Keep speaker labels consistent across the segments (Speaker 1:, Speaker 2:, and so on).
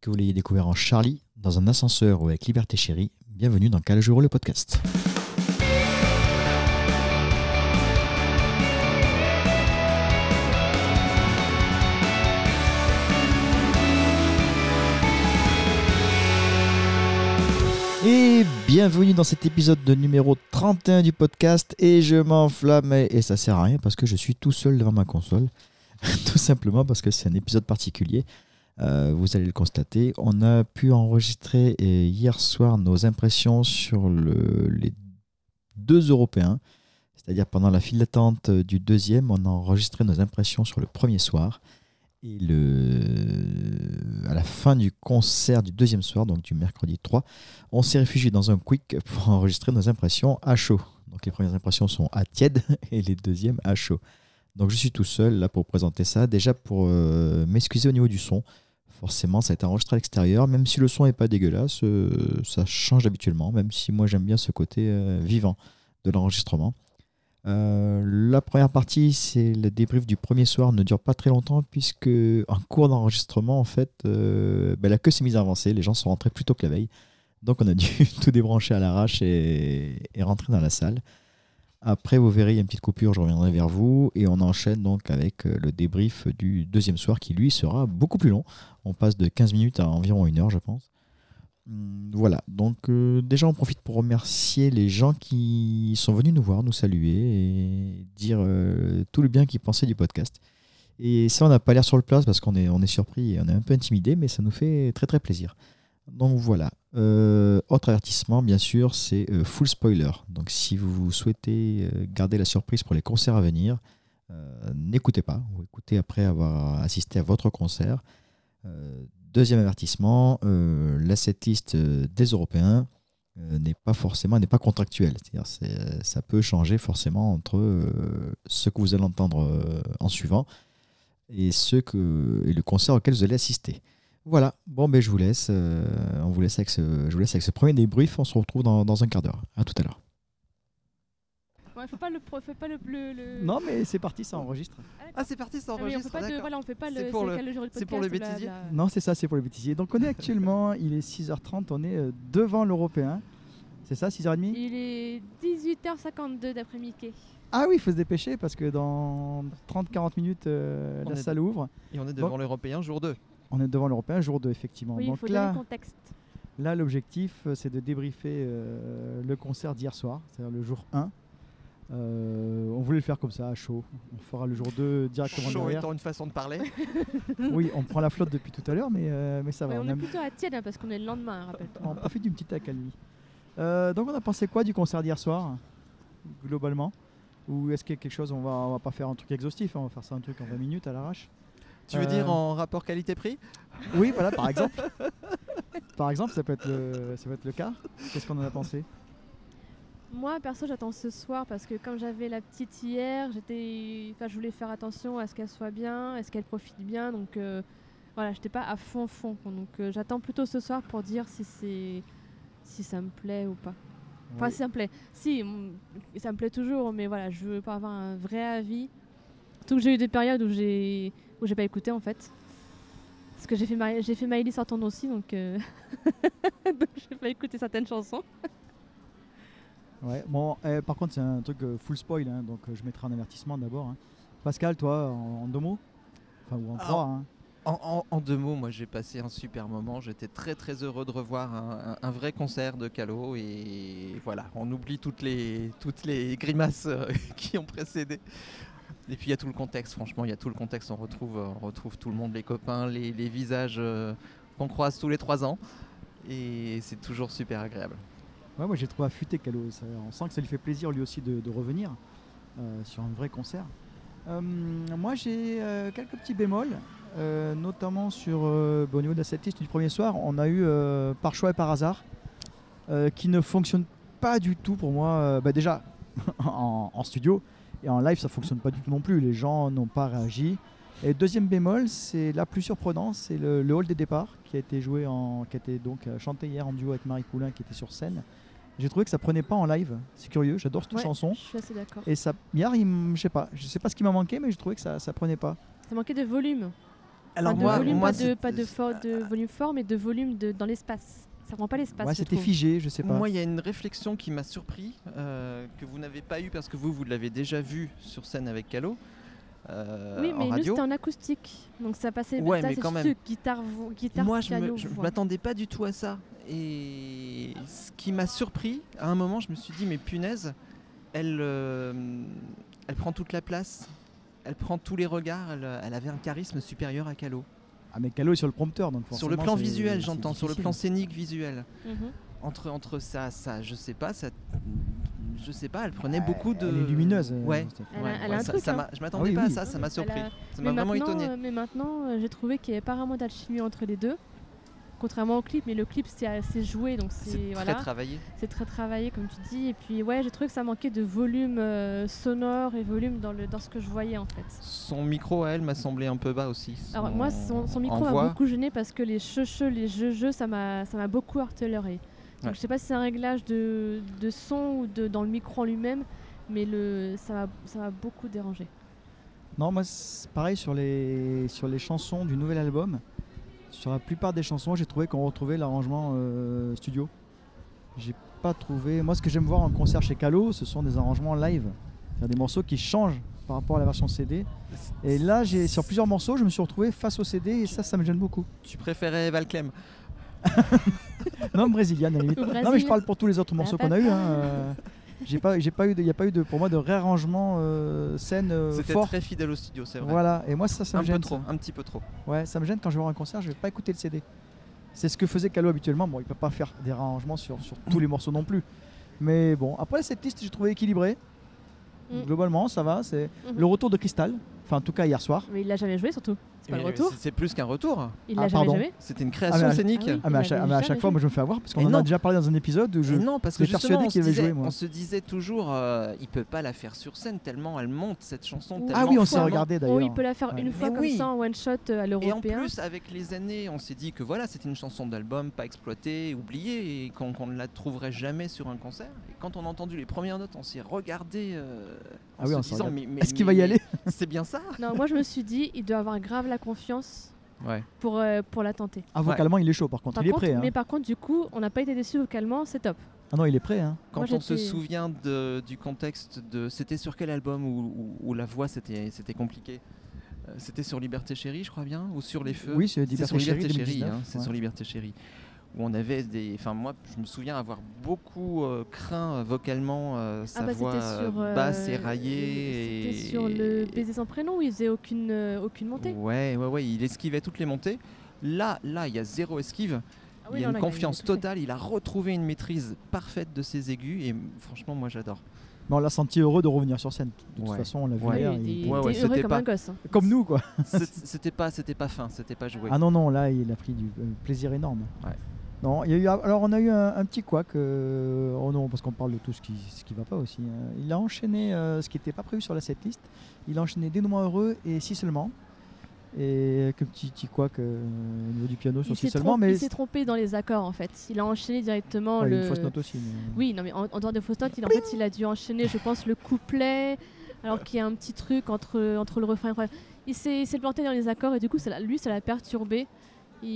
Speaker 1: Que vous l'ayez découvert en Charlie, dans un ascenseur ou avec Liberté Chérie, bienvenue dans Calogero le podcast. Et bienvenue dans cet épisode de numéro 31 du podcast et je m'enflamme et et ça sert à rien parce que je suis tout seul devant ma console. tout simplement parce que c'est un épisode particulier. Euh, vous allez le constater, on a pu enregistrer et hier soir nos impressions sur le- les deux Européens, c'est-à-dire pendant la file d'attente du deuxième, on a enregistré nos impressions sur le premier soir. Et le... à la fin du concert du deuxième soir, donc du mercredi 3, on s'est réfugié dans un quick pour enregistrer nos impressions à chaud. Donc les premières impressions sont à tiède et les deuxièmes à chaud. Donc je suis tout seul là pour présenter ça. Déjà pour euh, m'excuser au niveau du son. Forcément, ça a été enregistré à l'extérieur. Même si le son n'est pas dégueulasse, euh, ça change habituellement. Même si moi j'aime bien ce côté euh, vivant de l'enregistrement. Euh, la première partie, c'est le débrief du premier soir, ne dure pas très longtemps puisque en cours d'enregistrement, en fait, euh, ben, la queue s'est mise à avancer. Les gens sont rentrés plus tôt que la veille. Donc on a dû tout débrancher à l'arrache et, et rentrer dans la salle. Après, vous verrez, il y a une petite coupure, je reviendrai vers vous. Et on enchaîne donc avec euh, le débrief du deuxième soir qui, lui, sera beaucoup plus long. On passe de 15 minutes à environ une heure, je pense. Hum, Voilà, donc euh, déjà on profite pour remercier les gens qui sont venus nous voir, nous saluer et dire euh, tout le bien qu'ils pensaient du podcast. Et ça, on n'a pas l'air sur le place parce qu'on est, on est surpris et on est un peu intimidé, mais ça nous fait très très plaisir. Donc voilà. Euh, autre avertissement, bien sûr, c'est euh, full spoiler. Donc si vous souhaitez euh, garder la surprise pour les concerts à venir, euh, n'écoutez pas ou écoutez après avoir assisté à votre concert. Euh, deuxième avertissement, euh, la setlist euh, des Européens euh, n'est pas forcément n'est pas contractuelle. C'est-à-dire c'est- euh, ça peut changer forcément entre euh, ce que vous allez entendre euh, en suivant et, ce que, et le concert auquel vous allez assister. Voilà, bon ben je vous laisse, euh, on vous laisse avec ce, je vous laisse avec ce premier débrief, on se retrouve dans, dans un quart d'heure. À tout à l'heure.
Speaker 2: Ouais, faut pas le. pro- Faut pas le, le- le-
Speaker 3: Non, mais c'est parti, ça enregistre.
Speaker 4: Ah, c'est parti, ça
Speaker 2: Ah oui, on fait
Speaker 4: enregistre.
Speaker 2: pas de,
Speaker 4: d'accord.
Speaker 2: voilà, on fait pas le.
Speaker 4: C'est pour le-
Speaker 2: quel jour du
Speaker 4: c'est pour le
Speaker 2: podcast,
Speaker 4: bêtisier.
Speaker 2: blabla.
Speaker 3: Non, c'est ça, c'est pour les bêtisiers. Donc on est actuellement, il est 6h30, on est euh, devant l'Européen. C'est ça, 6h30
Speaker 2: Il est 18h52 d'après-midi.
Speaker 3: Ah oui, il faut se dépêcher parce que dans 30-40 minutes, euh,
Speaker 4: On
Speaker 3: la
Speaker 4: est-
Speaker 3: salle ouvre.
Speaker 4: Et on est devant l'Européen jour 2.
Speaker 3: On est devant l'Européen, jour 2, effectivement.
Speaker 2: Oui, il faut
Speaker 3: Donc
Speaker 2: donner le
Speaker 3: là,
Speaker 2: contexte.
Speaker 3: là l'objectif, euh, c'est de débriefer euh, le concert d'hier soir, c'est-à-dire le jour 1. Euh, on voulait le faire comme ça, à chaud. On fera le jour 2 directement
Speaker 4: Chaud
Speaker 3: derrière.
Speaker 4: étant une façon de parler.
Speaker 3: Oui, on prend la flotte depuis tout à l'heure, mais, euh, mais ça va.
Speaker 2: Ouais, on,
Speaker 3: on
Speaker 2: est
Speaker 3: aime-
Speaker 2: plutôt à tiède hein, parce qu'on est le lendemain, hein, rappelle-toi.
Speaker 3: On profite d'une petite accalmie. Euh, donc on a pensé quoi du concert d'hier soir, globalement Ou est-ce qu'il y a quelque chose, on va, on va pas faire un truc exhaustif, hein, on va faire ça un truc en 20 minutes à l'arrache
Speaker 4: Tu veux
Speaker 3: Euh,
Speaker 4: dire en rapport qualité-prix
Speaker 3: Oui, voilà, par exemple. par exemple, ça peut être le, ça peut être le cas. Qu'est-ce qu'on en a pensé
Speaker 2: Moi, perso, j'attends ce soir parce que comme j'avais la petite hier, j'étais, enfin, je voulais faire attention à ce qu'elle soit bien, à ce qu'elle profite bien. Donc euh, voilà, j'étais pas à fond fond. Donc euh, j'attends plutôt ce soir pour dire si c'est, si ça me plaît ou pas. Enfin,
Speaker 3: Oui.
Speaker 2: si ça me plaît. Si, mm, ça me plaît toujours, mais voilà, je veux pas avoir un vrai avis. Surtout que j'ai eu des périodes où j'ai, où j'ai pas écouté en fait. Parce que j'ai fait, ma... j'ai fait Maëlys entendre aussi, donc, euh, donc j'ai pas écouté certaines chansons.
Speaker 3: Ouais, Bon, eh, par contre, c'est un truc euh, full spoil, hein, donc euh, je mettrai un avertissement d'abord. hein. Pascal, toi, en, en deux mots Enfin, ou en
Speaker 4: Ah.
Speaker 3: trois hein.
Speaker 4: en, en- en deux mots, moi j'ai passé un super moment. J'étais très très heureux de revoir un, un- un vrai concert de Calo. Et voilà, on oublie toutes les, toutes les grimaces euh, qui ont précédé. Et puis il y a tout le contexte, franchement, il y a tout le contexte. On retrouve, euh, on retrouve tout le monde, les copains, les, les visages euh, qu'on croise tous les trois ans. Et c'est toujours super agréable.
Speaker 3: Ouais, moi j'ai trouvé affûté Calo. Ça- On sent que ça lui fait plaisir lui aussi de, de revenir euh, sur un vrai concert. Euh, moi j'ai euh, quelques petits bémols, euh, notamment sur, euh, bon, au niveau de la setlist du premier soir, on a eu euh, par choix et par hasard euh, qui ne fonctionne pas du tout pour moi. Euh, bah, déjà en, en studio et en live ça fonctionne pas du tout non plus. Les gens n'ont pas réagi. Et deuxième bémol, c'est la plus surprenante, c'est le, le hall des départs qui a été joué en, qui a été donc euh, chanté hier en duo avec Marie Poulain qui était sur scène. J'ai trouvé que ça prenait pas en live. C'est curieux, j'adore cette
Speaker 2: Ouais,
Speaker 3: chanson.
Speaker 2: Je suis assez d'accord.
Speaker 3: Et ça, hier, il m- je sais pas, je sais pas ce qui m'a manqué, mais j'ai trouvé que ça, ça prenait pas.
Speaker 2: Ça manquait de volume.
Speaker 4: Alors
Speaker 2: Enfin, de
Speaker 4: moi,
Speaker 2: volume,
Speaker 4: moi,
Speaker 2: pas, de,
Speaker 4: c'est- euh,
Speaker 2: pas de, fort- de volume fort, mais de volume de, dans l'espace. Ça prend pas l'espace.
Speaker 3: Ouais,
Speaker 2: je
Speaker 3: c'était
Speaker 2: trouve.
Speaker 3: figé, je sais pas.
Speaker 4: Moi, il y a une réflexion qui m'a surpris, euh, que vous n'avez pas eu parce que vous, vous l'avez déjà vu sur scène avec Calo. euh,
Speaker 2: oui,
Speaker 4: en
Speaker 2: mais nous
Speaker 4: radio.
Speaker 2: c'était en acoustique, donc ça passait.
Speaker 4: Ouais,
Speaker 2: ça,
Speaker 4: mais
Speaker 2: c'est
Speaker 4: quand
Speaker 2: ce
Speaker 4: même.
Speaker 2: guitare, vo- guitare,
Speaker 4: Moi, je
Speaker 2: piano,
Speaker 4: me- je
Speaker 2: voix.
Speaker 4: m'attendais pas du tout à ça. Et ce qui m'a surpris, à un moment, je me suis dit, mais punaise, elle, euh, elle prend toute la place, elle prend tous les regards, elle, elle avait un charisme supérieur à Calo.
Speaker 3: Ah, mais Calo est sur le prompteur, donc
Speaker 4: Sur le
Speaker 3: forcément,
Speaker 4: plan
Speaker 3: c'est-
Speaker 4: visuel,
Speaker 3: c'est
Speaker 4: j'entends, sur le
Speaker 3: difficile.
Speaker 4: plan scénique visuel.
Speaker 2: Mhm.
Speaker 4: Entre, entre ça, ça, je sais pas, ça, je sais pas, elle prenait
Speaker 3: Ah,
Speaker 4: beaucoup de.
Speaker 3: Elle est lumineuse. euh,
Speaker 4: Ouais.
Speaker 3: Steph.
Speaker 2: Elle a- elle a un
Speaker 4: ça,
Speaker 2: truc,
Speaker 4: ça
Speaker 2: hein.
Speaker 4: m'a- je m'attendais
Speaker 3: Ah oui,
Speaker 4: pas
Speaker 3: oui.
Speaker 4: à ça, ça m'a
Speaker 2: Elle a-
Speaker 4: surpris. Ça m'a
Speaker 2: Mais
Speaker 4: vraiment
Speaker 2: maintenant,
Speaker 4: étonné.
Speaker 2: euh, mais maintenant, euh, j'ai trouvé qu'il n'y avait pas vraiment d'alchimie entre les deux. Contrairement au clip, mais le clip c'est assez joué, donc
Speaker 4: C'est
Speaker 2: c'est
Speaker 4: très
Speaker 2: voilà,
Speaker 4: travaillé.
Speaker 2: c'est très travaillé comme tu dis. Et puis ouais, j'ai trouvé que ça manquait de volume euh, sonore et volume dans le dans ce que je voyais en fait.
Speaker 4: Son micro à elle m'a semblé un peu bas aussi.
Speaker 2: Alors moi, son, son
Speaker 4: en
Speaker 2: micro m'a
Speaker 4: voix.
Speaker 2: beaucoup gêné parce que les cheux les jeux-jeux, ça m'a ça m'a beaucoup heurté l'oreille. Donc
Speaker 4: Ouais.
Speaker 2: je sais pas si c'est un réglage de, de son ou de dans le micro en lui-même, mais le ça m'a ça m'a beaucoup dérangé.
Speaker 3: Non, moi, c'est pareil sur les, sur les chansons du nouvel album. Sur la plupart des chansons, j'ai trouvé qu'on retrouvait l'arrangement euh, studio. J'ai pas trouvé. Moi, ce que j'aime voir en concert chez Calo, ce sont des arrangements live. C'est-à-dire des morceaux qui changent par rapport à la version CD. Et là, j'ai sur plusieurs morceaux, je me suis retrouvé face au CD et ça, ça me gêne beaucoup.
Speaker 4: Tu préférais Val Clem
Speaker 3: Non, brésilienne, à la limite.
Speaker 2: Au
Speaker 3: Non, mais
Speaker 2: Brésil.
Speaker 3: je parle pour tous les autres morceaux
Speaker 2: Bah,
Speaker 3: qu'on a eu. hein, euh, J'ai pas, j'ai pas eu, il n'y a pas eu de, pour moi de réarrangement euh, scène euh,
Speaker 4: C'était
Speaker 3: fort.
Speaker 4: très fidèle au studio, c'est vrai.
Speaker 3: Voilà. Et moi, ça, ça
Speaker 4: un
Speaker 3: me
Speaker 4: peu
Speaker 3: gêne.
Speaker 4: trop,
Speaker 3: ça.
Speaker 4: un petit peu trop.
Speaker 3: Ouais, ça me gêne quand je vais voir un concert, je vais pas écouter le CD. C'est ce que faisait Calo habituellement. Bon, il peut pas faire des arrangements sur, sur tous les morceaux non plus. Mais bon, après cette liste, j'ai trouvé équilibrée.
Speaker 2: Mm.
Speaker 3: Globalement, ça va. C'est
Speaker 2: Mhm.
Speaker 3: le retour de Cristal. Enfin, en tout cas hier soir.
Speaker 2: Mais il l'a jamais joué surtout. C'est pas le
Speaker 4: Mais
Speaker 2: retour.
Speaker 4: euh, c'est- C'est plus qu'un retour.
Speaker 2: Il
Speaker 3: Ah,
Speaker 2: l'a jamais
Speaker 3: pardon.
Speaker 2: joué.
Speaker 4: C'était une création
Speaker 3: Ah, mais-
Speaker 4: scénique.
Speaker 2: Ah oui.
Speaker 3: Ah, mais à,
Speaker 2: Il
Speaker 3: chaque,
Speaker 2: l'avait
Speaker 3: ah, mais à
Speaker 2: jamais
Speaker 3: chaque fois,
Speaker 2: joué.
Speaker 3: moi, je me fais avoir parce
Speaker 4: Et
Speaker 3: qu'on en
Speaker 4: non.
Speaker 3: a déjà parlé dans un épisode où je.
Speaker 4: Et non, parce que
Speaker 3: j'étais
Speaker 4: justement,
Speaker 3: persuadé
Speaker 4: on se,
Speaker 3: qu'il avait
Speaker 4: disait,
Speaker 3: joué, moi.
Speaker 4: on se disait toujours, euh, il peut pas la faire sur scène tellement elle monte cette chanson.
Speaker 2: Ah
Speaker 3: Ah
Speaker 4: tellement
Speaker 3: oui, on s'est
Speaker 4: foirement.
Speaker 3: regardé d'ailleurs.
Speaker 2: Oh, il peut la faire
Speaker 3: Ouais.
Speaker 2: une fois
Speaker 4: Mais
Speaker 2: comme
Speaker 4: oui.
Speaker 2: ça en one shot euh, à
Speaker 4: Et en
Speaker 2: l'européen.
Speaker 4: plus, avec les années, on s'est dit que voilà, c'était une chanson d'album pas exploitée, oubliée, et qu'on qu'on ne la trouverait jamais sur un concert. Et quand on a entendu les premières notes, on s'est regardé euh,
Speaker 3: Ah
Speaker 4: en
Speaker 3: oui,
Speaker 4: se
Speaker 3: on s'est
Speaker 4: disant,
Speaker 3: regardé.
Speaker 4: mais, mais-
Speaker 3: Est-ce qu'il va
Speaker 4: mais-
Speaker 3: y aller
Speaker 4: mais C'est bien ça
Speaker 2: Non, moi je me suis dit, il doit avoir grave la confiance pour, euh, pour la tenter.
Speaker 3: Ah, vocalement, il est chaud par contre.
Speaker 2: Par
Speaker 3: il est
Speaker 2: contre-
Speaker 3: prêt. hein.
Speaker 2: Mais par contre, du coup, on n'a pas été déçus vocalement, c'est top.
Speaker 3: Ah non, il est prêt. Hein.
Speaker 4: Quand
Speaker 2: Moi,
Speaker 4: on se
Speaker 2: j'étais-
Speaker 4: souvient de- du contexte de. C'était sur quel album où, où- où la voix c'était c'était compliqué Euh, C'était sur Liberté Chérie, je crois bien Ou sur Les Feux
Speaker 3: Oui, c'est
Speaker 4: C'est
Speaker 3: Liberté
Speaker 4: sur Liberté
Speaker 3: Chérie.
Speaker 4: Chérie,
Speaker 3: 2019,
Speaker 4: hein, c'est
Speaker 3: ouais.
Speaker 4: sur Liberté Chérie. Où on avait des. Enfin, moi, je me souviens avoir beaucoup euh, craint euh, vocalement euh, sa
Speaker 2: ah bah
Speaker 4: voix
Speaker 2: c'était
Speaker 4: euh,
Speaker 2: sur. euh,
Speaker 4: basse et raillée.
Speaker 2: C'était
Speaker 4: et-
Speaker 2: sur le baiser sans prénom où il faisait aucune, euh, aucune montée.
Speaker 4: Ouais, ouais, ouais, il esquivait toutes les montées. Là, là, il y a zéro esquive.
Speaker 2: Ah oui,
Speaker 4: il y a
Speaker 2: non, là,
Speaker 4: une confiance
Speaker 2: tout fait.
Speaker 4: totale. Il a retrouvé une maîtrise parfaite de ses aigus. Et franchement, moi, j'adore.
Speaker 3: Mais on l'a senti heureux de revenir sur scène. De toute
Speaker 4: Ouais.
Speaker 3: façon, on l'a vu
Speaker 4: Ouais,
Speaker 2: Ah,
Speaker 3: hier,
Speaker 2: il
Speaker 3: il
Speaker 2: était,
Speaker 3: était-
Speaker 4: Ouais,
Speaker 2: il
Speaker 4: ouais,
Speaker 2: était heureux
Speaker 4: c'était
Speaker 2: comme
Speaker 4: pas-
Speaker 2: un gosse. hein.
Speaker 3: Comme nous, quoi.
Speaker 4: C'est- C'était pas, c'était pas fin, c'était pas joué.
Speaker 3: Ah non, non, là, il a pris du euh, plaisir énorme.
Speaker 4: Ouais.
Speaker 3: Non, il y a eu, alors, on a eu un, un petit couac. euh, oh non, parce qu'on parle de tout ce qui ce qui va pas aussi. hein. Il a enchaîné euh, ce qui n'était pas prévu sur la setlist. Il a enchaîné Dénouement heureux et Si seulement. Et avec un petit, petit couac euh, au niveau du piano sur
Speaker 2: Il
Speaker 3: Si
Speaker 2: s'est
Speaker 3: seulement.
Speaker 2: trompé,
Speaker 3: mais
Speaker 2: il s'est trompé dans les accords en fait. Il a enchaîné directement
Speaker 3: Ouais,
Speaker 2: le.
Speaker 3: une fausse note aussi. mais-
Speaker 2: Oui, non, mais en, en dehors de fausses notes, il, en fait, il a dû enchaîner, je pense, le couplet, alors qu'il y a un petit truc entre, entre le refrain et le refrain. Il s'est il s'est planté dans les accords et du coup, ça l'a- lui, ça l'a perturbé. Il,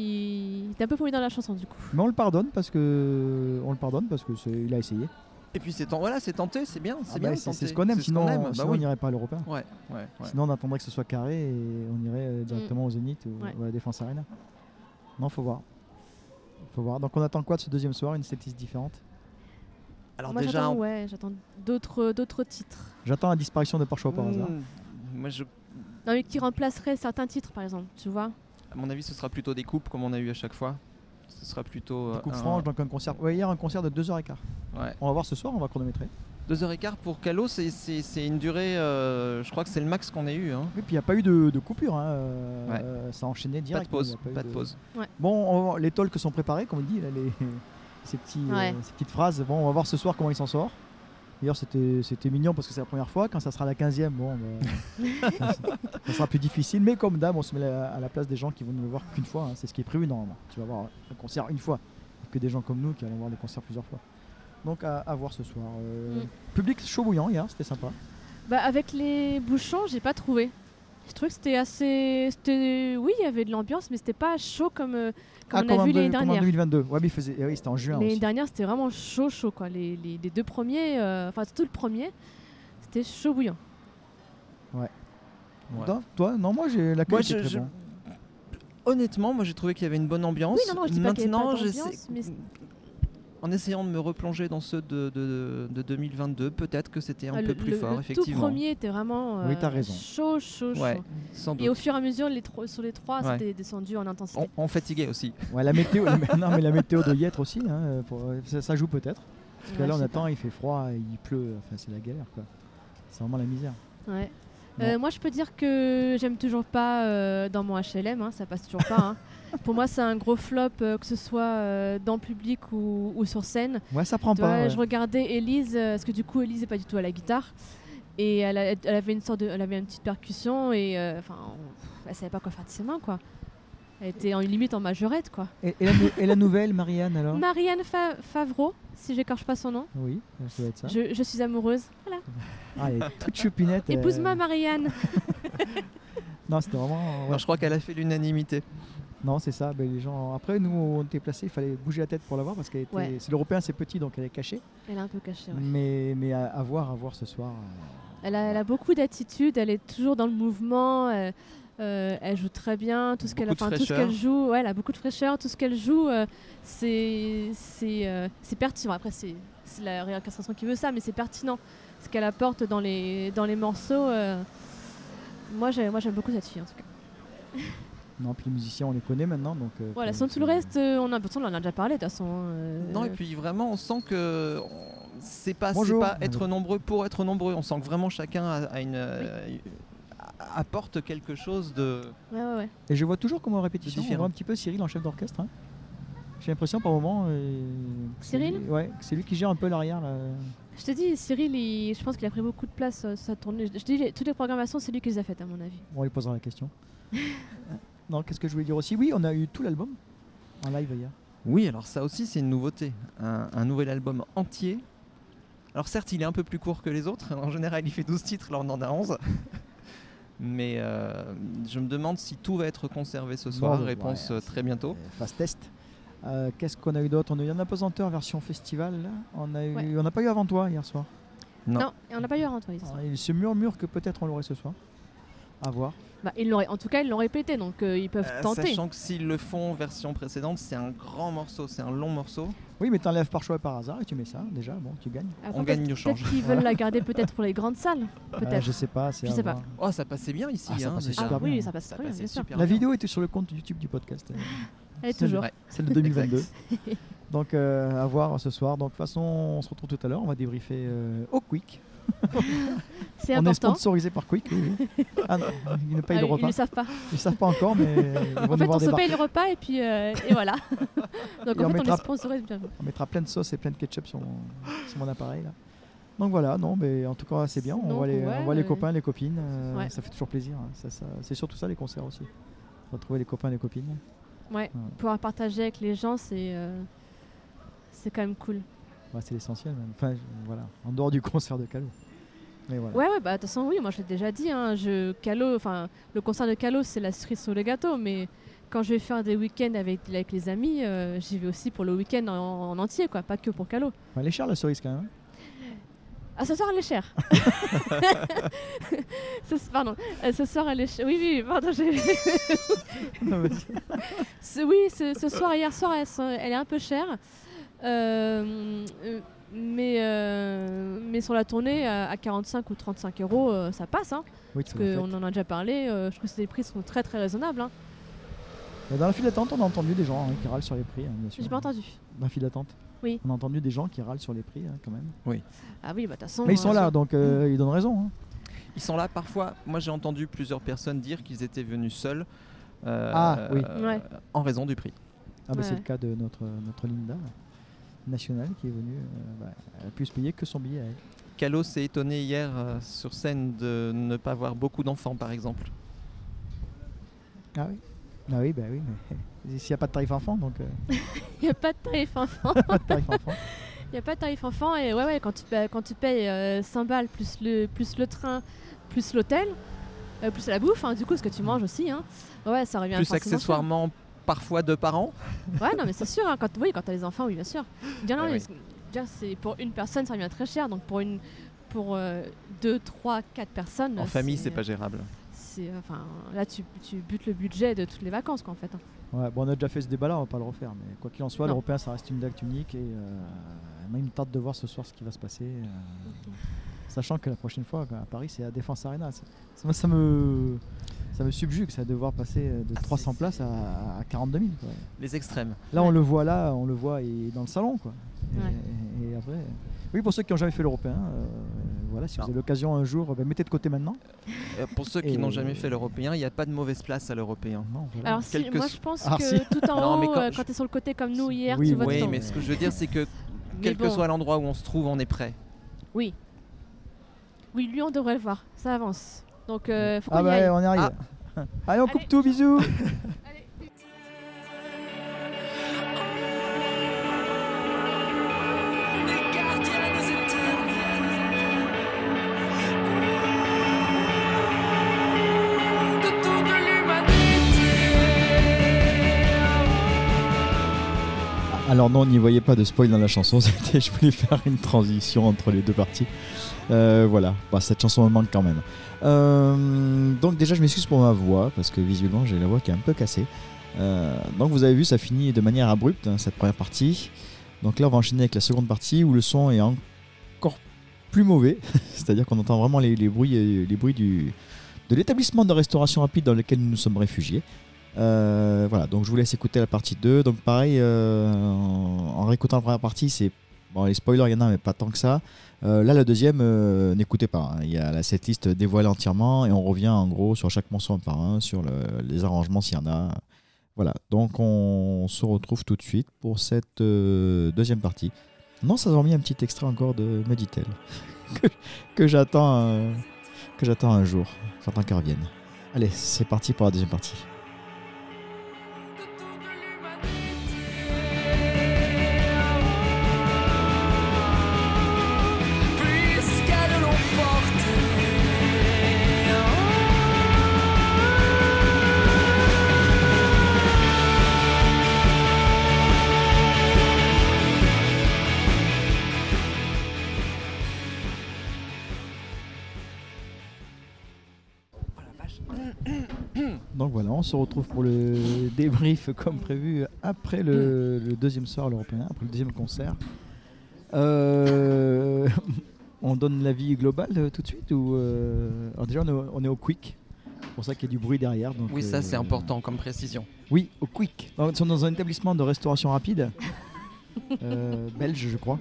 Speaker 2: il était un peu paumé dans la chanson, du coup.
Speaker 3: Mais on le pardonne parce que on le pardonne parce que c'est- il a essayé.
Speaker 4: Et puis c'est ten- voilà, c'est tenté, c'est bien, c'est
Speaker 3: Ah bah,
Speaker 4: bien. de
Speaker 3: c'est c'est
Speaker 4: tenter.
Speaker 3: ce qu'on aime.
Speaker 4: C'est
Speaker 3: Sinon, euh,
Speaker 4: aime, bah
Speaker 3: sinon, on
Speaker 4: oui.
Speaker 3: n'irait pas à l'européen.
Speaker 4: Ouais, Mm. ouais, ouais.
Speaker 3: Sinon, on attendrait que ce soit carré et on irait euh, directement au Zénith ou,
Speaker 2: Ouais.
Speaker 3: ou à la Défense Arena. Non, faut voir. Faut voir. Donc, on attend quoi de ce deuxième soir Une setlist différente
Speaker 4: Alors
Speaker 2: Moi,
Speaker 4: déjà,
Speaker 2: j'attends
Speaker 4: on-
Speaker 2: ouais, j'attends d'autres d'autres titres.
Speaker 3: J'attends la disparition de Parchois par
Speaker 4: Hmm,
Speaker 3: hasard.
Speaker 4: moi, je-
Speaker 2: Non, mais qui remplacerait certains titres, par exemple, tu vois
Speaker 4: à mon avis, ce sera plutôt des coupes comme on a eu à chaque fois. Ce sera plutôt
Speaker 3: Des
Speaker 4: euh,
Speaker 3: coupes
Speaker 4: un-
Speaker 3: franches, donc un concert. Ouais, hier, un concert de 2h15.
Speaker 4: Ouais.
Speaker 3: On va voir ce soir, on va chronométrer.
Speaker 4: Deux heures et quart pour Calo, c'est- c'est c'est une durée. euh, je crois que c'est le max qu'on ait eu. hein.
Speaker 3: Et puis, il n'y a pas eu de, de coupure. hein, euh,
Speaker 4: Ouais.
Speaker 3: euh, ça a enchaîné
Speaker 4: Pas
Speaker 3: direct.
Speaker 4: de pause,
Speaker 3: hein, il y a
Speaker 4: pas
Speaker 3: eu
Speaker 4: de pause.
Speaker 3: Bon, on va voir, les talks sont préparés, comme on dit, là, les, ces, petits, euh,
Speaker 2: Ouais.
Speaker 3: ces petites phrases. Bon, on va voir ce soir comment il s'en sort. D'ailleurs, c'était c'était mignon parce que c'est la première fois. Quand ça sera la 15e, bon, bah, ça, ça sera plus difficile. Mais comme d'hab, on se met la- à la place des gens qui vont ne le voir qu'une fois. hein. C'est ce qui est prévu normalement. Tu vas voir un concert une fois. Et que des gens comme nous qui allons voir les concerts plusieurs fois. Donc, à, à voir ce soir. Euh,
Speaker 2: Mm.
Speaker 3: Public chaud bouillant hier, c'était sympa.
Speaker 2: Bah, avec les bouchons, j'ai pas trouvé. Je trouvais que c'était assez. c'était- Oui, il y avait de l'ambiance, mais c'était pas chaud comme, euh,
Speaker 3: Ah,
Speaker 2: comme on a vu l'année
Speaker 3: en deux- comme en
Speaker 2: dernière.
Speaker 3: 2022. Ouais, mais il faisait- eh oui, c'était en juin
Speaker 2: L'année
Speaker 3: aussi.
Speaker 2: dernière, c'était vraiment chaud, chaud quoi. Les, les- les deux premiers, euh, enfin surtout le premier, c'était chaud bouillant.
Speaker 4: Ouais.
Speaker 3: Non, toi, non, moi, j'ai la
Speaker 4: Moi,
Speaker 3: qualité
Speaker 4: je-
Speaker 3: très
Speaker 4: je-
Speaker 3: bon.
Speaker 4: Honnêtement, moi j'ai trouvé qu'il y avait une bonne ambiance.
Speaker 2: Oui, non, non, je dis pas qu'il y avait
Speaker 4: Maintenant,
Speaker 2: pas d'ambiance,
Speaker 4: j'essaie-
Speaker 2: mais c'est-
Speaker 4: en essayant de me replonger dans ceux de, de- de 2022, peut-être que c'était un
Speaker 2: Ah,
Speaker 4: peu
Speaker 2: le,
Speaker 4: plus
Speaker 2: le-
Speaker 4: fort,
Speaker 2: le
Speaker 4: effectivement.
Speaker 2: tout premier était vraiment euh,
Speaker 3: Oui, t'as raison.
Speaker 2: chaud, chaud,
Speaker 4: ouais,
Speaker 2: chaud.
Speaker 4: sans
Speaker 2: Et au
Speaker 4: doute.
Speaker 2: fur et à mesure, les tro- sur les trois,
Speaker 4: Ouais.
Speaker 2: c'était descendu en intensité.
Speaker 4: On, on fatiguait aussi.
Speaker 3: Ouais, la météo, la- non, mais la météo doit y être aussi. hein, pour- ça, ça joue peut-être. Parce que
Speaker 2: Ouais,
Speaker 3: là,
Speaker 2: je
Speaker 3: on
Speaker 2: sais
Speaker 3: attend, il fait froid, il pleut. Enfin, c'est la galère, quoi. C'est vraiment la misère.
Speaker 2: pas. Ouais. Euh, moi, je peux dire que j'aime toujours pas euh, dans mon HLM, hein, ça passe toujours pas. hein. Pour moi, c'est un gros flop, euh, que ce soit euh, dans le public ou, ou sur scène.
Speaker 3: Ouais, ça prend
Speaker 2: Tu vois,
Speaker 3: pas. ouais.
Speaker 2: Je regardais Elise, euh, parce que du coup, Elise n'est pas du tout à la guitare. Et elle, a- elle avait une sorte de, elle avait une petite percussion et euh, enfin, on- elle savait pas quoi faire de ses mains quoi. Elle était en limite en majorette quoi.
Speaker 3: Et, et la, nou- et la nouvelle, Marianne, alors
Speaker 2: Marianne Fa- Favreau, si j'écorche pas son nom,
Speaker 3: Oui, ça doit être ça.
Speaker 2: je, je suis amoureuse. Voilà.
Speaker 3: Ah, elle est toute choupinette. euh,
Speaker 2: Épouse-moi Marianne.
Speaker 3: Non, c'était vraiment. ouais.
Speaker 4: Alors, je crois qu'elle a fait l'unanimité.
Speaker 3: Non, c'est ça. ben, les gens... Après, nous, on était placés, il fallait bouger la tête pour la voir parce que était...
Speaker 2: Ouais.
Speaker 3: c'est l'européen, c'est petit, donc elle est cachée.
Speaker 2: Elle est un peu cachée. ouais.
Speaker 3: Mais, mais à, à voir, à voir ce soir. euh,
Speaker 2: Elle, a, elle a beaucoup d'attitude, elle est toujours dans le mouvement. Elle, euh, elle joue très bien, tout ce qu'elle,
Speaker 4: Beaucoup de
Speaker 2: enfin, tout ce
Speaker 4: fraîcheur.
Speaker 2: qu'elle joue, ouais, elle a beaucoup de fraîcheur, tout ce qu'elle joue, euh, c'est c'est euh, c'est pertinent. Après, c'est c'est la réorchestration qui veut ça, mais c'est pertinent ce qu'elle apporte dans les dans les morceaux. euh. Moi, j'aime, moi, j'aime beaucoup cette fille en tout cas.
Speaker 3: Non, puis les musiciens, on les connaît maintenant. Donc, euh,
Speaker 2: Voilà,
Speaker 3: faut-
Speaker 2: sans tout le
Speaker 3: faut-
Speaker 2: reste, euh, on a, de toute façon, on en a déjà parlé de toute façon. hein, euh,
Speaker 4: Non, et puis vraiment, on sent que on- c'est pas, c'est
Speaker 3: Bonjour.
Speaker 4: pas être nombreux pour être nombreux. On sent que vraiment chacun a, a une, euh, a- apporte quelque chose de.
Speaker 2: ouais, ouais, ouais.
Speaker 3: Et je vois toujours comment en répétition, on
Speaker 4: Différent.
Speaker 3: voit un petit peu Cyril en chef d'orchestre. hein. J'ai l'impression par moment. euh, que c'est
Speaker 2: Cyril
Speaker 3: lui- Ouais, que c'est lui qui gère un peu l'arrière. là.
Speaker 2: Je te dis, Cyril, il- je pense qu'il a pris beaucoup de place euh, sur sa tournée. Je, je dis, les- toutes les programmations, c'est lui qui les a faites, à mon avis.
Speaker 3: Bon, on lui posera la question. non, qu'est-ce que je voulais dire aussi Oui, on a eu tout l'album en live hier.
Speaker 4: Oui, alors ça aussi, c'est une nouveauté. Un, un nouvel album entier. Alors certes, il est un peu plus court que les autres. En général, il fait 12 titres, là on en a 11. Mais euh, je me demande si tout va être conservé ce soir.
Speaker 3: Bon, ouais,
Speaker 4: Réponse
Speaker 3: ouais,
Speaker 4: euh, très bientôt.
Speaker 3: Euh, Fast test. Euh, qu'est-ce qu'on a eu d'autre On a eu un apesanteur version festival. là. On a eu,
Speaker 2: Ouais.
Speaker 3: on n'a pas eu avant toi hier soir.
Speaker 4: Non.
Speaker 2: et on n'a pas eu à rentrer.
Speaker 3: Alors, il se murmure que peut-être on l'aurait ce soir. À voir.
Speaker 2: Bah, ils l'auraient- en tout cas, ils l'ont répété, donc euh, ils peuvent
Speaker 4: Euh,
Speaker 2: tenter.
Speaker 4: sachant que s'ils le font en version précédente, c'est un grand morceau, c'est un long morceau.
Speaker 3: Oui, mais t'enlèves par choix et par hasard et tu mets ça. Déjà, bon, tu gagnes.
Speaker 2: Après,
Speaker 4: on gagne Ah,
Speaker 2: peut-être-
Speaker 4: au change.
Speaker 2: Peut-être qu'ils veulent la garder peut-être pour les grandes salles.
Speaker 3: Euh,
Speaker 2: Peut-être.
Speaker 3: je sais pas. c'est
Speaker 2: Je
Speaker 3: à
Speaker 2: sais pas.
Speaker 3: voir.
Speaker 4: Oh, ça passait bien ici.
Speaker 3: Ah, ça
Speaker 4: hein,
Speaker 3: passait
Speaker 4: déjà.
Speaker 3: super
Speaker 2: oui,
Speaker 3: bien.
Speaker 2: ça passe
Speaker 4: Ça
Speaker 2: très bien,
Speaker 4: passait
Speaker 2: bien sûr.
Speaker 4: super
Speaker 3: La
Speaker 4: bien.
Speaker 3: vidéo était sur le compte YouTube du podcast, euh,
Speaker 2: Elle est toujours.
Speaker 4: Ouais.
Speaker 3: celle de 2022.
Speaker 4: Exact.
Speaker 3: Donc euh, à voir ce soir. Donc de toute façon, on se retrouve tout à l'heure. On va débriefer euh, au Quick.
Speaker 2: C'est
Speaker 3: on est
Speaker 2: important.
Speaker 3: sponsorisé par Quick. oui, oui. Ah non, ils ne payent
Speaker 2: Ah,
Speaker 3: le
Speaker 2: ils
Speaker 3: repas.
Speaker 2: ne savent pas.
Speaker 3: Ils savent pas encore, mais ils vont
Speaker 2: En fait,
Speaker 3: devoir
Speaker 2: on se
Speaker 3: débarquer.
Speaker 2: paye le repas et puis euh, et voilà. Donc
Speaker 3: Et
Speaker 2: en
Speaker 3: on
Speaker 2: fait, on
Speaker 3: mettra-
Speaker 2: est sponsorisé. bien sûr.
Speaker 3: On mettra plein de sauce et plein de ketchup sur mon, sur mon appareil. Là. Donc voilà, non, mais en tout cas, c'est bien. On
Speaker 2: Donc,
Speaker 3: voit les,
Speaker 2: ouais,
Speaker 3: on voit les
Speaker 2: ouais.
Speaker 3: copains, les copines. euh,
Speaker 2: Ouais.
Speaker 3: Ça fait toujours plaisir. hein. Ça- ça- c'est surtout ça, les concerts aussi. Retrouver les copains, les copines.
Speaker 2: Pouvoir partager avec les gens, c'est euh, c'est quand même cool.
Speaker 3: Ouais, c'est l'essentiel, même. Enfin, je- voilà, en dehors du concert de Calo. Mais voilà.
Speaker 2: Ouais, ouais, bah de toute façon, oui, moi je l'ai déjà dit, hein, je, Calo, enfin, le concert de Calo, c'est la cerise sur le gâteau, mais quand je vais faire des week-ends avec, avec les amis, euh, j'y vais aussi pour le week-end en, en entier, quoi, pas que pour Calo.
Speaker 3: Enfin, elle est chère, la cerise, quand même. hein.
Speaker 2: Ah, ce soir, elle est chère. ce, pardon, euh, ce soir, elle est chère. Oui, oui, pardon, j'ai...
Speaker 3: Non, mais-
Speaker 2: Ce- oui, ce, ce soir, hier soir, elle, se- elle est un peu chère. Euh, euh, mais, euh, mais sur la tournée, à, à 45 ou 35 euros, euh, ça passe. Hein,
Speaker 3: Oui,
Speaker 2: parce
Speaker 3: tout à fait.
Speaker 2: qu'on en a déjà parlé. euh, je trouve que ces prix sont très très raisonnables. hein.
Speaker 3: Mais Bah, Dans la file d'attente, on a entendu des gens hein, qui râlent sur les prix, hein, bien sûr.
Speaker 2: J'ai pas entendu.
Speaker 3: Dans la file d'attente
Speaker 2: Oui.
Speaker 3: On a entendu des gens qui râlent sur les prix, hein, quand même.
Speaker 2: Ah oui, bah de toute façon.
Speaker 3: Mais ils sont
Speaker 2: euh,
Speaker 3: là, donc euh, ils donnent raison. hein.
Speaker 4: Ils sont là parfois. Moi, j'ai entendu plusieurs personnes dire qu'ils étaient venus seuls. euh,
Speaker 3: Ah, oui.
Speaker 4: euh,
Speaker 2: Ouais.
Speaker 4: En raison du prix.
Speaker 3: Ah bah,
Speaker 2: Ouais,
Speaker 3: c'est
Speaker 2: ouais.
Speaker 3: le cas de notre, notre Linda nationale qui est venue. euh, bah, elle a pu se payer que son billet. à elle.
Speaker 4: Calo s'est étonné hier euh, sur scène de ne pas voir beaucoup d'enfants, par exemple.
Speaker 3: Ah oui Ah oui, bah oui, mais s'il n'y a pas de tarif enfant, donc euh,
Speaker 2: Il n'y a pas de tarif hein. enfant.
Speaker 3: pas de tarif enfant.
Speaker 2: Il n'y a pas de tarif enfant. Et ouais, ouais, quand tu payes, quand tu payes euh, 5 balles plus le, plus le train, plus l'hôtel, Euh, plus la bouffe, hein, du coup, ce que tu manges aussi. Hein. Ouais, ça revient forcément
Speaker 4: Plus
Speaker 2: cher.
Speaker 4: accessoirement, parfois deux par an.
Speaker 2: Ouais, non, mais c'est sûr. hein, quand, oui, quand t'as les enfants, oui, bien sûr. Bien, non,
Speaker 4: Ah
Speaker 2: mais
Speaker 4: oui.
Speaker 2: c'est- bien, c'est pour une personne, ça revient très cher. Donc pour une, pour euh, deux, trois, quatre personnes. euh,
Speaker 4: En famille, c'est pas gérable.
Speaker 2: c'est- euh, Enfin, là, tu, tu butes le budget de toutes les vacances, quoi, en fait. hein.
Speaker 3: Ouais, bon, on a déjà fait ce débat-là, on va pas le refaire. Mais quoi qu'il en soit,
Speaker 2: Non.
Speaker 3: l'Européen, ça reste une date unique. Et euh, moi, il me tarde de voir ce soir ce qui va se passer. euh, sachant que la prochaine fois, quoi, à Paris, c'est à Défense Arena. Ça- ça- Moi, ça me, ça me subjugue, ça, de voir passer euh, de
Speaker 4: Ah,
Speaker 3: 300
Speaker 4: c'est-
Speaker 3: places à, à 42 000. quoi.
Speaker 4: Les extrêmes.
Speaker 3: Là, on
Speaker 2: Ouais.
Speaker 3: le voit là, on le voit et dans le salon, quoi. Et,
Speaker 2: Ouais.
Speaker 3: et- et après, oui, pour ceux qui n'ont jamais fait l'Européen, euh, voilà, si
Speaker 2: Ah.
Speaker 4: Non.
Speaker 3: vous avez l'occasion un jour, ben, mettez de côté maintenant.
Speaker 4: Euh, pour ceux qui
Speaker 3: Et-
Speaker 4: n'ont jamais fait l'européen, il n'y a pas de mauvaise place à l'européen.
Speaker 3: Non, voilà.
Speaker 2: Alors, si,
Speaker 4: Quelque
Speaker 2: moi,
Speaker 4: so-
Speaker 2: je pense
Speaker 3: Ah,
Speaker 2: que
Speaker 3: si.
Speaker 2: tout en
Speaker 4: Non, mais
Speaker 2: haut,
Speaker 4: quand-
Speaker 2: euh, quand t'es sur le côté comme nous hier,
Speaker 3: Oui,
Speaker 2: tu vois
Speaker 3: oui,
Speaker 2: tout le
Speaker 4: Oui,
Speaker 2: temps.
Speaker 4: mais ce que je veux dire, c'est que
Speaker 2: Mais
Speaker 4: quel que
Speaker 2: bon.
Speaker 4: soit l'endroit où on se trouve, on est prêt.
Speaker 2: Oui. Oui, lui, on devrait le voir. Ça avance. Donc, euh, faut qu'on
Speaker 3: ah
Speaker 2: y
Speaker 3: bah,
Speaker 2: aille.
Speaker 3: on y arrive. Allez, on coupe tout, bisous.
Speaker 1: Alors non, on n'y voyait pas de spoil dans la chanson, c'était je voulais faire une transition entre les deux parties. Euh, voilà, Bah, cette chanson me manque quand même. Euh, donc déjà je m'excuse pour ma voix, parce que visuellement j'ai la voix qui est un peu cassée. Euh, donc vous avez vu, ça finit de manière abrupte, hein, cette première partie. Donc là on va enchaîner avec la seconde partie où le son est encore plus mauvais, c'est-à-dire qu'on entend vraiment les, les bruits, euh, les bruits du, de l'établissement de restauration rapide dans lequel nous nous sommes réfugiés. Euh, voilà, donc je vous laisse écouter la partie 2. Donc pareil, euh, en, en réécoutant la première partie, c'est... Bon, les spoilers, il y en a, mais pas tant que ça. Euh, là, la deuxième, euh, n'écoutez pas. hein. Il y a la setlist dévoilée entièrement et on revient en gros sur chaque morceau un par un, sur le- les arrangements s'il y en a. Voilà, donc on se retrouve tout de suite pour cette euh, deuxième partie. Non, ça a mis un petit extrait encore de Meditel que, que j'attends euh, que j'attends un jour. J'attends qu'elle revienne. Allez, c'est parti pour la deuxième partie.
Speaker 5: Puisqu'elles l'ont porté
Speaker 3: Donc voilà, on se retrouve pour le débrief comme prévu après le, le deuxième soir à l'Européen, après le deuxième concert. Euh, on donne l'avis global euh, tout de suite ou euh, alors déjà on est, au- on est au quick, c'est pour ça qu'il y a du bruit derrière. donc,
Speaker 4: Oui, ça c'est
Speaker 3: euh,
Speaker 4: important comme précision.
Speaker 3: Oui, au quick. Donc, nous sommes dans un établissement de restauration rapide, euh, belge je crois.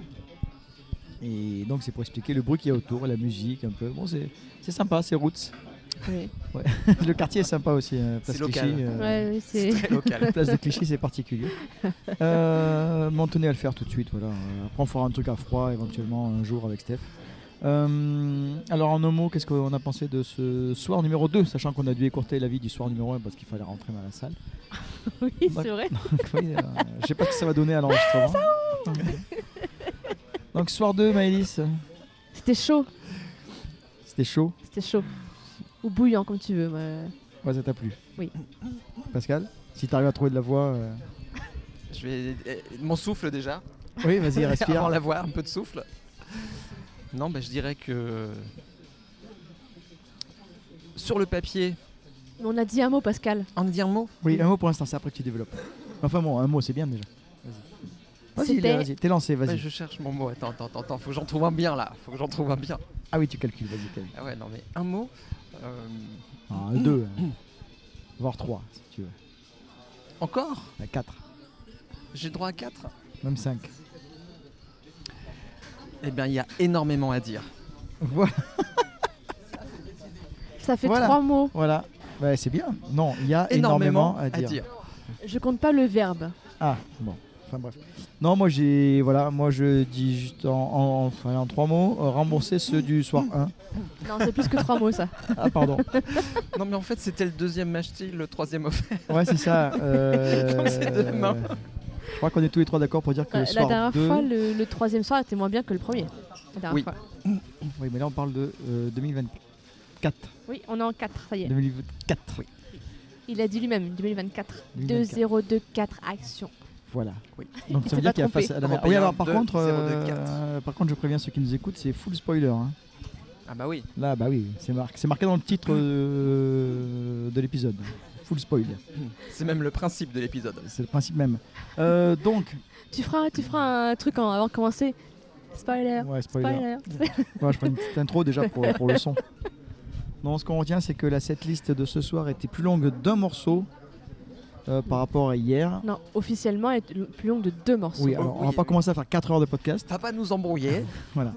Speaker 3: Et donc c'est pour expliquer le bruit qu'il y a autour, la musique un peu. Bon c'est c'est sympa, c'est roots.
Speaker 2: Oui.
Speaker 3: le quartier est sympa aussi. euh, Place
Speaker 4: C'est local.
Speaker 3: Clichy, euh,
Speaker 2: Ouais, oui, c'est.
Speaker 4: Très local.
Speaker 3: place de Clichy, c'est particulier. Euh, mais on tenait à le faire tout de suite. Voilà. Après, on fera un truc à froid éventuellement un jour avec Steph. Euh, alors, en un mot, qu'est-ce qu'on a pensé de ce soir numéro 2 Sachant qu'on a dû écourter la vie du soir numéro 1 parce qu'il fallait rentrer dans la salle.
Speaker 2: Oui, c'est vrai.
Speaker 3: Donc, oui, euh, je sais pas ce que ça va donner à l'enregistrement. Donc, soir 2, Maëlys,
Speaker 2: C'était chaud.
Speaker 3: c'était chaud.
Speaker 2: C'était chaud. Ou bouillant, comme tu veux. mais-
Speaker 3: Ouais, ça t'a plu
Speaker 2: Oui.
Speaker 3: Pascal, si t'arrives à trouver de la voix. euh,
Speaker 4: Je vais eh, mon souffle déjà.
Speaker 3: Oui, vas-y, respire.
Speaker 4: Avant la voix, un peu de souffle. Non, bah, je dirais que sur le papier,
Speaker 2: On a dit un mot, Pascal.
Speaker 4: en dire un mot.
Speaker 3: Oui, un mot pour l'instant, c'est après que tu développes. Enfin bon, un mot, c'est bien déjà. Vas-y, Vas-y,
Speaker 2: C'était-
Speaker 3: Léa, vas-y, t'es lancé, vas-y.
Speaker 4: Ouais, je cherche mon mot. Attends, attends, attends, faut que j'en trouve un bien là. Faut que j'en trouve un bien.
Speaker 3: Ah oui, tu calcules, vas-y, calcule.
Speaker 4: Ah ouais, non mais un mot. euh,
Speaker 3: Ah, un, deux, hein. voire trois, si tu veux.
Speaker 4: Encore
Speaker 3: Ah, quatre,
Speaker 4: J'ai droit à quatre
Speaker 3: même cinq.
Speaker 4: Eh bien, il y a énormément à dire.
Speaker 3: Voilà.
Speaker 2: Ça fait
Speaker 3: Voilà.
Speaker 2: trois mots.
Speaker 3: voilà. Ouais, c'est bien. Non, il y a énormément, à, dire.
Speaker 2: Je compte pas le verbe.
Speaker 3: Ah, bon. Enfin bref. Non, moi j'ai. Voilà, moi je dis juste en, en- enfin, en trois mots euh, rembourser ceux du soir 1.
Speaker 2: Non, c'est plus que trois mots, ça.
Speaker 3: Ah, pardon.
Speaker 4: Non, mais en fait, c'était le deuxième machti, le troisième offert.
Speaker 3: Ouais, c'est ça. euh,
Speaker 4: Comme c'est demain.
Speaker 3: Je crois qu'on est tous les trois d'accord pour dire que
Speaker 2: Euh,
Speaker 3: le
Speaker 2: la
Speaker 3: soir
Speaker 2: dernière
Speaker 3: 2.
Speaker 2: fois, le, le troisième soir était moins bien que le premier. La dernière
Speaker 4: Oui.
Speaker 2: fois.
Speaker 3: Oui, mais là on parle de euh, 2024. 4.
Speaker 2: Oui, on est en 4, ça y est.
Speaker 3: 2004.
Speaker 2: Il a dit lui-même, 2024.
Speaker 3: 2024.
Speaker 2: 2024 action.
Speaker 3: Voilà.
Speaker 4: Oui.
Speaker 3: Donc ça
Speaker 2: s'est
Speaker 3: veut dire
Speaker 2: pas
Speaker 3: qu'il y a
Speaker 2: trompé.
Speaker 3: face à la mer.
Speaker 4: Européen
Speaker 3: Oui, alors par
Speaker 4: 2,
Speaker 3: contre, euh,
Speaker 4: 024.
Speaker 3: par contre, je préviens ceux qui nous écoutent, c'est full spoiler. hein.
Speaker 4: Ah bah oui.
Speaker 3: Là, bah oui, c'est marqué, c'est marqué dans le titre euh, de l'épisode. Full spoil,
Speaker 4: C'est même le principe de l'épisode.
Speaker 3: c'est le principe même. Euh, donc,
Speaker 2: Tu feras, tu feras un truc en- avant de commencer. Spoiler.
Speaker 3: ouais, spoiler.
Speaker 2: Spoiler.
Speaker 3: Ouais, je prends une petite intro déjà pour, pour le son. Non, ce qu'on retient, c'est que la setlist de ce soir était plus longue d'un morceau euh, par rapport à hier.
Speaker 2: Non, officiellement, elle est plus longue de deux morceaux.
Speaker 3: Oui, alors on va
Speaker 4: oui,
Speaker 3: pas
Speaker 4: oui.
Speaker 3: commencer à faire 4 heures de podcast.
Speaker 4: Papa nous embrouiller.
Speaker 3: Voilà,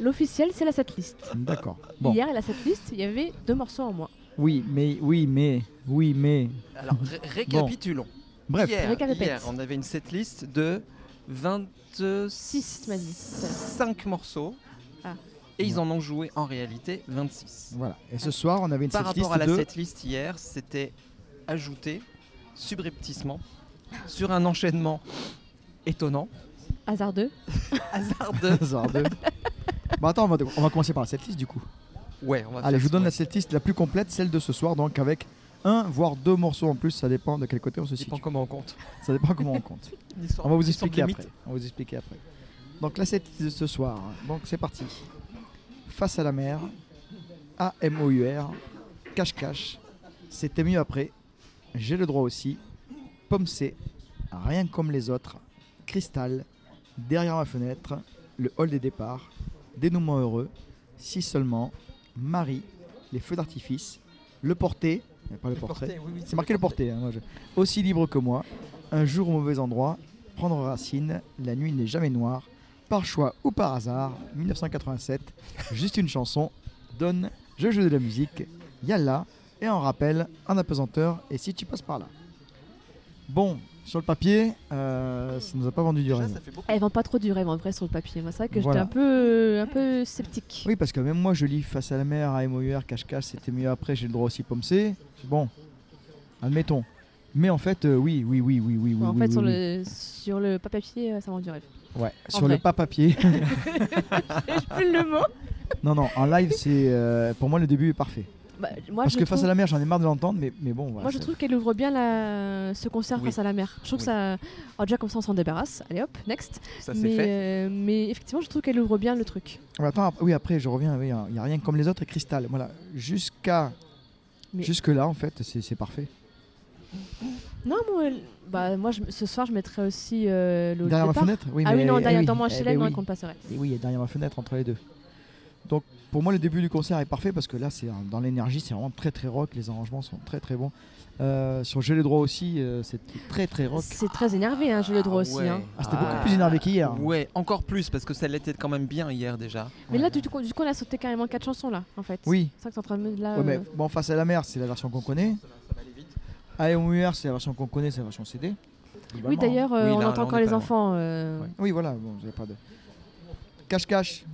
Speaker 2: L'officiel, c'est la setlist.
Speaker 3: d'accord. Bon,
Speaker 2: Hier, la setlist, il y avait deux morceaux en moins.
Speaker 3: oui, mais, oui, mais, oui, mais.
Speaker 4: Alors ré- récapitulons.
Speaker 3: Bref,
Speaker 4: Hier,
Speaker 2: Récapépète.
Speaker 4: hier, on avait une setlist de 26
Speaker 2: tu m'as dit.
Speaker 4: 5 morceaux.
Speaker 2: Ah.
Speaker 4: Et ils en ont joué en réalité 26.
Speaker 3: voilà. Et ce soir, on avait une
Speaker 4: Par
Speaker 3: setlist
Speaker 4: rapport à la
Speaker 3: de.
Speaker 4: setlist hier, c'était ajouté subrepticement sur un enchaînement étonnant,
Speaker 2: Hasardeux.
Speaker 4: hasardeux.
Speaker 3: Hasardeux. Bon, attends, on va, on va commencer par la setlist du coup.
Speaker 4: Ouais, on va
Speaker 3: Allez,
Speaker 4: faire
Speaker 3: je vous
Speaker 4: ça,
Speaker 3: donne
Speaker 4: ouais.
Speaker 3: la setlist la plus complète, celle de ce soir, donc avec un voire deux morceaux en plus, ça dépend de quel côté on se
Speaker 4: Ça
Speaker 3: situe.
Speaker 4: dépend comment on compte.
Speaker 3: Ça dépend comment on compte. On va vous expliquer après. On va vous expliquer après. Donc la setlist de ce soir. hein. Donc c'est parti. Face à la mer, AMOUR, Cache Cache, C'était mieux après, J'ai le droit aussi, Pomme C, Rien comme les autres, Cristal, Derrière ma fenêtre, Le hall des départs, Dénouement heureux, Si seulement, Marie, Les feux d'artifice, Le porté, mais pas le portrait. C'est marqué le porté. hein, moi, je- Aussi libre que moi, un jour au mauvais endroit, prendre racine, la nuit n'est jamais noire, par choix ou par hasard, 1987, juste une chanson, donne, je joue de la musique, yalla, et en rappel, un apesanteur, et si tu passes par là. Bon, sur le papier, euh, ça nous a pas vendu du
Speaker 4: Déjà,
Speaker 3: rêve.
Speaker 4: ça fait beaucoup.
Speaker 2: Elle vend Eh, pas trop du rêve en vrai sur le papier. Moi, c'est vrai que
Speaker 3: Voilà.
Speaker 2: j'étais un peu, un peu sceptique.
Speaker 3: Oui, parce que même moi, je lis Face à la mer, à MOUR, Cache-Cache, c'était mieux après, j'ai le droit aussi Pomme C. Bon, admettons. Mais en fait, euh, oui, oui, oui, oui, oui.
Speaker 2: Bon, en
Speaker 3: oui,
Speaker 2: fait,
Speaker 3: oui,
Speaker 2: sur,
Speaker 3: oui.
Speaker 2: le, sur le papier, euh, ça vend du rêve.
Speaker 3: Ouais,
Speaker 2: En
Speaker 3: sur
Speaker 2: vrai.
Speaker 3: le pas papier.
Speaker 2: le mot
Speaker 3: non, non, en live, c'est euh, pour moi le début est parfait.
Speaker 2: Bah, moi,
Speaker 3: Parce
Speaker 2: je
Speaker 3: que face
Speaker 2: trouve-
Speaker 3: à la mer, j'en ai marre de l'entendre, mais, mais bon, voilà.
Speaker 2: Moi, je trouve qu'elle ouvre bien la... ce concert
Speaker 4: Oui.
Speaker 2: face à la mer. Je trouve
Speaker 4: Oui.
Speaker 2: que ça. Alors, déjà, comme ça, on s'en débarrasse. Allez hop, next.
Speaker 4: Ça
Speaker 2: mais,
Speaker 4: s'est fait.
Speaker 2: euh, mais effectivement, je trouve qu'elle ouvre bien le truc.
Speaker 3: Ah, Attends, ap- oui, après, je reviens. Il n'y a rien comme les autres et Cristal. Voilà, jusqu'à.
Speaker 2: Mais-
Speaker 3: Jusque-là, en fait, c'est c'est parfait.
Speaker 2: Non, moi, elle- bah, moi je- ce soir, je mettrais aussi euh, le
Speaker 3: Derrière ma
Speaker 2: départ.
Speaker 3: fenêtre Oui,
Speaker 2: ah oui,
Speaker 3: mais-
Speaker 2: non,
Speaker 3: eh
Speaker 2: derrière,
Speaker 3: oui,
Speaker 2: dans mon
Speaker 3: eh
Speaker 2: HLM,
Speaker 3: ben
Speaker 2: non,
Speaker 3: oui.
Speaker 2: elle compte pas, c'est vrai.
Speaker 3: Et oui, il y a derrière ma fenêtre entre les deux. Donc pour moi, le début du concert est parfait parce que là, c'est un- dans l'énergie, c'est vraiment très très rock. Les arrangements sont très très bons. Euh, sur J'ai les droits aussi, euh, c'est très très rock.
Speaker 2: C'est très énervé, hein, je le droit
Speaker 4: Ah
Speaker 2: aussi.
Speaker 4: ouais.
Speaker 2: hein.
Speaker 3: Ah, c'était
Speaker 4: Ah.
Speaker 3: beaucoup plus énervé qu'hier.
Speaker 4: Ouais, encore plus parce que ça l'était quand même bien hier déjà.
Speaker 2: Mais
Speaker 3: Ouais.
Speaker 2: là, du coup, du coup, on a sauté carrément quatre chansons, là, en fait.
Speaker 3: Oui.
Speaker 2: C'est ça que t'es en train de me. Là,
Speaker 3: Ouais, mais
Speaker 2: euh,
Speaker 3: bon, face à la mer, c'est la version qu'on connaît. AMUR, c'est la version qu'on connaît, c'est la version CD.
Speaker 2: Oui,
Speaker 3: globalement.
Speaker 2: d'ailleurs, euh,
Speaker 4: Oui,
Speaker 2: on
Speaker 4: là, là,
Speaker 2: entend
Speaker 4: on
Speaker 2: encore
Speaker 4: est
Speaker 2: les
Speaker 4: pas loin.
Speaker 2: enfants. euh,
Speaker 4: Ouais.
Speaker 3: Oui, voilà, bon, j'ai pas de. Cache-cache.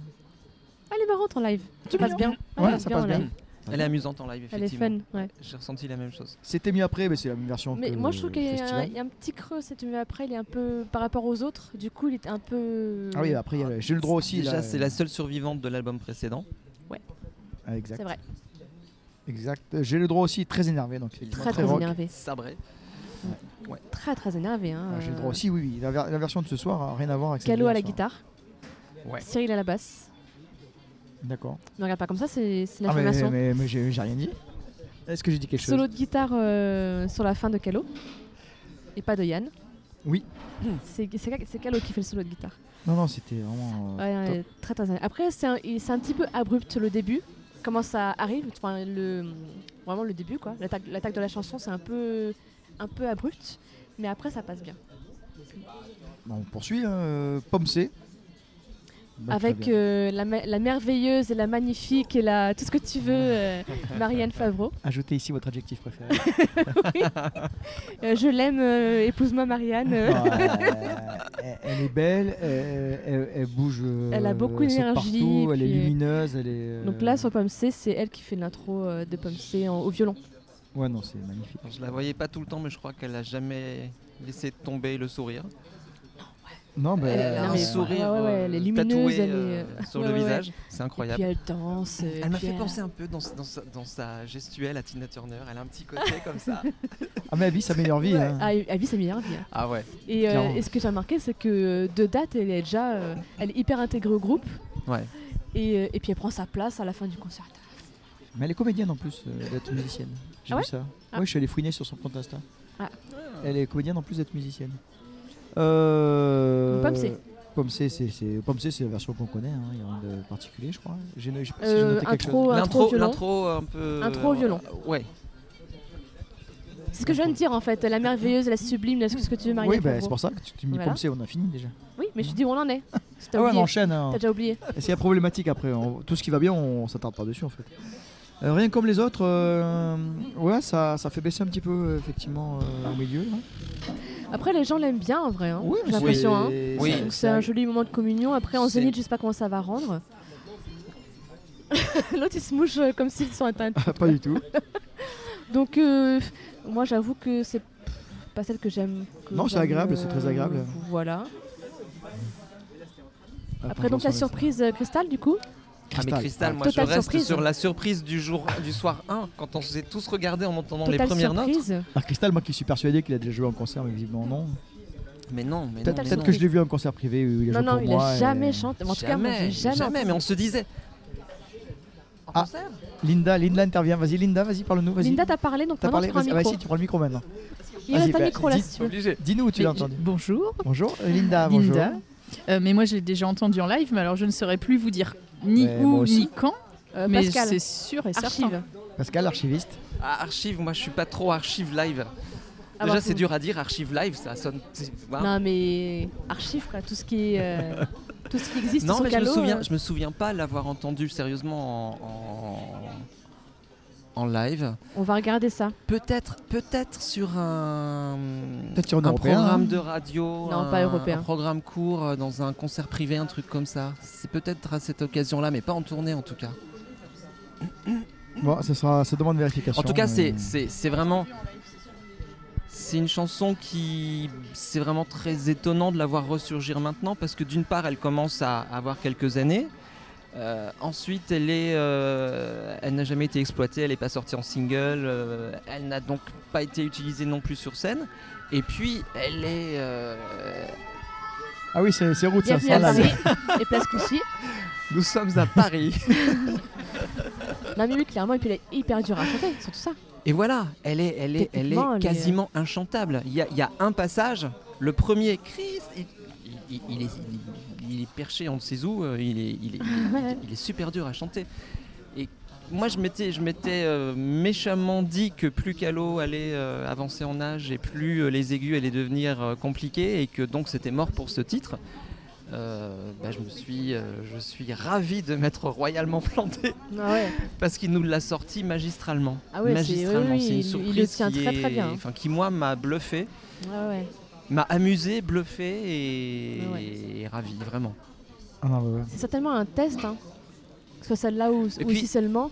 Speaker 2: Elle est marrante en live. Ça passe bien. Elle
Speaker 3: Voilà, ça passe
Speaker 2: en
Speaker 3: bien.
Speaker 2: live.
Speaker 4: Elle est amusante en live
Speaker 2: Elle est
Speaker 4: effectivement.
Speaker 2: fun, ouais.
Speaker 4: J'ai ressenti la même chose.
Speaker 3: C'était mieux après, mais c'est la même version
Speaker 2: Mais
Speaker 3: que
Speaker 2: moi je trouve
Speaker 3: le
Speaker 2: qu'il y, a un-
Speaker 3: festival.
Speaker 2: il y a un petit creux cette nuit après, il est un peu par rapport aux autres, du coup il est un peu.
Speaker 3: Ah oui, après, il y a- j'ai le droit aussi.
Speaker 4: Déjà,
Speaker 3: là.
Speaker 4: c'est la seule survivante de l'album précédent.
Speaker 3: Ah, exact.
Speaker 2: c'est vrai,
Speaker 3: Exact. J'ai le droit aussi, très énervé. Donc, effectivement,
Speaker 2: très très,
Speaker 3: rock.
Speaker 2: énervé.
Speaker 4: Sabré.
Speaker 2: Très très énervé. Hein,
Speaker 3: Ah, j'ai le droit
Speaker 2: euh,
Speaker 3: aussi, oui, oui. La, ver- la version de ce soir, hein, rien à voir avec celle
Speaker 2: Calo à la
Speaker 3: d'hier soir.
Speaker 2: guitare,
Speaker 4: Ouais.
Speaker 2: Cyril à la basse.
Speaker 3: D'accord.
Speaker 2: Ne regarde pas comme ça, c'est c'est
Speaker 3: Ah, mais,
Speaker 2: l'affirmation.
Speaker 3: mais- mais j'ai j'ai rien dit. Est-ce que j'ai dit quelque chose
Speaker 2: Solo de guitare euh, sur la fin de Calo. Et pas de Yann. Hmm,
Speaker 3: Oui.
Speaker 2: C'est c'est- c'est Calo qui fait le solo de guitare.
Speaker 3: Non, non, c'était vraiment. euh,
Speaker 2: Ouais,
Speaker 3: top.
Speaker 2: ouais, très très énervé. Après c'est un, il- c'est un petit peu abrupt le début. Comment ça arrive enfin, le, Vraiment le début quoi. L'attaque l'attaque de la chanson c'est un peu, un peu abrupt. Mais après ça passe bien.
Speaker 3: Bon, on poursuit. hein, Pomme C. Bah, très
Speaker 2: Avec
Speaker 3: bien.
Speaker 2: euh, la, me- la merveilleuse et la magnifique et la tout ce que tu veux, euh, Marianne Favreau.
Speaker 3: Ajoutez ici votre adjectif préféré.
Speaker 2: Euh, je l'aime, euh, épouse-moi Marianne. euh.
Speaker 3: Ah, Bah, elle, elle est belle, elle, elle- elle bouge. euh,
Speaker 2: Elle a beaucoup
Speaker 3: saute
Speaker 2: d'énergie,
Speaker 3: partout, Elle est
Speaker 2: puis, euh,
Speaker 3: lumineuse, elle est.
Speaker 2: Donc
Speaker 3: euh,
Speaker 2: là, sur Pomme C, c'est elle qui fait l'intro euh, de Pomme C en- au violon.
Speaker 3: Ouais, non, c'est magnifique.
Speaker 4: Je la voyais pas tout le temps, mais je crois qu'elle a jamais laissé tomber le sourire.
Speaker 3: Non, mais
Speaker 2: Elle-
Speaker 4: Elle a
Speaker 2: Ah bah, non,
Speaker 4: un
Speaker 2: mais-
Speaker 4: sourire
Speaker 2: ouais, ouais,
Speaker 4: euh,
Speaker 2: elle est lumineuse,
Speaker 4: tatoué
Speaker 2: elle est,
Speaker 4: euh,
Speaker 2: euh,
Speaker 4: sur
Speaker 2: ouais,
Speaker 4: le
Speaker 2: ouais, ouais.
Speaker 4: visage.
Speaker 2: Et
Speaker 4: C'est
Speaker 2: puis
Speaker 4: incroyable.
Speaker 2: elle danse. et
Speaker 4: Elle m'a
Speaker 2: puis
Speaker 4: fait penser un peu dans, sa- dans sa, dans sa gestuelle à Tina Turner. Elle a un petit côté comme ça.
Speaker 3: à ma vie, sa meilleure vie. hein.
Speaker 2: Ah, elle vit sa meilleure vie. hein.
Speaker 4: Ah ouais.
Speaker 2: Et, euh,
Speaker 3: Clairement.
Speaker 2: et ce que j'ai remarqué, c'est que euh, de date, elle est déjà euh, elle est hyper intégrée au groupe.
Speaker 4: Ouais.
Speaker 2: Et, euh, et puis elle prend sa place à la fin du concert.
Speaker 3: Mais elle est comédienne en plus euh, d'être musicienne. J'ai
Speaker 2: Ah
Speaker 3: vu
Speaker 2: ouais
Speaker 3: ça.
Speaker 2: Ah.
Speaker 3: Oui, je suis allé fouiner sur son compte Insta.
Speaker 2: Ah.
Speaker 3: Elle est comédienne en plus d'être musicienne. Euh...
Speaker 2: Comme Pomme C.
Speaker 3: Pomme C, c'est- c'est Pomme C, c'est la version qu'on connaît. hein, Il y a rien de particulier, je crois. J'ai ne- je sais pas si j'ai
Speaker 2: Euh,
Speaker 3: noté quelque
Speaker 2: intro,
Speaker 3: chose.
Speaker 2: euh,
Speaker 4: L'intro,
Speaker 2: violon.
Speaker 4: l'intro un peu. euh,
Speaker 2: Intro au violon.
Speaker 4: Ouais.
Speaker 2: C'est ce que je viens de dire en fait. La merveilleuse, la sublime, la- ce que tu veux, Maria.
Speaker 3: Oui, bah,
Speaker 2: Favreau.
Speaker 3: c'est pour ça que tu, tu me dis
Speaker 2: Voilà.
Speaker 3: Pomme C, on a fini déjà.
Speaker 2: Oui, mais je te dis où on en est. Si T'as
Speaker 3: Ah ouais, on
Speaker 2: oublié.
Speaker 3: enchaîne. hein.
Speaker 2: T'as déjà oublié.
Speaker 3: Et c'est la problématique après. on- Tout ce qui va bien, on s'attarde pas dessus en fait. Euh, rien comme les autres, euh, ouais, ça, ça fait baisser un petit peu euh, effectivement euh, au milieu. là.
Speaker 2: Après, les gens l'aiment bien en vrai. hein.
Speaker 3: Oui,
Speaker 2: j'ai l'impression. hein.
Speaker 4: Oui.
Speaker 2: Donc c'est un joli moment de communion. Après, en
Speaker 4: C'est-
Speaker 2: zénith, je sais pas comment ça va rendre. L'autre, il se mouche euh, comme s'il s'en était un
Speaker 3: pas du tout.
Speaker 2: Donc, euh, moi, j'avoue que c'est pas celle que j'aime. que
Speaker 3: Non, c'est
Speaker 2: j'aime, euh,
Speaker 3: agréable, c'est très agréable.
Speaker 2: Voilà. Après,
Speaker 3: Attends,
Speaker 2: donc, la
Speaker 3: j'en sais-
Speaker 2: surprise euh, Cristal, du coup.
Speaker 4: Ah mais
Speaker 3: Cristal.
Speaker 4: Cristal, moi
Speaker 2: Totale
Speaker 4: je reste
Speaker 2: surprise.
Speaker 4: sur la surprise du jour du soir 1 quand on s'est tous regardés en entendant les
Speaker 2: Totale
Speaker 4: premières notes.
Speaker 2: surprise.
Speaker 3: Ah, Cristal, moi qui suis persuadé qu'il a déjà joué en concert, mais visiblement non.
Speaker 4: Mais non, mais non.
Speaker 3: Peut-être
Speaker 4: mais
Speaker 3: peut-être
Speaker 4: non.
Speaker 3: que je l'ai vu en concert privé où il a
Speaker 2: Non, non,
Speaker 3: joué pour
Speaker 2: il
Speaker 3: moi
Speaker 2: a
Speaker 3: et-
Speaker 2: jamais chanté. En tout cas, moi, j'ai jamais.
Speaker 4: mais on se disait. En
Speaker 3: Ah.
Speaker 4: concert
Speaker 3: Linda, Linda intervient. Vas-y, Linda, vas-y, parle-nous. vas-y.
Speaker 2: Linda, t'as parlé, donc
Speaker 3: T'as
Speaker 2: maintenant,
Speaker 3: parlé
Speaker 2: tu prends un
Speaker 3: vas-y. Ah, bah,
Speaker 2: micro.
Speaker 3: si, tu prends le micro maintenant.
Speaker 2: Il
Speaker 3: Vas-y,
Speaker 2: reste un
Speaker 3: bah,
Speaker 2: micro là,
Speaker 3: dis-
Speaker 2: si tu veux.
Speaker 4: Obligé.
Speaker 3: Dis-nous où tu l'as
Speaker 6: Mais-
Speaker 3: entendu.
Speaker 6: Bonjour,
Speaker 3: Bonjour, euh, Linda. bonjour.
Speaker 6: Linda. Euh, mais moi, je l'ai déjà entendu en live, mais alors je ne saurais plus vous dire ni
Speaker 3: Mais moi
Speaker 6: où
Speaker 3: aussi.
Speaker 6: ni quand.
Speaker 2: Euh,
Speaker 6: mais
Speaker 2: Pascal,
Speaker 6: c'est sûr et certain.
Speaker 2: archive.
Speaker 3: Pascal, archiviste.
Speaker 4: Ah, archive, moi je suis pas trop archive live.
Speaker 2: Ah,
Speaker 4: Déjà
Speaker 2: bah,
Speaker 4: c'est dur à dire archive live, ça sonne. c'est- hein.
Speaker 2: Non, mais archive, quoi. Tout ce qui est. euh, Tout ce qui existe
Speaker 4: Non,
Speaker 2: sur
Speaker 4: mais je me
Speaker 2: Calo,
Speaker 4: souviens,
Speaker 2: euh,
Speaker 4: je me souviens pas l'avoir entendu sérieusement en, en, en live.
Speaker 2: on va regarder ça.
Speaker 4: Peut-être, peut-être sur un,
Speaker 3: Peut-être sur un
Speaker 4: un
Speaker 3: européen, hein.
Speaker 4: programme de radio,
Speaker 2: Non,
Speaker 4: un,
Speaker 2: pas européen.
Speaker 4: un programme court euh, dans un concert privé, un truc comme ça. C'est peut-être à cette occasion-là, mais pas en tournée en tout cas.
Speaker 3: Bon, ça, sera, ça demande vérification.
Speaker 4: En tout cas, c'est,
Speaker 3: mais-
Speaker 4: c'est, c'est vraiment. C'est une chanson qui. C'est vraiment très étonnant de la voir ressurgir maintenant parce que d'une part, elle commence à avoir quelques années. Euh, ensuite, elle est, euh, elle n'a jamais été exploitée, elle n'est pas sortie en single, euh, elle n'a donc pas été utilisée non plus sur scène. Et puis, elle est, euh,
Speaker 3: Ah oui, c'est c'est route ça.
Speaker 2: Bienvenue
Speaker 3: ça
Speaker 2: à
Speaker 3: là,
Speaker 2: Paris et Place Clichy.
Speaker 4: nous sommes à Paris.
Speaker 2: Non, mais oui, clairement, et puis elle est hyper dure à chanter, surtout ça.
Speaker 4: Et voilà, elle est, elle est, euh, elle
Speaker 2: Techniquement, elle
Speaker 4: est
Speaker 2: est-
Speaker 4: quasiment inchantable. Il y, a, il y a un passage, le premier, Chris, il, il- il- il est, il- il est perché, on ne sait où, euh, il est, il est- il est- il est super dur à chanter. Et moi, je m'étais, je m'étais euh, méchamment dit que plus Calo allait euh, avancer en âge et plus euh, les aigus allaient devenir euh, compliqués et que donc c'était mort pour ce titre. Euh, bah, je me suis, euh, je suis ravi de m'être royalement planté.
Speaker 2: Ah ouais.
Speaker 4: Parce qu'il nous l'a sorti magistralement.
Speaker 2: Ah ouais, c'est-
Speaker 4: magistralement,
Speaker 2: oui, oui,
Speaker 4: c'est une
Speaker 2: il- il
Speaker 4: surprise
Speaker 2: le tient
Speaker 4: qui
Speaker 2: très, très
Speaker 4: est-
Speaker 2: bien.
Speaker 4: Enfin, qui moi m'a bluffé,
Speaker 2: Ah ouais.
Speaker 4: m'a amusé, bluffé et,
Speaker 2: Ouais.
Speaker 4: et ravi vraiment.
Speaker 3: Ah non, ouais, ouais.
Speaker 2: C'est certainement un test, hein. que ce soit celle-là ou,
Speaker 4: Et
Speaker 2: ou
Speaker 4: puis-
Speaker 2: si seulement.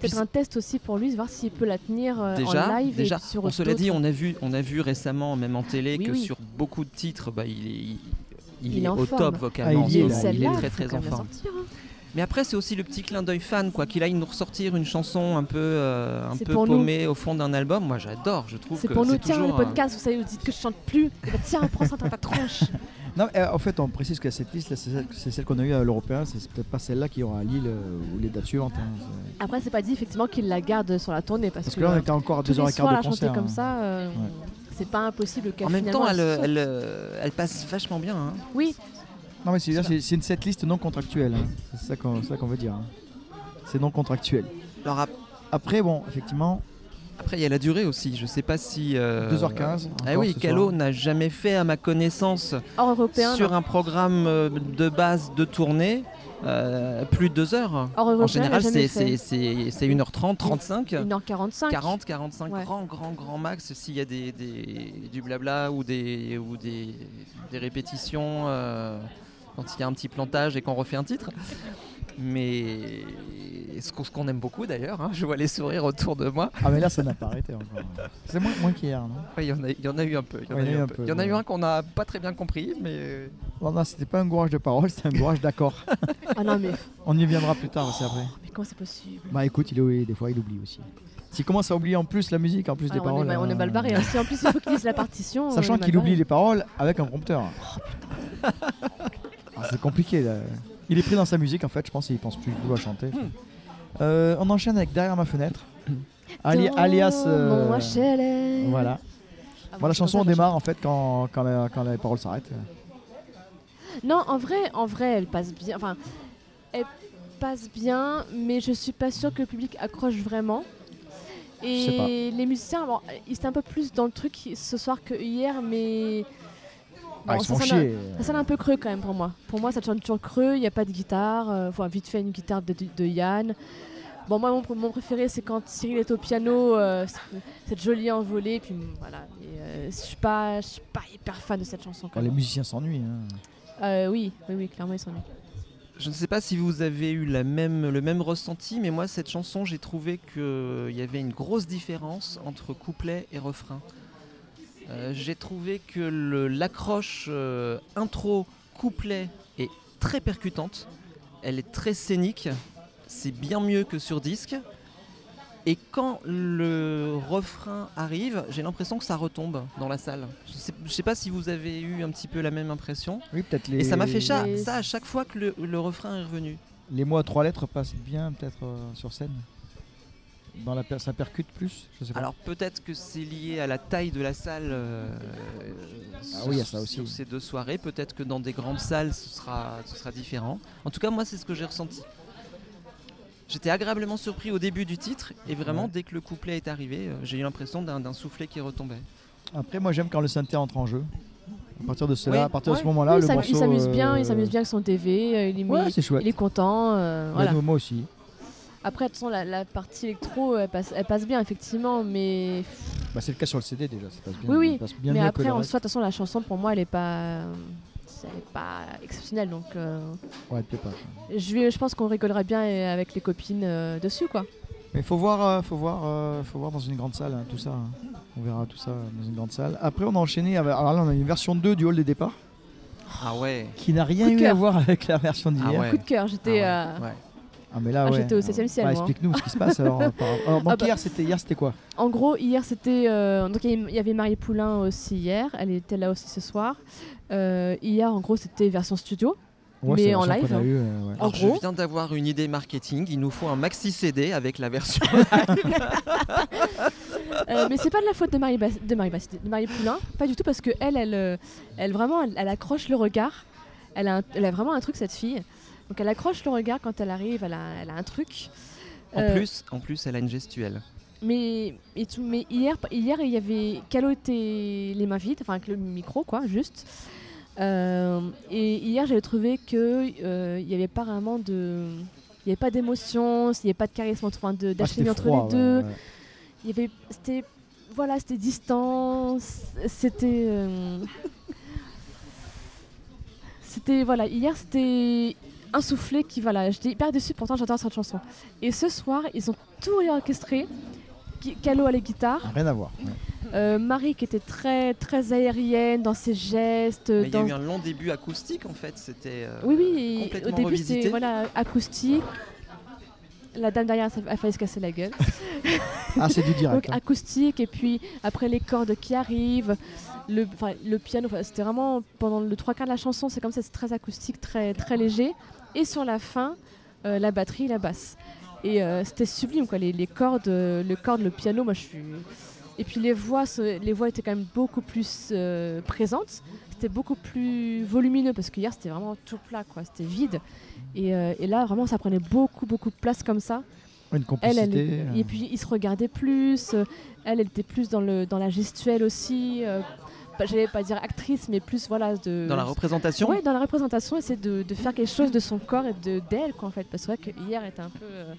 Speaker 4: puis
Speaker 2: Peut-être un test aussi pour lui, voir s'il peut la tenir euh, en
Speaker 4: déjà,
Speaker 2: live.
Speaker 4: déjà.
Speaker 2: et sur
Speaker 4: on se l'a dit,
Speaker 2: d'autres.
Speaker 4: on a vu, on a vu récemment, même en télé,
Speaker 2: Oui,
Speaker 4: que
Speaker 2: oui.
Speaker 4: sur beaucoup de titres, bah, il est, il,
Speaker 2: Il
Speaker 4: il
Speaker 2: est
Speaker 4: est
Speaker 2: en
Speaker 4: au
Speaker 2: forme.
Speaker 4: top vocalement.
Speaker 3: Ah,
Speaker 4: en
Speaker 3: il est
Speaker 4: ce
Speaker 2: Et
Speaker 3: là,
Speaker 4: moment. il
Speaker 2: celle-là,
Speaker 4: est très
Speaker 2: faut
Speaker 4: très
Speaker 2: quand
Speaker 4: en
Speaker 2: même la
Speaker 4: forme.
Speaker 2: sortir, hein.
Speaker 4: Mais après, c'est aussi le petit clin d'œil fan, quoi, qu'il aille nous ressortir une chanson un peu, euh, un
Speaker 2: C'est
Speaker 4: peu
Speaker 2: pour nous.
Speaker 4: paumée au fond d'un album. Moi, j'adore. Je trouve
Speaker 2: C'est
Speaker 4: que
Speaker 2: pour nous,
Speaker 4: c'est
Speaker 2: tiens, le
Speaker 4: toujours. un-
Speaker 2: podcast, vous savez, vous dites que je chante plus. Eh ben, tiens, prends ça dans ta tronche.
Speaker 3: Non, mais, euh, en fait, on précise que cette liste, là, c'est celle- c'est celle qu'on a eue à l'Européen. C'est peut-être pas celle-là qui aura à Lille euh, ou les dates suivantes. hein. C'est-
Speaker 2: Après, c'est pas dit effectivement qu'il la garde sur la tournée parce,
Speaker 3: Parce que là, on
Speaker 2: euh,
Speaker 3: était encore à
Speaker 2: tous les
Speaker 3: 2h15
Speaker 2: soirs
Speaker 3: de
Speaker 2: la chanter
Speaker 3: concert.
Speaker 2: comme
Speaker 3: hein.
Speaker 2: ça, euh,
Speaker 3: Ouais.
Speaker 2: c'est pas impossible qu'elle
Speaker 4: En même temps,
Speaker 2: finalement,
Speaker 4: elle,
Speaker 2: sorte.
Speaker 4: elle, euh, elle passe vachement bien. hein.
Speaker 2: Oui,
Speaker 3: Non, mais c'est- c'est c'est une setlist non contractuelle. hein. C'est ça qu'on ça qu'on veut dire. hein. C'est non contractuel.
Speaker 4: Alors, à
Speaker 3: Après, bon, effectivement,
Speaker 4: Après, il y a la durée aussi. Je sais pas si. euh,
Speaker 3: 2h15.
Speaker 4: Ah
Speaker 3: encore
Speaker 4: oui,
Speaker 3: ce
Speaker 4: Calo
Speaker 3: soir.
Speaker 4: n'a jamais fait, à ma connaissance,
Speaker 2: hors européen.
Speaker 4: sur
Speaker 2: non.
Speaker 4: un programme euh, de base de tournée, euh, plus de deux heures.
Speaker 2: Hors européen,
Speaker 4: En
Speaker 2: elle
Speaker 4: général,
Speaker 2: l'a jamais
Speaker 4: c'est
Speaker 2: fait.
Speaker 4: c'est- c'est- c'est 1h30, 35,
Speaker 2: 1h45.
Speaker 4: 40, 45,
Speaker 2: Ouais.
Speaker 4: grand, grand, grand max. S'il y a des, des- du blabla ou des, ou des, des répétitions, euh, quand il y a un petit plantage et qu'on refait un titre. Mais ce qu'on ce qu'on aime beaucoup d'ailleurs, hein. je vois les sourires autour de moi.
Speaker 3: Ah, mais là, ça n'a pas arrêté encore. C'est moins, moins qu'hier, non
Speaker 4: Ouais, Il y, en a- il y en a eu un peu. Il y en
Speaker 3: Ouais,
Speaker 4: a eu un peu. Il y en a
Speaker 3: ouais.
Speaker 4: eu un qu'on n'a pas très bien compris, mais
Speaker 3: Non, non, c'était pas un gourage de parole, c'était un gourage d'accord.
Speaker 2: Ah non, mais,
Speaker 3: On y viendra plus tard, c'est après.
Speaker 2: mais comment c'est possible
Speaker 3: Bah écoute, il est, des fois il oublie aussi. S'il commence à oublier en plus la musique, en plus
Speaker 2: Ah,
Speaker 3: des
Speaker 2: on,
Speaker 3: paroles.
Speaker 2: est, mal- on est
Speaker 3: euh,
Speaker 2: mal barré. hein. Si en plus il faut qu'il lise Oh, la partition. on
Speaker 3: Sachant
Speaker 2: est mal
Speaker 3: qu'il oublie
Speaker 2: barré.
Speaker 3: les paroles avec un prompteur. Ah, c'est compliqué. là. Il est pris dans sa musique en fait, je pense, et il pense plus du tout à chanter. Euh, on enchaîne avec Derrière ma fenêtre. Ali-
Speaker 2: Dans
Speaker 3: alias. euh,
Speaker 2: Mon HLM.
Speaker 3: voilà.
Speaker 2: Ah,
Speaker 3: Bon, la
Speaker 2: c'est pour ça
Speaker 3: chanson on
Speaker 2: que je-
Speaker 3: démarre en fait quand, quand, la- quand les paroles s'arrêtent.
Speaker 2: Non, en vrai, en vrai, elle passe bien. Enfin, elle passe bien, mais je suis pas sûre que le public accroche vraiment.
Speaker 3: Je sais pas.
Speaker 2: Et les musiciens, bon, ils étaient un peu plus dans le truc ce soir que hier, mais
Speaker 3: Ah,
Speaker 2: bon,
Speaker 3: ils se
Speaker 2: ça
Speaker 3: font
Speaker 2: sonne un-
Speaker 3: chier.
Speaker 2: ça sonne un peu creux quand même pour moi. Pour moi, ça sonne toujours creux. Il n'y a pas de guitare. euh, Enfin, vite fait une guitare de, de- de Yann. Bon, moi, mon, pr- mon préféré, c'est quand Cyril est au piano, euh, c- cette jolie envolée. Puis voilà. Et, euh, Je suis pas, je suis pas hyper fan de cette chanson. Quand
Speaker 3: Bon, les
Speaker 2: même.
Speaker 3: musiciens s'ennuient. hein.
Speaker 2: Euh, oui, oui, oui, clairement, ils sont nuls.
Speaker 4: Je ne sais pas si vous avez eu la même, le même ressenti, mais moi, cette chanson, j'ai trouvé qu'il y avait une grosse différence entre couplet et refrain. Euh, j'ai trouvé que le- l'accroche euh, intro, couplet est très percutante. Elle est très scénique. C'est bien mieux que sur disque. Et quand le refrain arrive, j'ai l'impression que ça retombe dans la salle. Je ne sais, je sais pas si vous avez eu un petit peu la même impression.
Speaker 3: Oui, peut-être les.
Speaker 4: Et ça m'a fait ça,
Speaker 2: Et-
Speaker 4: ça à chaque fois que le, le refrain est revenu.
Speaker 3: Les mots à trois lettres passent bien peut-être euh, sur scène. Dans la per- ça percute plus, je sais pas.
Speaker 4: Alors peut-être que c'est lié à la taille de la salle. euh,
Speaker 3: Ah
Speaker 4: sur-
Speaker 3: oui, il y a ça aussi.
Speaker 4: Sur ces deux soirées, peut-être que dans des grandes salles, ce sera, ce sera différent. En tout cas, moi, c'est ce que j'ai ressenti. J'étais agréablement surpris au début du titre, et vraiment,
Speaker 3: Ouais.
Speaker 4: dès que le couplet est arrivé, euh, j'ai eu l'impression d'un d'un soufflet qui retombait.
Speaker 3: Après, moi j'aime quand le synthé entre en jeu. À partir de cela,
Speaker 4: Ouais,
Speaker 3: à partir de
Speaker 4: ouais.
Speaker 3: ce moment-là,
Speaker 2: Oui,
Speaker 3: le
Speaker 2: ça-
Speaker 3: morceau.
Speaker 2: il s'amuse bien,
Speaker 3: euh,
Speaker 2: il s'amuse bien avec son TV, euh, il est, mis-
Speaker 3: Ouais, c'est chouette.
Speaker 2: il est content. euh,
Speaker 3: Mais
Speaker 2: voilà.
Speaker 3: nous, Moi aussi.
Speaker 2: Après, de toute façon, la, la partie électro, elle passe, elle passe bien, effectivement, mais,
Speaker 3: Bah, c'est le cas sur le CD déjà. Ça passe bien,
Speaker 2: Oui, oui.
Speaker 3: ça passe bien
Speaker 2: mais
Speaker 3: mieux que
Speaker 2: après,
Speaker 3: le
Speaker 2: en
Speaker 3: reste.
Speaker 2: soi, de toute façon, la chanson, pour moi, elle est pas, elle est pas exceptionnelle. Donc, euh,
Speaker 3: Ouais, peut-être pas.
Speaker 2: je, vais- je pense qu'on rigolera bien euh, avec les copines euh, dessus, quoi.
Speaker 3: Mais faut voir, euh, faut voir, euh, faut voir dans une grande salle hein, tout ça. hein. On verra tout ça euh, dans une grande salle. Après, on a enchaîné. Avec... Alors là, on a une version 2 du hall des départs Oh.
Speaker 4: Ah ouais,
Speaker 3: qui n'a rien
Speaker 2: Coup de
Speaker 3: eu à
Speaker 2: cœur.
Speaker 3: voir avec la version d'hier.
Speaker 4: Ah ouais.
Speaker 2: Coup de cœur, j'étais.
Speaker 4: Ah
Speaker 2: euh,
Speaker 4: ouais.
Speaker 3: Ah, mais là,
Speaker 2: Ah,
Speaker 3: ouais.
Speaker 2: j'étais au septième ciel,
Speaker 3: Bah,
Speaker 2: moi, hein.
Speaker 3: Explique-nous ce qui se passe. Alors, euh, par- alors, donc,
Speaker 2: Ah bah.
Speaker 3: hier, c'était hier, c'était quoi
Speaker 2: En gros, hier, c'était. euh, donc, il y avait- il y avait Marie Poulain aussi hier, elle était là aussi ce soir. Euh, hier, en gros, c'était version studio. Mais
Speaker 3: c'est la
Speaker 2: en
Speaker 3: version
Speaker 2: live,
Speaker 3: qu'on a
Speaker 2: hein.
Speaker 3: eue, euh, ouais.
Speaker 2: En
Speaker 4: Alors, je
Speaker 2: gros-
Speaker 4: viens d'avoir une idée marketing, il nous faut un maxi CD avec la version.
Speaker 2: Euh, mais c'est pas de la faute de Marie, Bas- de Marie, Bas- de Marie Poulain, pas du tout parce que elle, elle, euh, elle vraiment, elle, elle accroche le regard. Elle a, un- elle a vraiment un truc cette fille. Donc elle accroche le regard quand elle arrive, elle a, elle a un truc.
Speaker 4: en,
Speaker 2: Euh,
Speaker 4: plus, en plus, elle a une gestuelle.
Speaker 2: Mais, et tout, mais hier, hier, il y avait Calo était les mains vides, enfin avec le micro, quoi, juste. Euh, et hier, j'avais trouvé que euh, il y avait pas vraiment de, il y avait pas d'émotion, il n'y avait pas de charisme entre, enfin, de-
Speaker 3: Ah,
Speaker 2: d'alchimie
Speaker 3: c'était
Speaker 2: entre
Speaker 3: froid,
Speaker 2: les deux
Speaker 3: ouais, ouais.
Speaker 2: il y avait c'était voilà c'était distant c- c'était euh, c'était voilà hier c'était un soufflé qui voilà j'étais hyper déçue pourtant j'adore cette chanson et ce soir ils ont tout réorchestré Qui- Calo à la guitare
Speaker 3: Ah, Rien à voir. ouais.
Speaker 2: euh, Marie qui était très très aérienne dans ses gestes
Speaker 4: Mais il y a
Speaker 2: Euh, dans-
Speaker 4: eu un long début acoustique en fait, c'était euh,
Speaker 2: oui oui et au
Speaker 4: complètement
Speaker 2: début c'était
Speaker 4: revisité.
Speaker 2: voilà acoustique la dame derrière elle a failli se casser la gueule
Speaker 3: Ah, c'est du
Speaker 2: Donc
Speaker 3: direct. hein.
Speaker 2: acoustique et puis après les cordes qui arrivent, le, enfin, le piano, enfin, c'était vraiment pendant le trois quarts de la chanson, c'est comme ça, c'est très acoustique, très, très léger. Et sur la fin, euh, la batterie, la basse. Et euh, c'était sublime quoi, les, les cordes, euh, le corde, le piano, moi je suis... Et puis les voix, ce- les voix étaient quand même beaucoup plus euh, présentes, c'était beaucoup plus volumineux parce que hier c'était vraiment tout plat, quoi, c'était vide. Et, euh, et là vraiment ça prenait beaucoup beaucoup de place comme ça
Speaker 3: Une
Speaker 2: elle,
Speaker 3: complicité.
Speaker 2: elle
Speaker 3: euh,
Speaker 2: et puis ils se regardaient plus. euh, Elle, elle était plus dans le dans la gestuelle aussi. euh, pas- J'allais pas dire actrice, mais plus voilà de.
Speaker 4: dans la représentation.
Speaker 2: Ouais, dans la représentation, essayer de, de faire quelque chose de son corps et de d'elle quoi en fait. Parce que c'est vrai que hier était un peu. euh,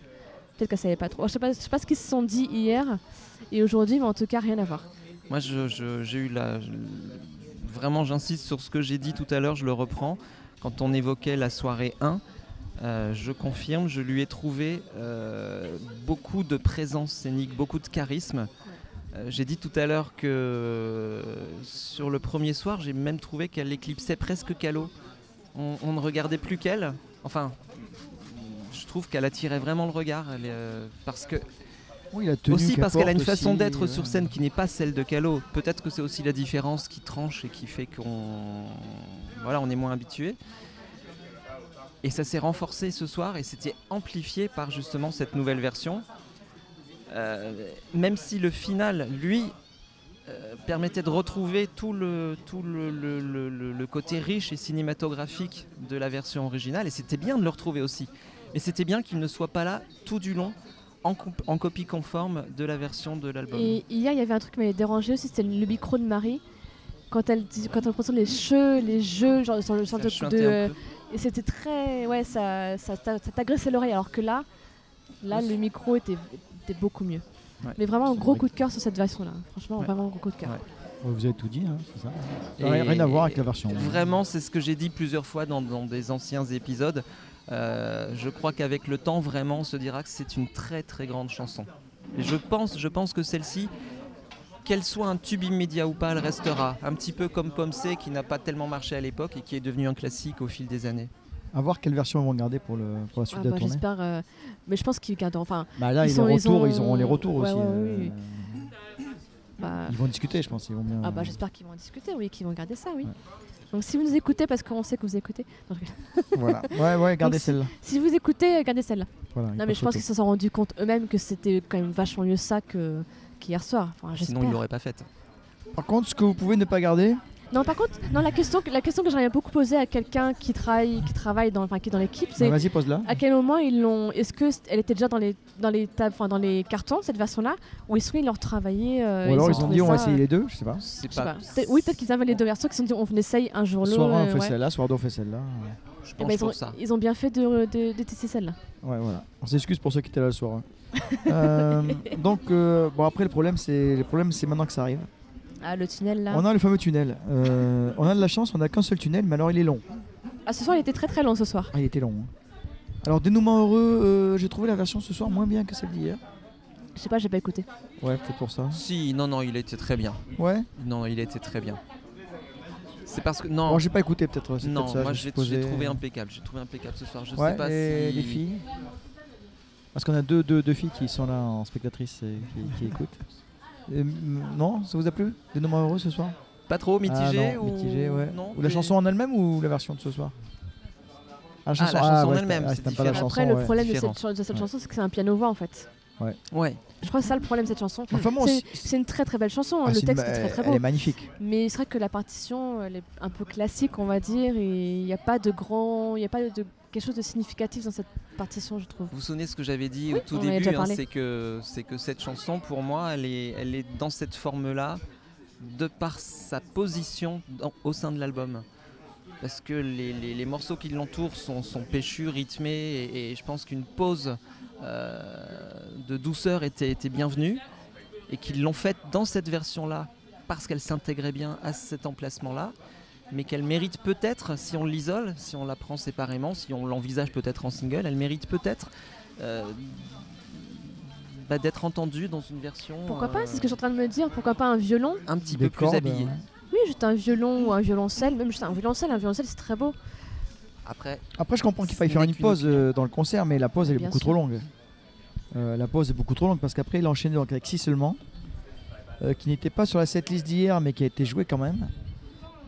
Speaker 2: Peut-être qu'elle savait pas trop. Je sais pas, je sais pas ce qu'ils se sont dit hier et aujourd'hui, mais en tout cas rien à voir.
Speaker 4: Moi, je- je- j'ai eu la. je- Vraiment, j'insiste sur ce que j'ai dit tout à l'heure, je le reprends. Quand on évoquait la soirée 1, euh, je confirme, je lui ai trouvé euh, beaucoup de présence scénique, beaucoup de charisme. Euh, J'ai dit tout à l'heure que euh, sur le premier soir, j'ai même trouvé qu'elle éclipsait presque Calo. on, on ne regardait plus qu'elle. Enfin, je trouve qu'elle attirait vraiment le regard. elle, euh, parce que,
Speaker 3: Oui, la tenue
Speaker 4: aussi parce qu'elle a une
Speaker 3: porte
Speaker 4: façon
Speaker 3: aussi, euh,
Speaker 4: d'être
Speaker 3: ouais.
Speaker 4: sur scène qui n'est pas celle de Calo. Peut-être que c'est aussi la différence qui tranche et qui fait qu'on voilà, on est moins habitué. Et ça s'est renforcé ce soir et c'était amplifié par justement cette nouvelle version. Euh, même si le final, lui, euh, permettait de retrouver tout, le, tout le, le- le- le- le côté riche et cinématographique de la version originale, et c'était bien de le retrouver aussi. Mais c'était bien qu'il ne soit pas là tout du long, en, comp- en copie conforme de la version de l'album.
Speaker 2: Et hier, il y avait un truc qui m'avait dérangé aussi, c'était le micro de Marie. Quand elle, dit- quand elle prononce les cheux, les jeux, genre sur le
Speaker 4: Ça
Speaker 2: sens de.
Speaker 4: chantait
Speaker 2: de-
Speaker 4: un peu.
Speaker 2: et c'était très. Ouais, ça, ça, t'a- ça t'agressait l'oreille. Alors que là, là le micro était, était beaucoup mieux.
Speaker 4: Ouais.
Speaker 2: Mais vraiment, un
Speaker 1: C'est
Speaker 2: gros
Speaker 1: vrai
Speaker 2: coup de cœur sur cette version-là. Franchement,
Speaker 4: Ouais.
Speaker 2: vraiment un gros coup de cœur.
Speaker 4: Ouais.
Speaker 3: Ouais, Vous avez tout dit, hein, c'est ça.
Speaker 4: Et-
Speaker 3: Rien- Rien à voir avec la version.
Speaker 4: Vraiment, c'est ce que j'ai dit plusieurs fois dans, dans des anciens épisodes. Euh, je crois qu'avec le temps, vraiment, on se dira que c'est une très très grande chanson. Et je pense, je pense que celle-ci, qu'elle soit un tube immédiat ou pas, elle restera. Un petit peu comme Pomme C, qui n'a pas tellement marché à l'époque et qui est devenu un classique au fil des années.
Speaker 3: À voir quelle version ils vont garder pour, le, pour la
Speaker 2: Ah
Speaker 3: suite de
Speaker 2: bah,
Speaker 3: la tournée.
Speaker 2: J'espère. euh, mais je pense qu'il garde. Enfin,
Speaker 3: Bah là,
Speaker 2: Ils
Speaker 3: ils,
Speaker 2: sont-
Speaker 3: les
Speaker 2: ils
Speaker 3: retours,
Speaker 2: ont-
Speaker 3: ils auront les retours
Speaker 2: Ouais,
Speaker 3: aussi.
Speaker 2: ouais,
Speaker 3: euh,
Speaker 2: oui, bah,
Speaker 3: Ils vont discuter, je pense. Ils vont bien.
Speaker 2: Ah bah j'espère qu'ils vont en discuter, oui, qu'ils vont garder ça, oui.
Speaker 3: Ouais.
Speaker 2: Donc si vous nous écoutez, parce qu'on sait que vous écoutez, Non, je rigole.
Speaker 3: Voilà. Ouais, ouais, gardez
Speaker 2: Donc,
Speaker 3: celle-là.
Speaker 2: si vous écoutez, euh, gardez celle-là.
Speaker 3: Voilà,
Speaker 2: Non mais je pense qu'ils se sont rendus compte eux-mêmes que c'était quand même vachement mieux ça que qu'hier soir. Enfin,
Speaker 4: Sinon, il
Speaker 2: j'espère.
Speaker 4: l'aurait pas faite.
Speaker 3: Par contre, ce que vous pouvez ne pas garder,
Speaker 2: Non, par contre, non la question, que- la question que j'aurais beaucoup posée à quelqu'un qui travaille, qui travaille dans, enfin, qui est dans l'équipe,
Speaker 3: bah,
Speaker 2: c'est Ah,
Speaker 3: vas-y, pose-la.
Speaker 2: à quel moment ils l'ont. Est-ce que c't- elle était déjà dans les dans les tables, enfin dans les cartons cette version-là, ou est-ce qu'ils l'ont retravaillée euh,
Speaker 3: Ou alors ils ont
Speaker 2: trouvé
Speaker 3: dit on va
Speaker 2: ça,
Speaker 3: essayer
Speaker 2: euh,
Speaker 3: les deux, je sais pas.
Speaker 4: C'est
Speaker 2: je sais pas. Peut-être- Oui, peut-être qu'ils avaient les deux versions, qu'ils se sont dit on essaye un jour l'autre.
Speaker 3: Soir 1
Speaker 2: euh,
Speaker 3: fait
Speaker 2: ouais.
Speaker 3: celle-là, soir 2 on fait celle-là.
Speaker 4: Je
Speaker 2: Eh ben,
Speaker 4: penche
Speaker 2: ils, ont,
Speaker 4: pour ça.
Speaker 2: ils ont bien fait de, de, de tester celle-là.
Speaker 3: Ouais, voilà. On s'excuse pour ceux qui étaient là le soir. hein. Euh, donc, euh, bon, après, le problème, c'est le problème, c'est maintenant que ça arrive.
Speaker 2: Ah, le tunnel là.
Speaker 3: On a le fameux tunnel. Euh, on a de la chance, on a qu'un seul tunnel, mais alors il est long.
Speaker 2: Ah, ce soir, il était très très long ce soir.
Speaker 3: Ah, il était long. hein. Alors, dénouement heureux, euh, j'ai trouvé la version ce soir moins bien que celle d'hier.
Speaker 2: Je sais pas, j'ai pas écouté.
Speaker 3: Ouais, peut-être pour ça.
Speaker 4: Si, non, non, il était très bien.
Speaker 3: Ouais.
Speaker 4: Non, il était très bien. C'est parce que. Non,
Speaker 3: Bon, j'ai pas écouté peut-être. c'est
Speaker 4: non
Speaker 3: peut-être ça,
Speaker 4: moi
Speaker 3: je me suis
Speaker 4: j'ai
Speaker 3: posé.
Speaker 4: trouvé impeccable. J'ai trouvé impeccable ce soir. Je
Speaker 3: Ouais,
Speaker 4: sais pas
Speaker 3: et
Speaker 4: si.
Speaker 3: les filles. Parce qu'on a deux, deux, deux filles qui sont là en spectatrices et qui, qui écoutent. Euh, m- non, ça vous a plu Dénouement heureux ce soir
Speaker 4: Pas trop mitigé
Speaker 3: Ah non,
Speaker 4: ou
Speaker 3: mitigé, ouais.
Speaker 4: non,
Speaker 3: ou la
Speaker 4: t'es-
Speaker 3: chanson en elle-même ou la version de ce soir Ah,
Speaker 4: la chanson en
Speaker 3: ouais,
Speaker 4: elle-même,
Speaker 3: c'est- ah,
Speaker 4: c'est
Speaker 3: t'aimes pas la
Speaker 4: différent.
Speaker 3: chanson.
Speaker 2: Après, le
Speaker 3: ouais.
Speaker 2: problème de
Speaker 4: différent.
Speaker 2: cette, chan- de cette
Speaker 3: Ouais.
Speaker 2: chanson, c'est que c'est un piano-voix en fait.
Speaker 4: Ouais.
Speaker 2: Je crois que c'est ça le problème de cette chanson.
Speaker 3: Enfin bon,
Speaker 2: c'est,
Speaker 3: c'est-
Speaker 2: c'est une très très belle chanson, hein,
Speaker 3: Ah,
Speaker 2: le
Speaker 3: c'est
Speaker 2: texte
Speaker 3: une-
Speaker 2: est très très
Speaker 3: Elle
Speaker 2: beau.
Speaker 3: est magnifique.
Speaker 2: Mais c'est vrai que la partition, elle est un peu classique, on va dire, et il n'y a pas de grand. Il n'y a pas de quelque chose de significatif dans cette partition, je trouve.
Speaker 4: Vous vous souvenez de ce que j'avais dit au tout
Speaker 2: on en a déjà
Speaker 4: début, hein,
Speaker 2: parlé.
Speaker 4: c'est que c'est que cette chanson pour moi, elle est elle est dans cette forme là de par sa position dans- au sein de l'album. Parce que les, les- les morceaux qui l'entourent sont, sont péchus, rythmés, et, et je pense qu'une pause euh, de douceur était, était bienvenue, et qu'ils l'ont faite dans cette version-là, parce qu'elle s'intégrait bien à cet emplacement-là, mais qu'elle mérite peut-être, si on l'isole, si on la prend séparément, si on l'envisage peut-être en single, elle mérite peut-être euh, bah, d'être entendue dans une version.
Speaker 2: Pourquoi pas
Speaker 4: euh,
Speaker 2: C'est ce que je suis en train de me dire. Pourquoi pas un violon
Speaker 4: un petit
Speaker 3: Des
Speaker 4: peu
Speaker 3: cordes,
Speaker 4: plus habillée.
Speaker 3: hein.
Speaker 2: Oui, juste un violon ou un violoncelle. Même juste un violoncelle, un violoncelle, c'est très beau.
Speaker 4: Après,
Speaker 3: Après, je comprends qu'il faille
Speaker 4: Ce
Speaker 3: faire
Speaker 4: n'est
Speaker 3: une
Speaker 4: qu'une
Speaker 3: pause euh, dans le concert, mais la pause elle est
Speaker 2: Bien
Speaker 3: beaucoup
Speaker 2: sûr.
Speaker 3: trop longue. Euh, la pause est beaucoup trop longue parce qu'après, il a enchaîné donc, avec 6 seulement, euh, qui n'était pas sur la setlist d'hier, mais qui a été joué quand même.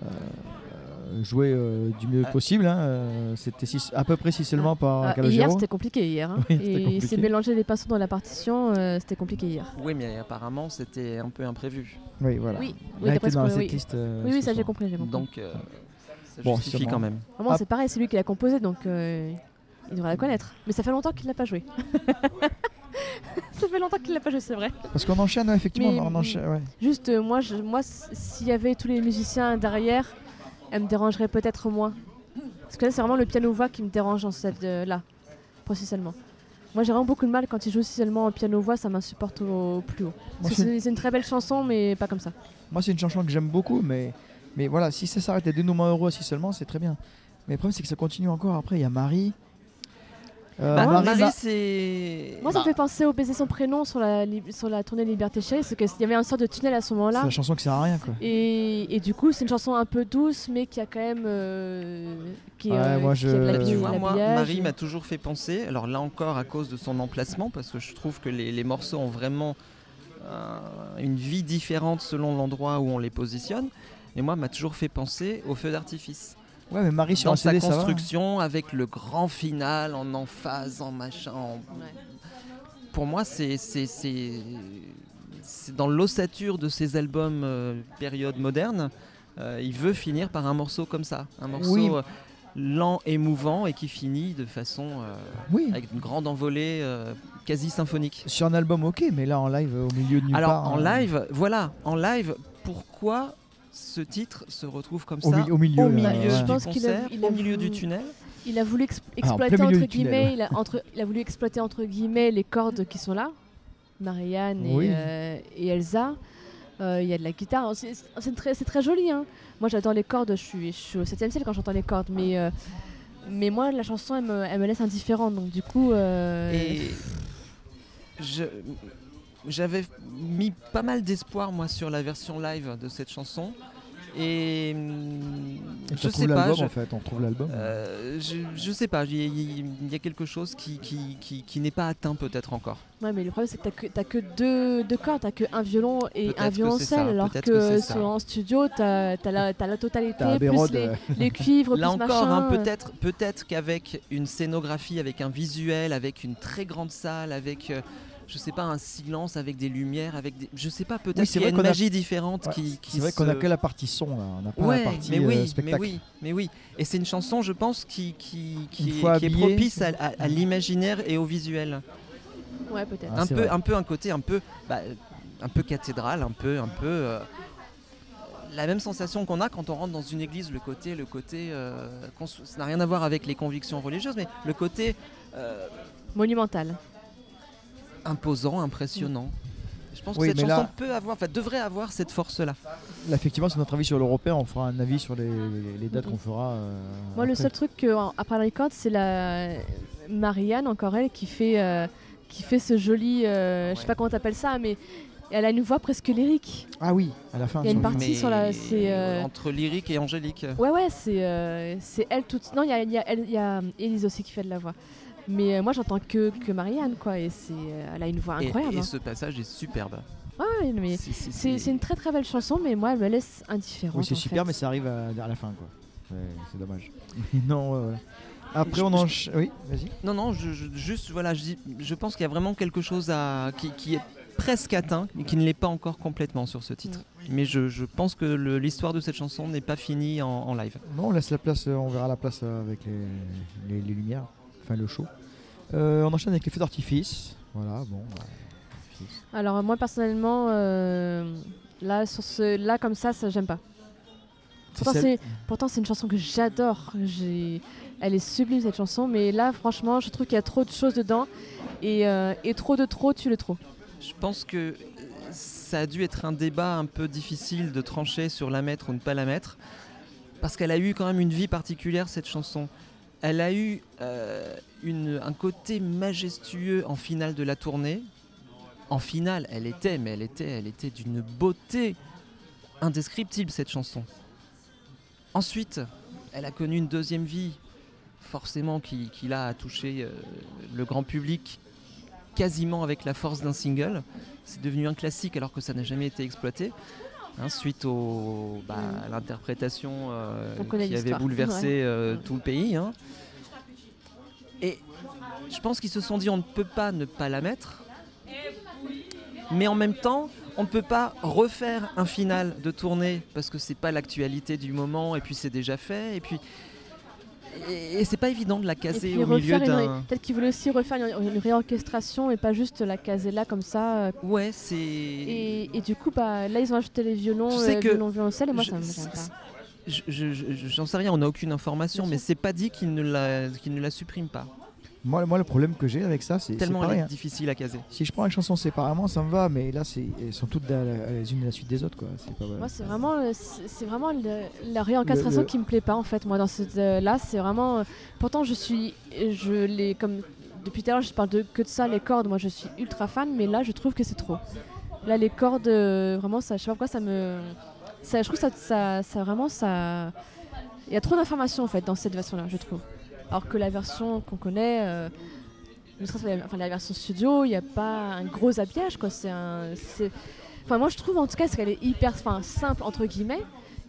Speaker 3: Euh, joué euh, du mieux
Speaker 4: Ah.
Speaker 3: possible. hein, euh, C'était six- à peu près 6 seulement par
Speaker 2: Ah, hier,
Speaker 3: Calogero.
Speaker 2: c'était compliqué hier. hein.
Speaker 3: Oui, c'était
Speaker 2: Et
Speaker 3: compliqué.
Speaker 2: c'est mélanger les pinceaux dans la partition, euh, c'était compliqué hier.
Speaker 4: oui, mais apparemment, c'était un peu imprévu.
Speaker 3: Oui, voilà.
Speaker 2: Oui,
Speaker 3: Il
Speaker 2: oui,
Speaker 3: a
Speaker 2: d'après
Speaker 3: été
Speaker 2: ce
Speaker 3: dans la
Speaker 2: que- oui.
Speaker 3: setlist, euh,
Speaker 2: Oui, oui,
Speaker 3: ce
Speaker 2: ça j'ai
Speaker 3: soir.
Speaker 2: compris, j'ai compris.
Speaker 4: Donc, euh, ça
Speaker 3: Bon,
Speaker 4: justifie
Speaker 3: sûrement.
Speaker 4: quand même.
Speaker 2: Vraiment,
Speaker 3: Ah.
Speaker 2: c'est pareil, c'est lui qui l'a composé, donc euh, il devrait la connaître. Mais ça fait longtemps qu'il l'a pas joué. ça fait longtemps qu'il l'a pas joué, c'est vrai.
Speaker 3: Parce qu'on enchaîne, ouais, effectivement,
Speaker 2: Mais-
Speaker 3: on enchaîne. ouais.
Speaker 2: Juste, euh, moi, je- moi, s- s'il y avait tous les musiciens derrière, elle me dérangerait peut-être moins. Parce que là, c'est vraiment le piano-voix qui me dérange en cette euh, là, processuellement. Moi, j'ai vraiment beaucoup de mal quand il joue seulement en piano-voix, ça m'insupporte au, au plus haut.
Speaker 3: Moi,
Speaker 2: Parce que
Speaker 3: c'est-
Speaker 2: c'est c'est une très belle chanson, mais pas comme ça.
Speaker 3: Moi, c'est une chanson que j'aime beaucoup, mais, mais voilà, si ça s'arrête à dénouement heureux, si seulement, c'est très bien. Mais le problème, c'est que ça continue encore. Après, il y a Marie.
Speaker 1: Euh,
Speaker 4: Bah,
Speaker 1: Marie-
Speaker 4: Marie, c'est.
Speaker 2: Moi, ça me fait penser au baiser son prénom sur la, li- sur la tournée Liberté Chérie, c'est qu'il y avait un sort de tunnel à ce
Speaker 3: C'est
Speaker 2: moment-là.
Speaker 3: la chanson qui sert à rien, quoi.
Speaker 2: Et, et du coup, c'est une chanson un peu douce, mais qui a quand même. euh, qui, est,
Speaker 1: Ouais,
Speaker 2: euh,
Speaker 1: moi,
Speaker 2: qui a de
Speaker 1: je-
Speaker 2: la-
Speaker 1: Bah,
Speaker 4: Bah, tu
Speaker 2: de
Speaker 4: vois, moi,
Speaker 2: l'habillage. euh,
Speaker 4: Marie m'a toujours fait penser, alors là encore à cause de son emplacement, parce que je trouve que les, les morceaux ont vraiment euh, une vie différente selon l'endroit où on les positionne. Et moi, m'a toujours fait penser au feu d'artifice.
Speaker 3: Ouais, mais Marie sur
Speaker 4: Dans
Speaker 3: un
Speaker 4: sa
Speaker 3: CD, ça va. hein.
Speaker 4: construction, avec le grand final, en emphase, en machin. en- Pour moi, c'est c'est- c'est- c'est dans l'ossature de ses albums euh, période moderne. euh, il veut finir par un morceau comme ça, un morceau
Speaker 3: Oui.
Speaker 4: euh, lent et mouvant et qui finit de façon euh,
Speaker 3: Oui,
Speaker 4: avec une grande envolée euh, quasi symphonique.
Speaker 3: sur un album, ok, mais là en live, euh, au milieu de nulle
Speaker 4: Alors
Speaker 3: part,
Speaker 4: en
Speaker 3: euh,
Speaker 4: live, voilà, en live, pourquoi ce titre se retrouve comme
Speaker 3: au,
Speaker 4: ça
Speaker 3: mi- au milieu, euh,
Speaker 4: au
Speaker 3: là,
Speaker 4: milieu
Speaker 3: ouais.
Speaker 4: du
Speaker 2: Bah, Je pense qu'il a-
Speaker 4: concert,
Speaker 2: il a
Speaker 4: au milieu du
Speaker 2: voulu-
Speaker 4: tunnel
Speaker 2: Il a voulu exp-
Speaker 3: Alors, Ah, en plein
Speaker 2: exploiter,
Speaker 3: milieu
Speaker 2: entre
Speaker 3: du tunnel,
Speaker 2: guillemets, il, a, entre- il a voulu exploiter, entre guillemets, les cordes qui sont là, Marianne et,
Speaker 3: Oui.
Speaker 2: euh, et Elsa. Euh, Il y a de la guitare, Alors, c'est c'est très, c'est très joli. hein. Moi j'adore les cordes, je suis, je suis au 7 ciel quand j'entends les cordes, mais, euh, mais moi la chanson elle me, elle me laisse indifférente, donc du coup. euh,
Speaker 4: Et je- j'avais mis pas mal d'espoir moi sur la version live de cette chanson et, hum,
Speaker 3: Et tu
Speaker 4: je
Speaker 3: retrouves
Speaker 4: sais pas,
Speaker 3: l'album,
Speaker 4: je,
Speaker 3: en fait, on retrouve l'album.
Speaker 4: euh, je, je sais pas, il y, a- il y a quelque chose qui, qui, qui- qui n'est pas atteint peut-être encore.
Speaker 2: Ouais, mais le problème, c'est que t'as que, t'as que deux, deux cordes, t'as que un violon et
Speaker 4: Peut-être
Speaker 2: un
Speaker 4: que c'est ça,
Speaker 2: violoncelle, alors que,
Speaker 4: peut-être que c'est ça.
Speaker 2: sur, en studio, t'as t'as la, t'as la totalité,
Speaker 3: T'as
Speaker 2: plus
Speaker 3: Aberrod,
Speaker 2: les,
Speaker 3: euh,
Speaker 2: les cuivres,
Speaker 4: Là
Speaker 2: plus
Speaker 4: encore,
Speaker 2: machin. euh.
Speaker 4: hein, peut-être peut-être qu'avec une scénographie, avec un visuel, avec une très grande salle, avec euh, je sais pas un silence, avec des lumières, avec des, je sais pas peut-être
Speaker 3: c'est
Speaker 4: qu'il y a
Speaker 3: vrai
Speaker 4: une
Speaker 3: qu'on a-
Speaker 4: magie différente
Speaker 3: ouais,
Speaker 4: qui, qui
Speaker 3: c'est vrai qu'on a
Speaker 4: se-
Speaker 3: que la partie son, là. On n'a pas
Speaker 4: Ouais,
Speaker 3: la partie
Speaker 4: mais
Speaker 3: euh,
Speaker 4: oui, mais
Speaker 3: spectacle.
Speaker 4: oui, mais oui. Et c'est une chanson, je pense, qui, qui,
Speaker 3: Une
Speaker 4: qui,
Speaker 3: fois
Speaker 4: qui est
Speaker 3: habillée. Mmh.
Speaker 4: propice à, à- à l'imaginaire et au visuel.
Speaker 2: Ouais, peut-être.
Speaker 3: Ah,
Speaker 4: un
Speaker 3: c'est
Speaker 4: peu,
Speaker 3: vrai.
Speaker 4: un peu un côté, un peu, bah, un peu cathédrale, un peu, un peu. euh, la même sensation qu'on a quand on rentre dans une église, le côté, le côté, euh, cons- ça n'a rien à voir avec les convictions religieuses, mais le côté euh,
Speaker 2: Monumental.
Speaker 4: imposant, impressionnant. Je pense
Speaker 3: Oui,
Speaker 4: que cette
Speaker 3: mais
Speaker 4: chanson
Speaker 3: là-
Speaker 4: peut avoir, enfin, devrait avoir cette force-là.
Speaker 3: Là, effectivement, c'est notre avis sur l'européen. On fera un avis sur les, les- les dates
Speaker 2: Mhm.
Speaker 3: qu'on fera. euh,
Speaker 2: Moi, le
Speaker 3: après.
Speaker 2: seul truc que, en- après les cordes, c'est la Marianne, encore elle, qui fait, euh, qui fait ce joli. euh, Je sais
Speaker 4: Ouais.
Speaker 2: pas comment t'appelles ça, mais elle a une voix presque lyrique.
Speaker 3: Ah oui, à la fin.
Speaker 2: Il y a une
Speaker 3: sur le-
Speaker 2: partie sur la- c'est, euh,
Speaker 4: entre lyrique et angélique.
Speaker 2: Ouais, ouais, c'est euh, c'est elle toute. Non, il y a, il y, a, elle- il y a euh, Elise aussi qui fait de la voix. Mais euh, moi, j'entends que, que Marianne, quoi. Et c'est, euh, elle a une voix
Speaker 4: Et-
Speaker 2: incroyable.
Speaker 4: et
Speaker 2: hein.
Speaker 4: ce passage est superbe.
Speaker 2: Ouais, mais
Speaker 4: C'est- c'est-
Speaker 2: C'est
Speaker 4: c'est-
Speaker 2: c'est une très très belle chanson, mais moi elle me laisse indifférente.
Speaker 3: Oui, c'est
Speaker 2: en
Speaker 3: super,
Speaker 2: fait.
Speaker 3: mais ça arrive à, à la fin, quoi. Ouais, C'est dommage. Mais non, ouais, voilà. Après,
Speaker 4: Je-
Speaker 3: on
Speaker 4: je-
Speaker 3: enchaîne. Oui, vas-y.
Speaker 4: Non, non, je, je- juste, voilà, je, dis- je pense qu'il y a vraiment quelque chose à, qui, qui est presque atteint, mais qui ne l'est pas encore complètement sur ce titre. Mais je, je pense que le- l'histoire de cette chanson n'est pas finie en, en live.
Speaker 3: Non, on laisse la place. euh, on verra la place euh, avec les, les- les lumières. Enfin, le show. Euh, on enchaîne avec les feux d'artifice. Voilà, bon. bah, ouais.
Speaker 2: Alors moi personnellement, euh, là sur ce, là comme ça, ça j'aime pas.
Speaker 3: Ça,
Speaker 2: Pourtant
Speaker 3: c'est-
Speaker 2: c'est, pourtant c'est une chanson que j'adore. J'ai, elle est sublime cette chanson, mais là franchement, je trouve qu'il y a trop de choses dedans et, euh, et trop de trop tue le trop.
Speaker 4: Je pense que euh, ça a dû être un débat un peu difficile de trancher sur la mettre ou ne pas la mettre, parce qu'elle a eu quand même une vie particulière, cette chanson. Elle a eu euh, une- un côté majestueux en finale de la tournée. En finale, elle était, mais elle était, elle était d'une beauté indescriptible cette chanson. Ensuite, elle a connu une deuxième vie, forcément qui, qui là a touché euh, le grand public quasiment avec la force d'un single. C'est devenu un classique alors que ça n'a jamais été exploité. hein, suite au, bah, à l'interprétation euh,
Speaker 2: On connaît
Speaker 4: qui avait
Speaker 2: l'histoire.
Speaker 4: bouleversé
Speaker 2: Ouais.
Speaker 4: euh,
Speaker 2: Ouais.
Speaker 4: tout le pays. hein. Et je pense qu'ils se sont dit on ne peut pas ne pas la mettre. Mais en même temps, on ne peut pas refaire un final de tournée parce que c'est pas l'actualité du moment et puis c'est déjà fait et puis et, et Ah, c'est pas évident de la
Speaker 2: Et
Speaker 4: caser
Speaker 2: puis
Speaker 4: au milieu
Speaker 2: refaire une-
Speaker 4: d'un
Speaker 2: peut-être qu'il voulait aussi refaire une, une réorchestration et pas juste la caser là comme ça. euh,
Speaker 4: ouais c'est je,
Speaker 2: Et, et du coup, bah là ils ont ajouté les violons,
Speaker 4: Tu sais
Speaker 2: euh,
Speaker 4: que-
Speaker 2: violon, violoncelle, et moi ça me
Speaker 4: c'est-
Speaker 2: j'aime pas.
Speaker 4: je- je- je- j'en sais rien on n'a aucune information
Speaker 2: Bien
Speaker 4: mais
Speaker 2: sûr.
Speaker 4: c'est pas dit qu'ils ne la qu'ils ne la suppriment pas
Speaker 3: Moi, moi, le problème que j'ai avec ça, c'est c'est
Speaker 4: tellement elle
Speaker 3: pareil.
Speaker 4: est
Speaker 3: hein.
Speaker 4: difficile à caser
Speaker 3: Si je prends les chansons séparément, ça me va, mais là, c'est- elles sont toutes à la- les unes à la suite des autres, quoi. C'est pas
Speaker 2: Moi, c'est vraiment, euh, c'est c'est vraiment le- la réorchestration
Speaker 3: Le- le-
Speaker 2: qui me plaît pas en fait. Moi, dans cette euh, là, c'est vraiment. euh, pourtant, je suis, je l'ai comme Depuis tout à l'heure, je parle de, que de ça, les cordes. Moi, je suis ultra fan, mais là, je trouve que c'est trop. Là, les cordes, euh, vraiment, ça, je sais pas pourquoi, ça me. Ça, je trouve que ça, ça, ça vraiment, ça. Il y a trop d'informations, en fait, dans cette version-là, je trouve. Alors que la version qu'on connaît, euh, ne serait-ce que la, enfin, la version studio, il n'y a pas un gros habillage, quoi. C'est un. c'est- Enfin, moi, je trouve, en tout cas, c'est qu'elle est hyper enfin, simple, entre guillemets,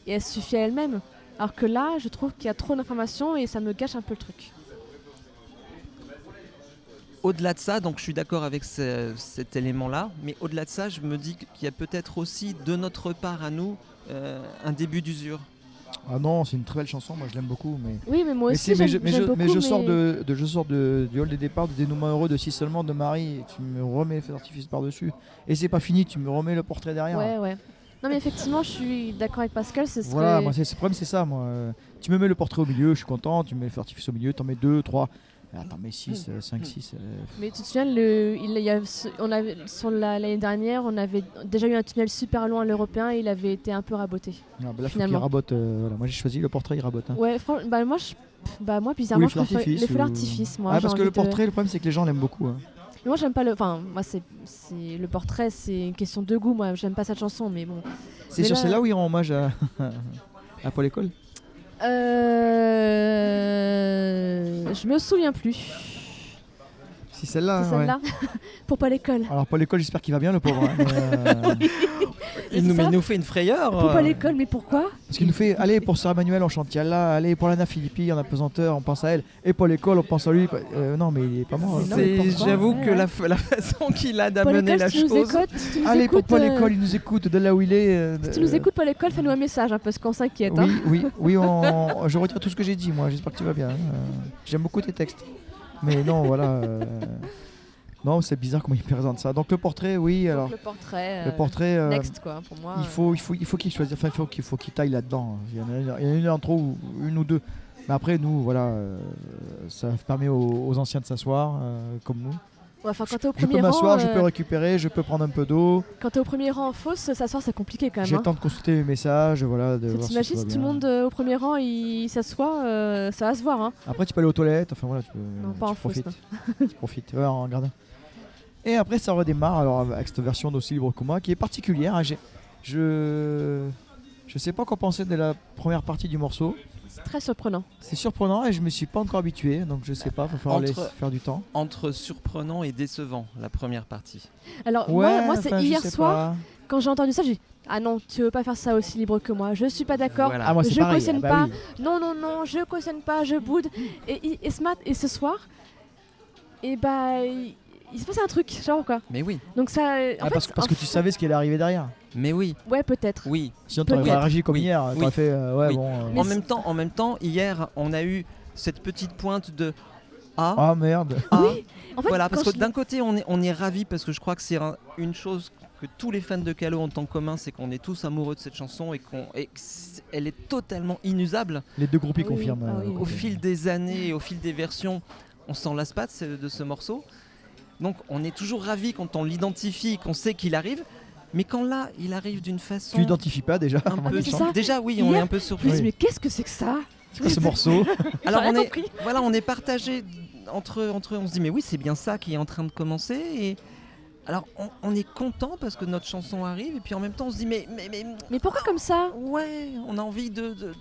Speaker 2: et elle suffit à elle-même. Alors que là, je trouve qu'il y a trop d'informations et ça me gâche un peu le truc.
Speaker 4: Au-delà de ça, donc je suis d'accord avec ce- cet élément-là, mais au-delà de ça, je me dis qu'il y a peut-être aussi de notre part à nous euh, un début d'usure.
Speaker 3: Ah non, c'est une très belle chanson, moi je l'aime beaucoup. Mais,
Speaker 2: Oui, mais moi
Speaker 3: mais,
Speaker 2: aussi,
Speaker 3: si, mais
Speaker 2: j'aime-
Speaker 3: je, mais
Speaker 2: j'aime
Speaker 3: je- mais
Speaker 2: beaucoup,
Speaker 3: je sors,
Speaker 2: mais-
Speaker 3: de, de- je sors de- du hall des départs, du dénouement heureux de Si seulement de Marie, et tu me remets Feu d'artifice par-dessus. Et c'est pas fini, tu me remets le portrait derrière.
Speaker 2: Ouais, ouais. Non, mais effectivement, je suis d'accord avec Pascal. Ce serait...
Speaker 3: Voilà, moi c'est ce problème, c'est ça. Moi, Euh, tu me mets le portrait au milieu, je suis content. Tu me mets le feu d'artifice au milieu, t'en mets deux, trois. Ah, t'en mets six,
Speaker 2: Mm.
Speaker 3: euh, cinq, six. euh,
Speaker 2: Mais tu te souviens, le... il y a... ce- on avait... sur la- l'année dernière, on avait déjà eu un tunnel super loin à l'européen et il avait été un peu raboté.
Speaker 3: ah, bah là, faut qu'il
Speaker 2: Finalement.
Speaker 3: rabote. euh, voilà. Moi j'ai choisi le portrait, il rabote. hein.
Speaker 2: Ouais, fran- bah, moi, je... bah, moi
Speaker 3: Ou
Speaker 2: bizarrement,
Speaker 3: les feux
Speaker 2: je préfère les
Speaker 3: d'artifice,
Speaker 2: feux
Speaker 3: ou-
Speaker 2: d'artifice. Moi,
Speaker 3: Ah,
Speaker 2: j'ai
Speaker 3: parce que
Speaker 2: envie
Speaker 3: le
Speaker 2: de-
Speaker 3: portrait, le problème c'est que les gens l'aiment beaucoup. hein.
Speaker 2: Mais Moi, j'aime pas le. Enfin, moi, c'est c'est- le portrait, c'est une question de goût. Moi, j'aime pas cette chanson, mais bon.
Speaker 3: C'est
Speaker 2: Mais
Speaker 3: sur
Speaker 2: là-
Speaker 3: celle-là où il rend hommage à, à Paul École.
Speaker 2: Euh... Je me souviens plus.
Speaker 3: C'est
Speaker 2: C'est
Speaker 3: celle-là. Ah, hein, ouais.
Speaker 2: celle-là Pour pas l'école.
Speaker 3: Alors Paul École, j'espère qu'il va bien le pauvre. hein, mais, euh,
Speaker 2: c'est
Speaker 4: Il nous, mais
Speaker 2: ça.
Speaker 4: il nous fait une frayeur.
Speaker 3: Oh.
Speaker 2: Pour pas
Speaker 4: euh.
Speaker 2: l'école, mais pourquoi
Speaker 3: Parce qu'il nous fait allez pour Sarah Manuel, on chante Yalla, allez pour Lana Philippi en apesanteur, on pense à elle, et pour l'école, on pense à lui. Euh, non, mais il est pas mort.
Speaker 2: C'est- Non,
Speaker 3: hein.
Speaker 2: mais
Speaker 4: C'est-
Speaker 2: pourquoi
Speaker 4: J'avoue
Speaker 2: Ouais,
Speaker 4: que
Speaker 2: ouais.
Speaker 4: la, fa- la façon qu'il
Speaker 3: Ah,
Speaker 4: a
Speaker 2: Paul
Speaker 4: d'amener
Speaker 2: École,
Speaker 4: la
Speaker 2: si tu nous
Speaker 4: chose.
Speaker 2: écoutes, si tu nous
Speaker 3: Allez pour
Speaker 2: écoutes,
Speaker 3: Paul
Speaker 2: euh,
Speaker 3: École, il nous écoute de là où il est. euh,
Speaker 2: Si tu nous
Speaker 3: euh,
Speaker 2: écoutes, Paul École, fais-nous un message, hein, parce qu'on s'inquiète. hein.
Speaker 3: Oui, oui, oui, on- je retire tout ce que j'ai dit, moi, j'espère que tu vas bien. hein. Euh, J'aime beaucoup tes textes. Mais non, voilà. euh, Non, c'est bizarre comment il présente ça. Donc le portrait, oui,
Speaker 2: Donc,
Speaker 3: alors.
Speaker 2: le portrait.
Speaker 3: Le
Speaker 2: euh,
Speaker 3: portrait. euh,
Speaker 2: Next, quoi, pour moi.
Speaker 3: Il faut, il faut, il faut qu'il choisisse. Enfin, il faut qu'il faut qu'il taille là-dedans. Il y en a, il y en a une intro ou une ou deux. Mais après, nous, voilà, euh, ça permet aux, aux anciens de s'asseoir, euh, comme nous.
Speaker 2: Ouais, enfin, quand t'es au
Speaker 3: Je peux
Speaker 2: premier rang.
Speaker 3: m'asseoir, je
Speaker 2: euh,
Speaker 3: peux récupérer, je peux prendre un peu d'eau.
Speaker 2: Quand t'es au premier rang en fausse, s'asseoir, c'est compliqué quand
Speaker 3: J'ai
Speaker 2: même.
Speaker 3: le
Speaker 2: hein.
Speaker 3: temps de consulter mes messages, voilà. De
Speaker 2: Parce que
Speaker 3: voir si
Speaker 2: T'imagines
Speaker 3: tout va
Speaker 2: si tout le
Speaker 3: bien.
Speaker 2: monde euh, au premier rang il s'assoit, euh, ça va se voir. Hein.
Speaker 3: Après, tu peux aller aux toilettes. Enfin voilà, tu peux.
Speaker 2: Non, pas
Speaker 3: tu
Speaker 2: en fausse,
Speaker 3: profites. tu profites. Ouais, en gardien. Et après, ça redémarre. Alors avec cette version d'aussi libre que moi, qui est particulière. hein. J'ai- je, je sais pas quoi penser de la première partie du morceau.
Speaker 2: C'est très surprenant.
Speaker 3: C'est surprenant et je me suis pas encore habitué, donc je sais pas, va falloir
Speaker 4: Entre-
Speaker 3: laisser faire du temps.
Speaker 4: Entre surprenant et décevant, la première partie.
Speaker 2: Alors, moi, moi, c'est
Speaker 3: enfin, je
Speaker 2: hier
Speaker 3: sais
Speaker 2: soir,
Speaker 3: pas.
Speaker 2: quand j'ai entendu ça, j'ai dit Ah non, tu veux pas faire ça aussi libre que moi, je suis pas d'accord.
Speaker 4: Voilà.
Speaker 3: Ah, moi, c'est
Speaker 2: Je
Speaker 3: pareil.
Speaker 2: cautionne
Speaker 3: ah bah
Speaker 2: pas.
Speaker 3: oui.
Speaker 2: Non, non, non, je cautionne pas, je boude. Et, et ce mat- et ce soir, et bah, il, il se passe un truc, genre quoi.
Speaker 4: Mais oui,
Speaker 2: Donc ça. euh,
Speaker 3: Ah, parce, parce que tu savais ce qui allait arriver derrière.
Speaker 4: mais oui,
Speaker 2: Ouais, peut-être.
Speaker 4: oui.
Speaker 3: Sinon, t'aurais
Speaker 4: Peut-être.
Speaker 3: pas réagi comme
Speaker 4: Oui.
Speaker 3: hier.
Speaker 4: Oui.
Speaker 3: T'aurais fait, euh, ouais,
Speaker 4: Oui.
Speaker 3: bon. euh,
Speaker 2: Mais
Speaker 4: En
Speaker 2: c'est-
Speaker 4: même temps, en même temps, hier, on a eu cette petite pointe de ah,
Speaker 3: Ah merde.
Speaker 4: ah.
Speaker 2: En fait,
Speaker 4: voilà,
Speaker 2: quand
Speaker 4: parce que
Speaker 2: je-
Speaker 4: d'un côté, on est, on est ravi parce que je crois que c'est un- une chose que tous les fans de Calo ont en commun, c'est qu'on est tous amoureux de cette chanson et qu'on et que c'est- elle est totalement inusable.
Speaker 3: Les deux groupies
Speaker 2: Ah oui,
Speaker 3: confirment.
Speaker 2: ah
Speaker 3: euh,
Speaker 2: oui.
Speaker 4: Au
Speaker 3: ok.
Speaker 4: fil des années et au fil des versions, on s'en lasse pas de ce, de ce morceau. Donc on est toujours ravi quand on l'identifie, qu'on sait qu'il arrive, mais quand là, il arrive d'une façon
Speaker 3: Tu identifies pas déjà
Speaker 4: un
Speaker 3: avant
Speaker 4: peu
Speaker 3: qu'il
Speaker 2: c'est
Speaker 3: chante.
Speaker 2: ça.
Speaker 4: déjà oui, on
Speaker 2: Hier,
Speaker 4: est un peu
Speaker 2: Je me
Speaker 4: surpris.
Speaker 2: dis, mais qu'est-ce que c'est que ça
Speaker 3: C'est quoi ce morceau
Speaker 4: Alors
Speaker 2: J'ai
Speaker 4: on
Speaker 2: rien
Speaker 4: est
Speaker 2: compris.
Speaker 4: voilà, on est partagé entre entre on se dit mais oui, c'est bien ça qui est en train de commencer et alors on, on est content parce que notre chanson arrive et puis en même temps on se dit mais mais, mais
Speaker 2: Mais pourquoi comme ça
Speaker 4: ouais, on a envie de, de- de-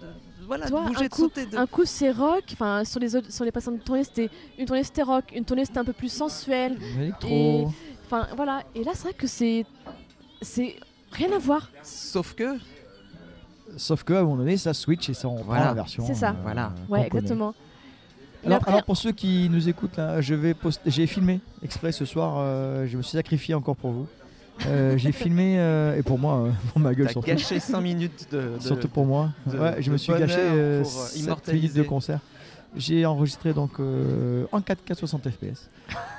Speaker 4: voilà, de
Speaker 2: Toi,
Speaker 4: bouger
Speaker 2: un
Speaker 4: de
Speaker 2: coup,
Speaker 4: sauter de
Speaker 2: Un coup c'est rock, enfin sur les autres, sur les précédentes tournées c'était une tournée c'était rock, une tournée c'était un peu plus sensuelle,
Speaker 3: Électro.
Speaker 2: enfin voilà. Et là c'est vrai que c'est c'est rien à voir.
Speaker 4: sauf que
Speaker 3: Sauf qu'à un moment donné, ça switch et ça on reprend
Speaker 4: Voilà.
Speaker 3: la version.
Speaker 2: C'est ça.
Speaker 3: euh,
Speaker 4: Voilà.
Speaker 3: qu'on
Speaker 2: Ouais
Speaker 3: connaît.
Speaker 2: exactement. Et
Speaker 3: Alors,
Speaker 2: après-
Speaker 3: alors, pour ceux qui nous écoutent, là, je vais poster, j'ai filmé exprès ce soir. euh, je me suis sacrifié encore pour vous. Euh, j'ai filmé euh, et pour moi, euh, pour ma gueule
Speaker 4: t'as
Speaker 3: surtout.
Speaker 4: gâché 5 minutes de, de-
Speaker 3: Surtout pour moi.
Speaker 4: de-
Speaker 3: Ouais, je
Speaker 4: de
Speaker 3: me suis
Speaker 4: bonheur
Speaker 3: gâché euh,
Speaker 4: pour, euh,
Speaker 3: sept
Speaker 4: immortaliser.
Speaker 3: minutes de concert. J'ai enregistré donc euh, en 4K 60 FPS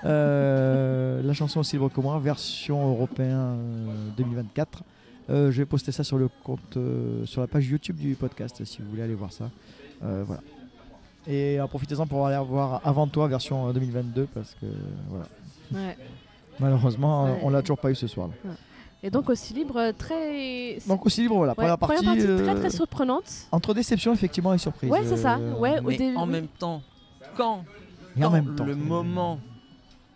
Speaker 3: euh, la chanson Silver Commun version européen euh, 2024. Euh, je vais poster ça sur le compte, euh, sur la page YouTube du podcast si vous voulez aller voir ça. Euh, voilà. Et euh, profitez-en pour aller voir avant toi version euh, 2022 parce que euh, voilà.
Speaker 2: Ouais.
Speaker 3: Malheureusement, euh,
Speaker 2: Ouais.
Speaker 3: on l'a toujours pas eu ce soir. là.
Speaker 2: Et donc aussi libre euh, très. c'est-
Speaker 3: Donc aussi libre voilà.
Speaker 2: ouais,
Speaker 3: première partie,
Speaker 2: très
Speaker 3: euh,
Speaker 2: très surprenante.
Speaker 3: entre déception effectivement et surprise.
Speaker 2: Ouais c'est ça.
Speaker 3: euh,
Speaker 2: Ouais au
Speaker 4: mais
Speaker 2: début.
Speaker 4: en
Speaker 2: oui.
Speaker 4: même temps quand
Speaker 3: Et en
Speaker 4: quand
Speaker 3: même temps.
Speaker 4: le moment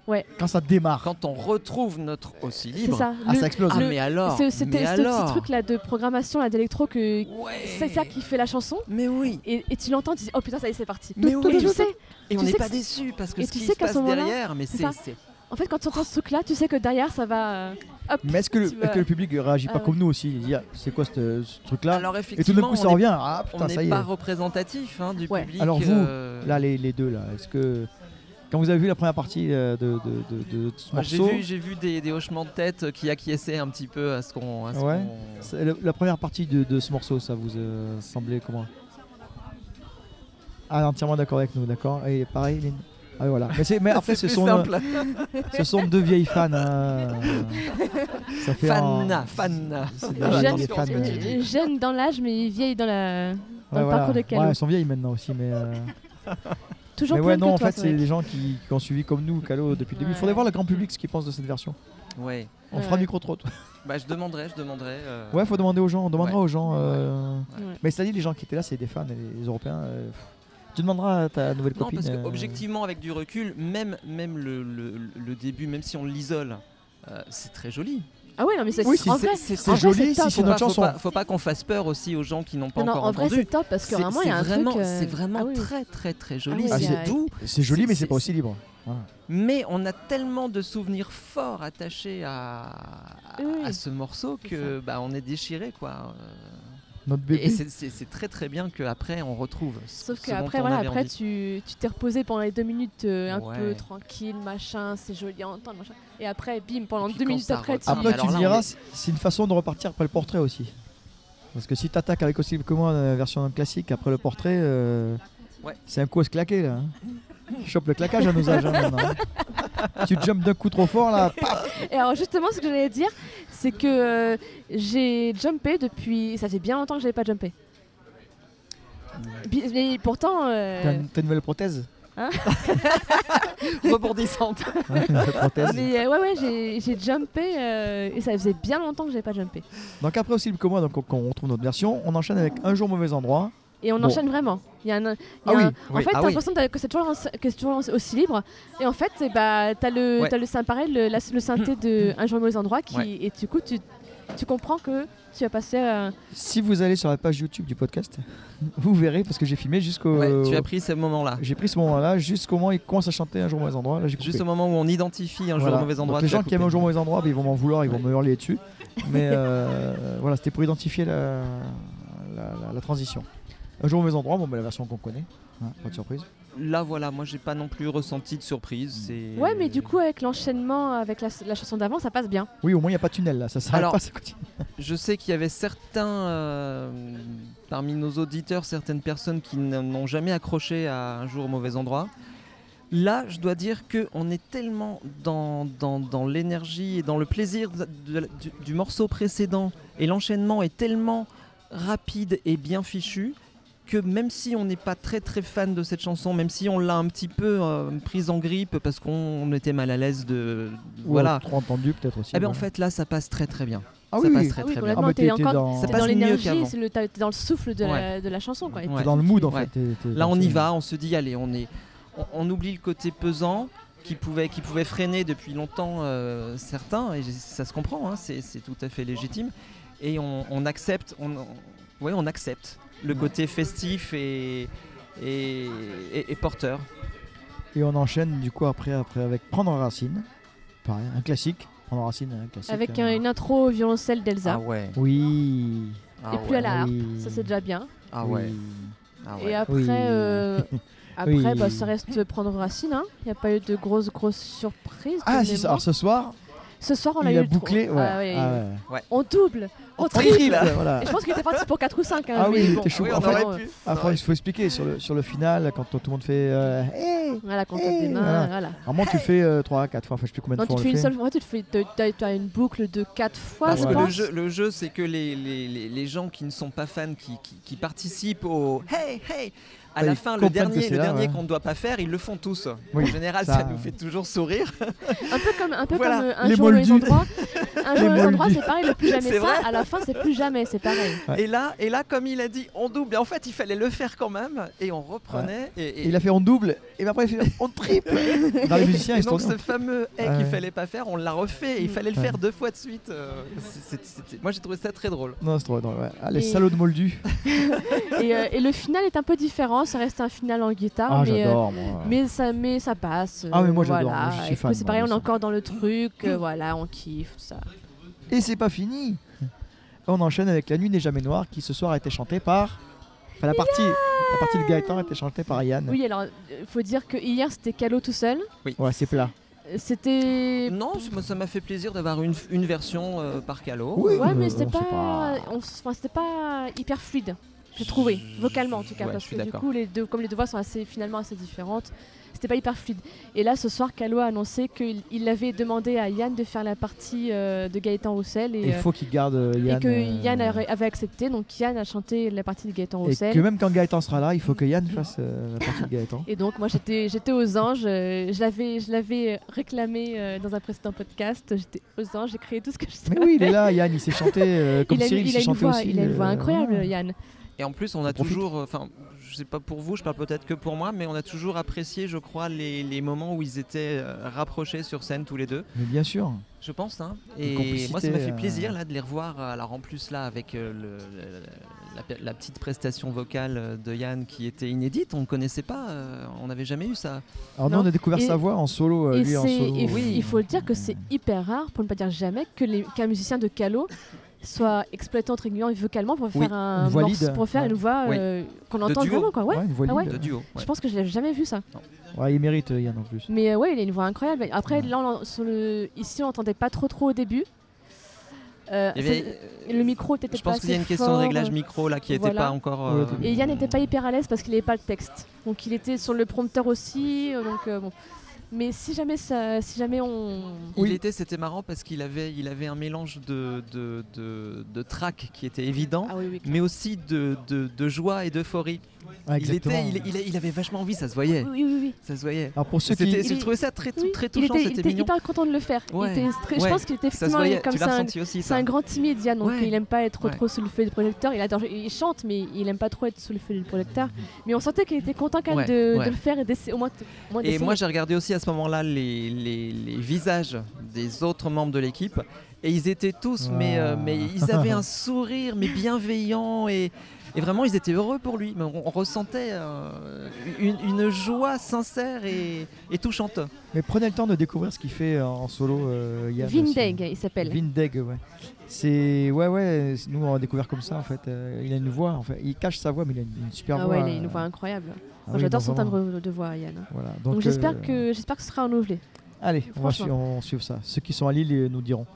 Speaker 2: Ouais.
Speaker 3: Quand ça démarre.
Speaker 4: Quand on retrouve notre aussi
Speaker 2: C'est
Speaker 4: libre.
Speaker 2: ça.
Speaker 3: Ah,
Speaker 2: le-
Speaker 3: ça explose.
Speaker 4: Ah,
Speaker 2: Le-
Speaker 4: mais alors
Speaker 2: c'est- C'était
Speaker 4: mais
Speaker 2: ce petit
Speaker 4: alors
Speaker 2: truc là de programmation là d'électro que
Speaker 4: Ouais.
Speaker 2: c'est ça qui fait la chanson.
Speaker 4: Mais oui
Speaker 2: Et, et tu l'entends, tu dis oh putain ça y est c'est parti.
Speaker 4: Mais
Speaker 2: Et
Speaker 4: oui.
Speaker 2: tu sais,
Speaker 4: Et on
Speaker 2: Tu
Speaker 4: n'est
Speaker 2: sais
Speaker 4: pas
Speaker 2: que-
Speaker 4: déçu parce que
Speaker 2: et
Speaker 4: ce
Speaker 2: tu
Speaker 4: qui
Speaker 2: sais
Speaker 4: se
Speaker 2: qu'à ce
Speaker 4: passe
Speaker 2: moment-là,
Speaker 4: derrière, mais
Speaker 2: c'est
Speaker 4: c'est.
Speaker 2: ça.
Speaker 4: c'est-
Speaker 2: en fait quand tu entends ce truc là, tu sais que derrière ça va. euh, Hop.
Speaker 3: Mais est-ce que, le-
Speaker 2: Tu vas-
Speaker 3: que le public réagit
Speaker 2: Ah
Speaker 3: pas
Speaker 2: ouais.
Speaker 3: comme nous aussi Il dit, ah, c'est quoi ce, ce truc-là
Speaker 4: Alors
Speaker 3: Et tout d'un
Speaker 4: effectivement,
Speaker 3: coup, ça
Speaker 4: on est-
Speaker 3: revient. Ah
Speaker 4: on
Speaker 3: putain, ça
Speaker 4: n'est
Speaker 3: y
Speaker 4: pas
Speaker 3: est.
Speaker 4: représentatif hein, du
Speaker 2: Ouais.
Speaker 4: public.
Speaker 3: Alors vous,
Speaker 4: euh,
Speaker 3: Là, les, les deux, là, est-ce que. Quand vous avez vu la première partie euh, de, de- de- de ce
Speaker 4: moi, Ah, j'ai
Speaker 3: morceau,
Speaker 4: vu, j'ai vu des, des hochements de tête qui acquiesçaient un petit peu à ce qu'on. à ce
Speaker 3: Ouais.
Speaker 4: qu'on-
Speaker 3: c'est- le- la première partie de, de ce morceau, ça vous euh, semblait comment Ah, entièrement d'accord avec nous, d'accord Et pareil, Lynn Ah, voilà. Mais, c'est- mais après, ce
Speaker 4: plus
Speaker 3: sont,
Speaker 4: simple.
Speaker 3: ce sont deux vieilles fans. hein. Ça fait
Speaker 4: Fanna,
Speaker 3: un-
Speaker 4: fanna.
Speaker 3: C'est des-
Speaker 4: Ah,
Speaker 3: des
Speaker 4: attention,
Speaker 3: fans.
Speaker 4: ce que tu
Speaker 3: euh,
Speaker 4: dis.
Speaker 2: Euh, Jeune dans l'âge mais vieille dans la. Dans
Speaker 3: Ouais,
Speaker 2: le
Speaker 3: voilà.
Speaker 2: parcours de Calo.
Speaker 3: Ouais, elles sont vieilles maintenant aussi, mais. euh,
Speaker 2: Toujours
Speaker 3: mais
Speaker 2: plus
Speaker 3: ouais,
Speaker 2: jeune
Speaker 3: non,
Speaker 2: que
Speaker 3: en
Speaker 2: toi,
Speaker 3: fait, c'est des gens qui, qui ont suivi comme nous Calo depuis le début. Il faudrait
Speaker 2: Ouais.
Speaker 3: voir le grand public ce qu'ils pensent de cette version.
Speaker 4: Ouais.
Speaker 3: On fera
Speaker 2: Ouais.
Speaker 3: micro-trottoir.
Speaker 4: Bah, je demanderai, je demanderai. euh,
Speaker 3: Ouais, faut demander aux gens. On demandera
Speaker 4: Ouais.
Speaker 3: aux gens. euh,
Speaker 2: Ouais.
Speaker 3: Mais c'est-à-dire, les gens qui étaient là, c'est des fans, et les Européens. euh, pff. Tu demanderas à ta nouvelle
Speaker 4: Non,
Speaker 3: copine.
Speaker 4: parce que
Speaker 3: euh,
Speaker 4: objectivement, avec du recul, même, même le, le- le début, même si on l'isole, euh, c'est très joli.
Speaker 2: Ah ouais non mais Ah, c'est
Speaker 3: Oui, si
Speaker 2: en
Speaker 3: c'est-
Speaker 2: vrai.
Speaker 4: c'est-
Speaker 2: en vrai,
Speaker 3: c'est joli
Speaker 2: top,
Speaker 3: si
Speaker 2: ouais.
Speaker 3: c'est
Speaker 4: Faut pas,
Speaker 3: notre
Speaker 4: faut,
Speaker 3: chanson.
Speaker 4: pas, faut pas qu'on fasse peur aussi aux gens qui n'ont pas
Speaker 2: Non, non,
Speaker 4: encore
Speaker 2: en vrai
Speaker 4: entendu.
Speaker 2: c'est top parce que
Speaker 4: C'est-
Speaker 2: vraiment il y a
Speaker 4: c'est
Speaker 2: un
Speaker 4: vraiment,
Speaker 2: truc. euh,
Speaker 4: c'est vraiment
Speaker 2: ah oui, oui.
Speaker 4: très très très joli.
Speaker 2: Ah oui,
Speaker 4: c'est
Speaker 2: c'est-
Speaker 4: doux,
Speaker 3: C'est joli,
Speaker 4: c'est-
Speaker 3: mais c'est pas
Speaker 4: c'est-
Speaker 3: aussi libre.
Speaker 4: mais on a tellement de souvenirs forts attachés à, à-
Speaker 2: Oui,
Speaker 4: à ce morceau
Speaker 2: c'est
Speaker 4: que bah, on est déchiré quoi. Euh,
Speaker 3: Notre bébé.
Speaker 4: Et c'est- c'est c'est très très bien qu'après on retrouve. ce-
Speaker 2: Sauf
Speaker 4: ce dont
Speaker 2: qu'après,
Speaker 4: on
Speaker 2: voilà,
Speaker 4: avait
Speaker 2: après
Speaker 4: envie.
Speaker 2: tu tu t'es reposé pendant les deux minutes euh, un
Speaker 4: Ouais.
Speaker 2: peu tranquille, machin, c'est joli à entendre, machin. Et après, bim, pendant
Speaker 4: Et puis
Speaker 2: deux
Speaker 4: quand
Speaker 2: minutes
Speaker 4: ça
Speaker 2: après, tu
Speaker 4: repart,
Speaker 2: dis,
Speaker 3: Après,
Speaker 4: Ah, alors
Speaker 3: tu
Speaker 4: là,
Speaker 3: me
Speaker 4: on
Speaker 3: diras,
Speaker 4: est-
Speaker 3: c'est- c'est une façon de repartir après le portrait aussi. Parce que si t'attaques avec aussi que moi la version classique après le portrait, euh,
Speaker 4: Ouais.
Speaker 3: c'est un coup à se claquer là. hein. Chope le claquage à nos âges. hein, maintenant, hein. tu jumps d'un coup trop fort là,
Speaker 4: Euh.
Speaker 3: paf
Speaker 2: Et alors justement, ce que j'allais dire, c'est que euh, j'ai jumpé depuis. Ça fait bien longtemps que j'avais pas jumpé. Bi- Mais pourtant, euh,
Speaker 3: T'as une, t'as une nouvelle prothèse
Speaker 4: Hein rebondissante. Ah,
Speaker 3: Ouais, une nouvelle prothèse.
Speaker 2: mais, euh, ouais, ouais, j'ai- j'ai jumpé euh, et ça faisait bien longtemps que j'avais pas jumpé.
Speaker 3: Donc après aussi que moi, donc quand on retrouve notre version, on enchaîne avec un jour mauvais endroit.
Speaker 2: Et on
Speaker 3: Bon.
Speaker 2: enchaîne vraiment. Il y a un- il y a
Speaker 3: Ah oui,
Speaker 2: un- en
Speaker 4: oui,
Speaker 2: fait,
Speaker 4: ah
Speaker 2: t'as
Speaker 4: oui.
Speaker 2: l'impression que c'est toujours, en- que c'est toujours en- aussi libre. Et en fait, eh bah, t'as le,
Speaker 4: Ouais.
Speaker 2: t'as le, syn- pareil, le, la- le synthé de Un jour mauvais endroit qui,
Speaker 4: Ouais.
Speaker 2: et du coup, tu, tu comprends que tu as passé euh,
Speaker 3: Si vous allez sur la page YouTube du podcast, vous verrez parce que j'ai filmé jusqu'au.
Speaker 4: Ouais, tu as pris ce moment-là.
Speaker 3: J'ai pris ce moment-là jusqu'au moment où il commence à chanter un jour mauvais endroit. Là, j'ai coupé.
Speaker 4: Juste au moment où on identifie un
Speaker 3: Voilà.
Speaker 4: jour mauvais
Speaker 3: Donc
Speaker 4: endroit.
Speaker 3: les
Speaker 4: tu l'as
Speaker 3: gens qui aiment
Speaker 4: coupé.
Speaker 3: un jour mauvais endroit, ben, ils vont m'en vouloir, ils vont me hurler dessus. Mais euh, voilà, c'était pour identifier la, la, la- la transition. Un jour mauvais endroit, bon, ben, la version qu'on connaît, hein, pas de surprise.
Speaker 4: Là, voilà, moi, j'ai pas non plus ressenti de surprise. c'est-
Speaker 2: Mm. Ouais, mais du coup, avec l'enchaînement, avec la, la chanson d'avant, ça passe bien.
Speaker 3: Oui, au moins il n'y a pas de tunnel là, ça s'arrête
Speaker 4: Alors-
Speaker 3: pas, ça continue.
Speaker 4: je sais qu'il y avait certains euh, parmi nos auditeurs, certaines personnes qui n- n'ont jamais accroché à un jour au mauvais endroit. Là, je dois dire que on est tellement dans, dans, dans l'énergie et dans le plaisir de- de- du, du morceau précédent, et l'enchaînement est tellement rapide et bien fichu que même si on n'est pas très très fan de cette chanson, même si on l'a un petit peu euh, prise en grippe parce qu'on on était mal à l'aise de
Speaker 3: Ou,
Speaker 4: voilà,
Speaker 3: euh, trop entendu peut-être aussi.
Speaker 4: eh bien en
Speaker 3: voilà.
Speaker 4: fait là ça passe très très bien.
Speaker 3: ah,
Speaker 4: ça
Speaker 3: oui,
Speaker 4: passe
Speaker 3: oui.
Speaker 4: très
Speaker 2: Ah oui,
Speaker 4: très bien.
Speaker 3: Ah,
Speaker 2: complètement.
Speaker 3: mais
Speaker 2: T'es
Speaker 3: t'es- t'es
Speaker 2: encore
Speaker 3: dans...
Speaker 4: Ça
Speaker 2: t'es
Speaker 4: passe
Speaker 2: dans
Speaker 4: mieux
Speaker 2: l'énergie,
Speaker 4: qu'avant.
Speaker 2: c'est le- t'as- t'es dans le souffle de, la, de la chanson. Quoi. Et
Speaker 4: Ouais.
Speaker 3: t'es dans le mood en
Speaker 4: Ouais.
Speaker 3: fait. t'es- t'es-
Speaker 4: Là, on
Speaker 3: t'es-
Speaker 4: y va, on se dit, allez, on est, on, on oublie le côté pesant qui pouvait, qui pouvait freiner depuis longtemps euh, certains, et j'ai- ça se comprend, hein, c'est c'est tout à fait légitime. Et on, on accepte, on, on- ouais, on accepte le côté festif et, et, et- et porteur.
Speaker 3: Et on enchaîne du coup après, après avec Prendre Racine. Pareil, un classique. Prendre Racine, un classique.
Speaker 2: Avec
Speaker 3: hein.
Speaker 2: un- une intro au violoncelle d'Elsa.
Speaker 4: Ah ouais.
Speaker 3: Oui.
Speaker 4: Ah
Speaker 2: Et puis
Speaker 4: ouais.
Speaker 2: à la harpe,
Speaker 3: oui.
Speaker 2: ça c'est déjà bien.
Speaker 4: Ah ouais.
Speaker 3: Oui.
Speaker 4: Ah
Speaker 2: Et
Speaker 4: ouais.
Speaker 2: après,
Speaker 3: Oui.
Speaker 2: euh, après
Speaker 3: Oui.
Speaker 2: bah, ça reste prendre racine. Il n'y a pas eu de grosses, grosses surprises.
Speaker 3: Ah,
Speaker 2: de
Speaker 3: si,
Speaker 2: mémoire.
Speaker 3: alors ce soir,
Speaker 2: Ce soir, on
Speaker 3: il
Speaker 2: a eu
Speaker 3: a
Speaker 2: le trou.
Speaker 3: bouclé. ouais.
Speaker 2: Ah ouais.
Speaker 3: Ah ouais.
Speaker 2: On double, on
Speaker 3: On
Speaker 2: triple.
Speaker 3: triple, voilà.
Speaker 2: Et je pense qu'il était parti pour 4 ou 5.
Speaker 3: Ah oui, il
Speaker 2: bon,
Speaker 3: était chaud.
Speaker 4: Oui,
Speaker 3: En
Speaker 4: on
Speaker 3: fait-
Speaker 2: vraiment,
Speaker 4: aurait pu.
Speaker 3: Ah, faut- il faut expliquer sur le, sur le final, quand tout le monde fait. euh, hey
Speaker 2: euh, Voilà, quand tape des
Speaker 3: Eh,
Speaker 2: mains,
Speaker 3: voilà.
Speaker 2: voilà.
Speaker 3: Normalement, tu le fais 3, 4 fois, enfin, je sais plus combien de
Speaker 2: Non, tu
Speaker 3: fois
Speaker 2: te
Speaker 3: on
Speaker 2: fais
Speaker 3: le
Speaker 2: une
Speaker 3: fait.
Speaker 2: seule fois, tu te fais, t'as- t'as- t'as une boucle de 4 fois,
Speaker 4: Parce
Speaker 2: je
Speaker 4: que
Speaker 3: Voilà.
Speaker 4: le
Speaker 2: pense.
Speaker 4: jeu, le jeu, c'est que les, les, les- les gens qui ne sont pas fans, qui, qui- qui participent au hey hey, à
Speaker 3: Ouais,
Speaker 4: la
Speaker 3: ils
Speaker 4: fin, le
Speaker 3: comprennent que
Speaker 4: dernier,
Speaker 3: c'est
Speaker 4: le
Speaker 3: là,
Speaker 4: dernier
Speaker 3: ouais.
Speaker 4: qu'on ne doit pas faire, ils le font tous. en
Speaker 3: Oui,
Speaker 4: général,
Speaker 3: ça-
Speaker 4: ça nous fait toujours sourire.
Speaker 2: Un peu comme, un peu
Speaker 4: Voilà,
Speaker 2: comme euh, un
Speaker 3: les
Speaker 2: jour, mauvais
Speaker 3: moldus.
Speaker 2: endroit. un jour les
Speaker 7: Démoli.
Speaker 2: endroits, c'est pareil, le plus jamais
Speaker 4: C'est
Speaker 2: ça.
Speaker 4: vrai
Speaker 2: À la fin, c'est plus jamais, c'est pareil.
Speaker 3: Ouais.
Speaker 4: Et là, et là, comme il a dit, on double. Et en fait, il fallait le faire quand même. Et on reprenait. Et, et-
Speaker 7: Et il a fait en double, et puis après il fait en triple.
Speaker 3: Dans les musiciens,
Speaker 4: et
Speaker 3: ils
Speaker 4: donc
Speaker 3: sont-
Speaker 4: ce fameux et
Speaker 3: Ouais.
Speaker 4: qu'il fallait pas faire, on l'a refait.
Speaker 2: Mm.
Speaker 4: Et il fallait le
Speaker 3: Ouais.
Speaker 4: faire deux fois de suite. euh, c'est- c'est- c'était- Moi, j'ai trouvé ça très drôle.
Speaker 3: Non, c'est trop drôle, ouais. Ah, les
Speaker 2: Et-
Speaker 3: salauds de Moldu.
Speaker 2: Et, euh, et le final est un peu différent. Ça reste un final en guitare,
Speaker 3: Ah,
Speaker 2: mais, euh,
Speaker 3: j'adore, moi.
Speaker 2: mais ça, mais ça passe.
Speaker 3: Ah, mais
Speaker 2: euh,
Speaker 3: moi, j'adore,
Speaker 2: voilà.
Speaker 3: moi, je suis
Speaker 2: Et
Speaker 3: fan,
Speaker 2: puis, C'est
Speaker 3: moi,
Speaker 2: pareil,
Speaker 3: de
Speaker 2: on est
Speaker 3: ça.
Speaker 2: encore dans le truc. euh, voilà, on kiffe tout ça.
Speaker 7: Et c'est pas fini.
Speaker 3: On enchaîne avec La Nuit n'est jamais noire, qui ce soir a été chantée par. Enfin, la partie, la partie de Gaëtan a été chantée par Yann.
Speaker 2: Oui, alors il faut dire que hier c'était Calo tout seul.
Speaker 3: Ouais, c'est plat.
Speaker 2: Euh, C'était
Speaker 4: Non, ça m'a- ça m'a fait plaisir d'avoir une, une version euh, par Calo.
Speaker 3: Oui,
Speaker 2: Ouais,
Speaker 3: euh,
Speaker 2: mais c'était
Speaker 3: on sait
Speaker 2: pas, on s- enfin, c'était pas hyper fluide. J'ai trouvé, vocalement en tout cas,
Speaker 4: Ouais,
Speaker 2: parce
Speaker 4: je suis
Speaker 2: que du
Speaker 4: d'accord.
Speaker 2: coup, les deux, comme les deux voix sont assez, finalement assez différentes, c'était pas hyper fluide. Et là, ce soir, Calo a annoncé qu'il il avait demandé à Yann de faire la partie euh, de Gaëtan Roussel
Speaker 3: Et il
Speaker 2: et, euh,
Speaker 3: faut qu'il garde euh,
Speaker 2: et
Speaker 3: Yann.
Speaker 2: que
Speaker 3: euh,
Speaker 2: Yann a- avait accepté. Donc Yann a chanté la partie de Gaëtan
Speaker 3: Et
Speaker 2: Roussel.
Speaker 3: que même quand Gaëtan sera là, il faut que Yann fasse euh, la partie de Gaëtan.
Speaker 2: Et donc moi j'étais j'étais aux anges, euh, je l'avais je l'avais réclamé euh, dans un précédent podcast, j'étais aux anges, j'ai créé tout ce que je savais.
Speaker 3: Mais oui, il est là, Yann, il s'est chanté comme
Speaker 2: il a,
Speaker 3: Cyril
Speaker 2: il
Speaker 3: s'est
Speaker 2: a une
Speaker 3: chanté
Speaker 2: voix,
Speaker 3: aussi.
Speaker 2: il a une voix
Speaker 3: euh,
Speaker 2: incroyable
Speaker 3: ouais.
Speaker 2: Yann.
Speaker 4: Et en plus, on a
Speaker 3: profite.
Speaker 4: toujours, euh, enfin, je sais pas pour vous, je parle peut-être que pour moi, mais on a toujours apprécié, je crois, les, les moments où ils étaient euh, rapprochés sur scène tous les deux.
Speaker 3: Mais bien sûr.
Speaker 4: Je pense, hein.
Speaker 3: Une
Speaker 4: Et
Speaker 3: complicité,
Speaker 4: moi, ça m'a fait
Speaker 3: euh,
Speaker 4: plaisir là de les revoir. euh, Alors en plus là, avec euh, le- le- la, pe- la petite prestation vocale euh, de Yann qui était inédite, on ne connaissait pas, euh, on n'avait jamais eu ça.
Speaker 3: Alors nous,
Speaker 2: Non.
Speaker 3: on a découvert
Speaker 2: Et-
Speaker 3: sa voix en solo,
Speaker 4: Bah,
Speaker 3: euh,
Speaker 2: Et
Speaker 3: lui en
Speaker 2: c'est-
Speaker 3: solo.
Speaker 2: et
Speaker 3: euh,
Speaker 2: f- il faut le dire que c'est hyper rare, pour ne pas dire jamais, que les- qu'un musicien de Calo soit exploité entre guillemets vocalement pour faire
Speaker 4: Oui,
Speaker 2: un
Speaker 3: une voix
Speaker 2: morceau,
Speaker 3: lead,
Speaker 2: pour faire
Speaker 3: ouais.
Speaker 2: une voix
Speaker 4: Oui.
Speaker 2: euh, qu'on
Speaker 4: De
Speaker 2: entend
Speaker 4: duo.
Speaker 2: vraiment quoi. Ouais.
Speaker 3: ouais, une voix
Speaker 2: Ah ouais.
Speaker 3: lead.
Speaker 4: De duo. ouais.
Speaker 2: Je pense que je l'ai jamais vu ça.
Speaker 3: Ouais, il mérite euh, Yann en plus.
Speaker 2: Mais euh, ouais, il a une voix incroyable. Après
Speaker 3: Ouais.
Speaker 2: là, on l'en- sur le... ici on l'entendait pas trop trop au début. Euh,
Speaker 4: Il y avait-
Speaker 2: c'est- Le micro était peut-être
Speaker 4: Eh Je
Speaker 2: pas
Speaker 4: pense qu'il y a
Speaker 2: assez
Speaker 4: une question
Speaker 2: fort. euh,
Speaker 4: de réglage micro là qui n'était
Speaker 2: Voilà.
Speaker 4: pas encore.
Speaker 3: Ouais,
Speaker 4: euh,
Speaker 3: t'as vu.
Speaker 2: Et Yann n'était pas hyper à l'aise parce qu'il n'avait pas le texte. Donc il était sur le prompteur aussi. euh, Donc euh, bon. Mais si jamais ça, si jamais on.
Speaker 4: Il
Speaker 3: Oui.
Speaker 4: était, c'était marrant parce qu'il avait, il avait un mélange de, de, de, de tracks qui était évident.
Speaker 2: Ah oui oui.
Speaker 4: Mais aussi de, de, de joie et d'euphorie.
Speaker 3: Ouais,
Speaker 4: il,
Speaker 3: exactement.
Speaker 4: était, il, il- il avait vachement envie, ça se voyait.
Speaker 2: Oui oui oui. oui.
Speaker 4: Ça se voyait.
Speaker 3: Alors pour ceux
Speaker 4: C'était-
Speaker 3: qui.
Speaker 2: Il
Speaker 4: Je
Speaker 2: est-
Speaker 4: trouvais ça très, tou-
Speaker 2: Oui,
Speaker 4: très
Speaker 2: il
Speaker 4: touchant,
Speaker 2: était, il
Speaker 4: c'était
Speaker 2: était
Speaker 4: mignon.
Speaker 2: hyper content de le faire. Il
Speaker 4: Ouais.
Speaker 2: était très-
Speaker 4: Ouais.
Speaker 2: Je pense qu'il était
Speaker 4: Ça se
Speaker 2: effectivement
Speaker 4: voyait,
Speaker 2: comme
Speaker 4: tu l'as
Speaker 2: ça. un-
Speaker 4: ressenti aussi.
Speaker 2: C'est
Speaker 4: ça.
Speaker 2: un grand timide, Yann, donc
Speaker 4: Ouais.
Speaker 2: il aime pas être trop,
Speaker 4: Ouais.
Speaker 2: trop sous le feu du projecteur. Il adore, il chante, mais il aime pas trop être sous le feu du projecteur. Mais on sentait qu'il était content quand même
Speaker 4: Ouais,
Speaker 2: de,
Speaker 4: ouais.
Speaker 2: de le faire et d'essayer au moins. au moins
Speaker 4: Et
Speaker 2: d'essayer.
Speaker 4: moi, j'ai regardé aussi à ce moment-là les, les- les visages des autres membres de l'équipe. Et ils étaient tous, mais, euh,
Speaker 3: Ah.
Speaker 4: mais ils avaient un sourire, mais bienveillant. Et, et vraiment, ils étaient heureux pour lui. Mais on, on ressentait euh, une, une joie sincère et, et touchante.
Speaker 3: Mais prenez le temps de découvrir ce qu'il fait euh, en solo, euh, Yann. aussi.
Speaker 2: Vindeg, il s'appelle.
Speaker 3: Vindeg, ouais. C'est ouais ouais. Nous on a découvert comme ça en fait. Euh, il a une voix en fait. Il cache sa voix mais il a une, une super
Speaker 2: Ah
Speaker 3: voix.
Speaker 2: ouais, il a une
Speaker 3: euh,
Speaker 2: voix incroyable.
Speaker 3: ah
Speaker 2: Moi,
Speaker 3: oui,
Speaker 2: J'adore
Speaker 3: non,
Speaker 2: son
Speaker 3: vraiment.
Speaker 2: timbre de voix, Yann.
Speaker 3: Voilà.
Speaker 2: Donc, j'espère
Speaker 3: euh,
Speaker 2: que j'espère que ce sera renouvelé.
Speaker 3: Allez, on va
Speaker 2: Franchement.
Speaker 3: su- on suivre ça. Ceux qui sont à Lille euh, nous diront.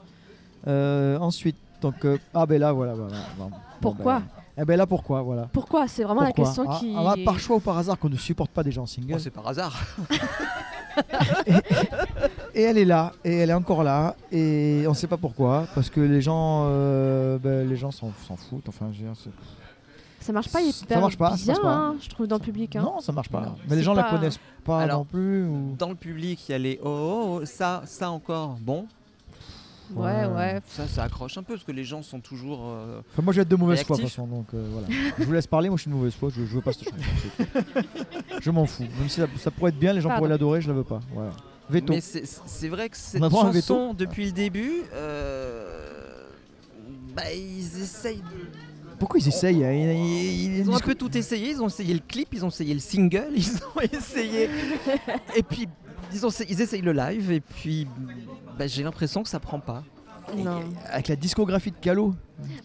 Speaker 3: Euh, ensuite donc euh, ah ben là voilà voilà. voilà. Bon,
Speaker 2: Pourquoi
Speaker 3: ben, Eh ben là pourquoi voilà.
Speaker 2: Pourquoi C'est vraiment
Speaker 3: Pourquoi
Speaker 2: la question
Speaker 3: Ah,
Speaker 2: qui.
Speaker 3: ah, par choix ou par hasard qu'on ne supporte pas des gens singles.
Speaker 4: Oh, c'est par hasard.
Speaker 3: Et elle est là, et elle est encore là, et on sait pas pourquoi, parce que les gens, euh, ben, les gens s'en s'en foutent. Enfin, je veux dire, c'est-
Speaker 2: Ça marche pas
Speaker 3: Ça
Speaker 2: hyper
Speaker 3: marche pas,
Speaker 2: bien,
Speaker 3: ça marche pas.
Speaker 2: hein, je trouve, dans le public. hein.
Speaker 3: non, ça marche pas.
Speaker 4: Non,
Speaker 3: mais les
Speaker 2: c'est
Speaker 3: gens la
Speaker 2: pas-
Speaker 3: connaissent pas
Speaker 4: Alors-
Speaker 3: non plus. ou-
Speaker 4: Dans le public, il y a les oh, oh, oh, ça, ça encore. Bon,
Speaker 2: Ouais,
Speaker 3: Ouais.
Speaker 2: ouais.
Speaker 4: ça, ça accroche un peu parce que les gens sont toujours. euh,
Speaker 3: Enfin, moi, je vais être de mauvaise foi de toute
Speaker 4: Réactif.
Speaker 3: façon, donc euh, voilà. je vous laisse parler. Moi, je suis de mauvaise foi. Je, je veux pas cette chanson. c'est tout. je m'en fous. Même si ça, ça pourrait être bien, les gens
Speaker 2: Pardon.
Speaker 3: pourraient l'adorer, je la veux pas. Voilà. Veto.
Speaker 4: Mais c'est- c'est vrai que cette
Speaker 3: On apprend un
Speaker 4: chanson, depuis le début, euh, bah, ils essayent
Speaker 3: Pourquoi ils essayent hein Ils- ils- ils-
Speaker 4: Ils ont un peu tout essayé, ils ont essayé le clip, ils ont essayé le single, ils ont essayé. Et puis, ils, ont, ils essayent le live, et puis bah, j'ai l'impression que ça prend pas.
Speaker 2: Non.
Speaker 3: Avec la discographie de Calo,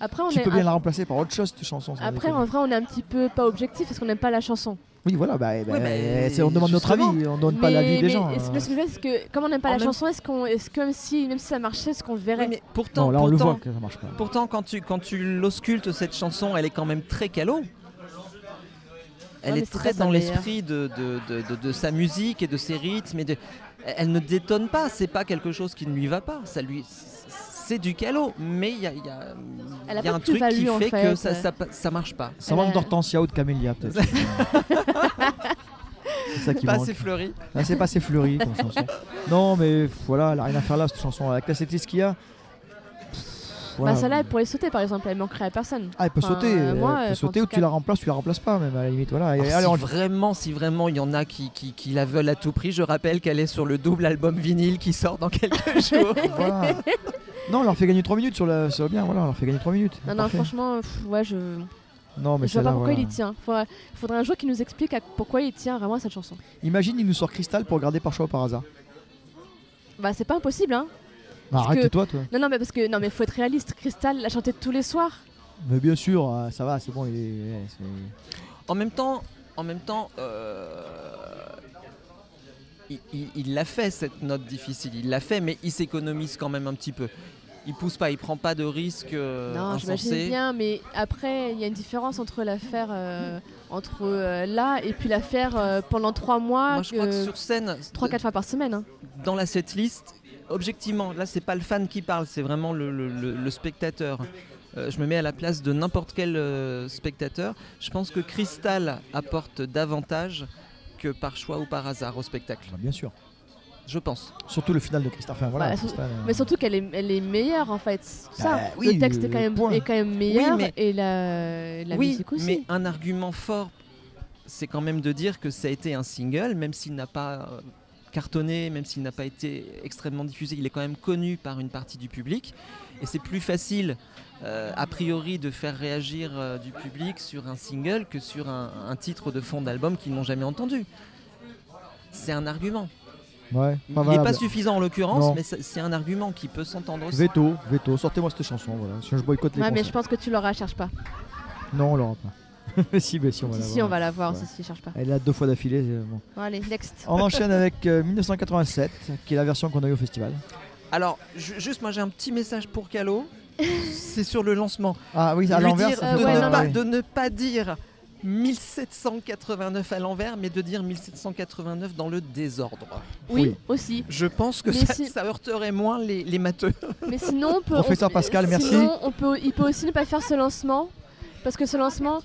Speaker 2: Après, on
Speaker 3: tu
Speaker 2: est
Speaker 3: peux bien
Speaker 2: un-
Speaker 3: la remplacer par autre chose, cette chanson. sans
Speaker 2: Après,
Speaker 3: déconner.
Speaker 2: en vrai, on est un petit peu pas objectif parce qu'on n'aime pas la chanson.
Speaker 3: Oui, voilà, bah, eh ben,
Speaker 4: Ouais, bah,
Speaker 3: c'est- on demande notre
Speaker 4: justement.
Speaker 3: avis, on donne pas
Speaker 2: Mais-
Speaker 3: l'avis
Speaker 2: mais
Speaker 3: des gens.
Speaker 2: est-ce que
Speaker 3: hein.
Speaker 2: ce que je veux dire, c'est que comme on n'aime pas
Speaker 4: En
Speaker 2: la
Speaker 4: même-
Speaker 2: chanson, est-ce qu'on, est-ce que même si, même si ça marchait, est-ce qu'on le verrait
Speaker 4: Oui, mais pourtant,
Speaker 3: Non, là on le
Speaker 4: pourtant,
Speaker 3: voit que ça marche pas.
Speaker 4: pourtant, quand tu, quand tu l'auscultes, cette chanson, elle est quand même très calo. Elle
Speaker 2: Ouais, mais
Speaker 4: est
Speaker 2: c'est
Speaker 4: très
Speaker 2: pas sa
Speaker 4: dans l'esprit de, de, de- de- de sa musique et de ses rythmes. Et de... Elle ne détonne pas, c'est pas quelque chose qui ne lui va pas. Ça lui... C'est du calo, mais il y a, il y a-
Speaker 2: Elle a
Speaker 4: il y a
Speaker 2: pas
Speaker 4: un
Speaker 2: de
Speaker 4: truc qui
Speaker 2: plus-value, en
Speaker 4: fait, que
Speaker 2: fait.
Speaker 4: ça, ça, ça marche pas.
Speaker 3: Ça manque
Speaker 2: Euh,
Speaker 3: d'hortensia ou de camélia peut-être. c'est ça qui
Speaker 2: Bah,
Speaker 4: Pas
Speaker 3: manque.
Speaker 4: assez fleuri.
Speaker 3: Ah, c'est pas assez fleuri comme chanson. Non mais voilà, elle a rien à faire là cette chanson avec la setlist qu'il y a. voilà.
Speaker 2: Bah, celle-là, elle pourrait sauter par exemple, elle manquerait à personne.
Speaker 3: Ah, elle peut
Speaker 2: enfin,
Speaker 3: sauter,
Speaker 2: euh,
Speaker 3: elle
Speaker 2: moi,
Speaker 3: peut
Speaker 2: euh, enfin,
Speaker 3: sauter
Speaker 2: en
Speaker 3: ou
Speaker 2: tout
Speaker 3: tu
Speaker 2: cas- Ah,
Speaker 3: la remplaces, tu la remplaces pas, même à la limite. Voilà,
Speaker 4: Alors,
Speaker 3: allez,
Speaker 4: si
Speaker 3: on-
Speaker 4: vraiment, si vraiment il y en a qui, qui, qui la veulent à tout prix, je rappelle qu'elle est sur le double album vinyle qui sort dans quelques jours.
Speaker 3: voilà. Non, on leur fait gagner 3 minutes sur le, sur le bien, voilà, on leur fait gagner 3 minutes.
Speaker 2: Non, non,
Speaker 3: Parfait.
Speaker 2: franchement, euh, pff, ouais, je.
Speaker 3: Non, mais
Speaker 2: je vois
Speaker 3: celle-là,
Speaker 2: pas pourquoi
Speaker 3: voilà.
Speaker 2: il y tient. Faudrait, faudrait un jour qu'il nous explique à- pourquoi il tient vraiment à cette chanson.
Speaker 3: Imagine, il nous sort Cristal pour regarder par choix par hasard.
Speaker 2: Bah, c'est pas impossible, hein.
Speaker 3: Bah,
Speaker 2: Parce que-
Speaker 3: Arrête-toi, toi.
Speaker 2: Non, non, mais parce que non, mais faut être réaliste. Crystal la chantait tous les soirs.
Speaker 3: Mais bien sûr, euh, ça va, c'est bon, il est. ouais, c'est-
Speaker 4: En même temps, en même temps, euh, il- il il l'a fait cette note difficile, il l'a fait, mais il s'économise quand même un petit peu. Il pousse pas, il prend pas de risques euh,
Speaker 2: non, j'imagine
Speaker 4: insensés.
Speaker 2: bien, mais après, il y a une différence entre la faire euh, entre euh, là et puis la faire euh, pendant trois mois,
Speaker 4: Moi, je crois que
Speaker 2: euh,
Speaker 4: sur scène,
Speaker 2: trois, quatre fois par semaine. hein.
Speaker 4: dans la setlist, objectivement, là, c'est pas le fan qui parle, c'est vraiment le, le- le- le spectateur. Euh, je me mets à la place de n'importe quel euh, spectateur. Je pense que Crystal apporte davantage que par choix ou par hasard au spectacle.
Speaker 3: Bah, Bien sûr.
Speaker 4: Je pense.
Speaker 3: Surtout le final de Cristal. Enfin, voilà,
Speaker 2: Bah,
Speaker 3: Crystal, euh,
Speaker 2: Mais surtout qu'elle est, elle est meilleure en fait. Ça,
Speaker 3: Bah, oui,
Speaker 2: le texte est quand même,
Speaker 3: point.
Speaker 2: est quand même meilleur
Speaker 4: mais-
Speaker 2: et la, la
Speaker 4: oui,
Speaker 2: musique aussi.
Speaker 4: mais un argument fort, c'est quand même de dire que ça a été un single, même s'il n'a pas euh, cartonné, même s'il n'a pas été extrêmement diffusé, il est quand même connu par une partie du public. Et c'est plus facile, euh, a priori, de faire réagir euh, du public sur un single que sur un, un titre de fond d'album qu'ils n'ont jamais entendu. C'est un argument.
Speaker 3: Ouais,
Speaker 4: Il
Speaker 3: pas
Speaker 4: n'est pas
Speaker 3: valable.
Speaker 4: suffisant en
Speaker 3: Non.
Speaker 4: l'occurrence, mais ça- c'est un argument qui peut s'entendre aussi.
Speaker 3: Veto, veto, sortez-moi cette chanson, voilà. Sinon, je boycotte les
Speaker 2: Ouais, mais je
Speaker 3: concerts.
Speaker 2: pense que tu l'aura, cherche pas.
Speaker 3: Non, on l'aura pas. si, mais si, on va
Speaker 2: Si,
Speaker 3: la
Speaker 2: si,
Speaker 3: voir.
Speaker 2: on va la voir,
Speaker 3: Ouais.
Speaker 2: si, si, cherche pas.
Speaker 3: Elle a deux fois d'affilée. euh, bon.
Speaker 2: Bon, allez, next.
Speaker 3: On enchaîne avec euh, 1987, qui est la version qu'on a eu au festival.
Speaker 4: Alors, ju- juste, moi j'ai un petit message pour Calo. c'est sur le lancement.
Speaker 3: Ah oui, à
Speaker 4: lui
Speaker 3: l'envers.
Speaker 4: dire
Speaker 3: ça
Speaker 2: euh,
Speaker 4: de,
Speaker 3: fait
Speaker 2: ouais,
Speaker 3: pas
Speaker 4: ne
Speaker 2: non,
Speaker 3: mal,
Speaker 4: pas,
Speaker 3: oui.
Speaker 4: de ne pas dire 1789 à l'envers, mais de dire 1789 dans le désordre.
Speaker 2: Oui,
Speaker 3: Oui.
Speaker 2: aussi.
Speaker 4: Je pense que
Speaker 2: Mais
Speaker 4: ça,
Speaker 2: si-
Speaker 4: ça heurterait moins les, les matheux.
Speaker 2: Mais sinon, on peut.
Speaker 3: Professeur
Speaker 2: on-
Speaker 3: Pascal, merci.
Speaker 2: sinon, on peut, il peut aussi ne pas faire ce lancement. Parce que ce lancement,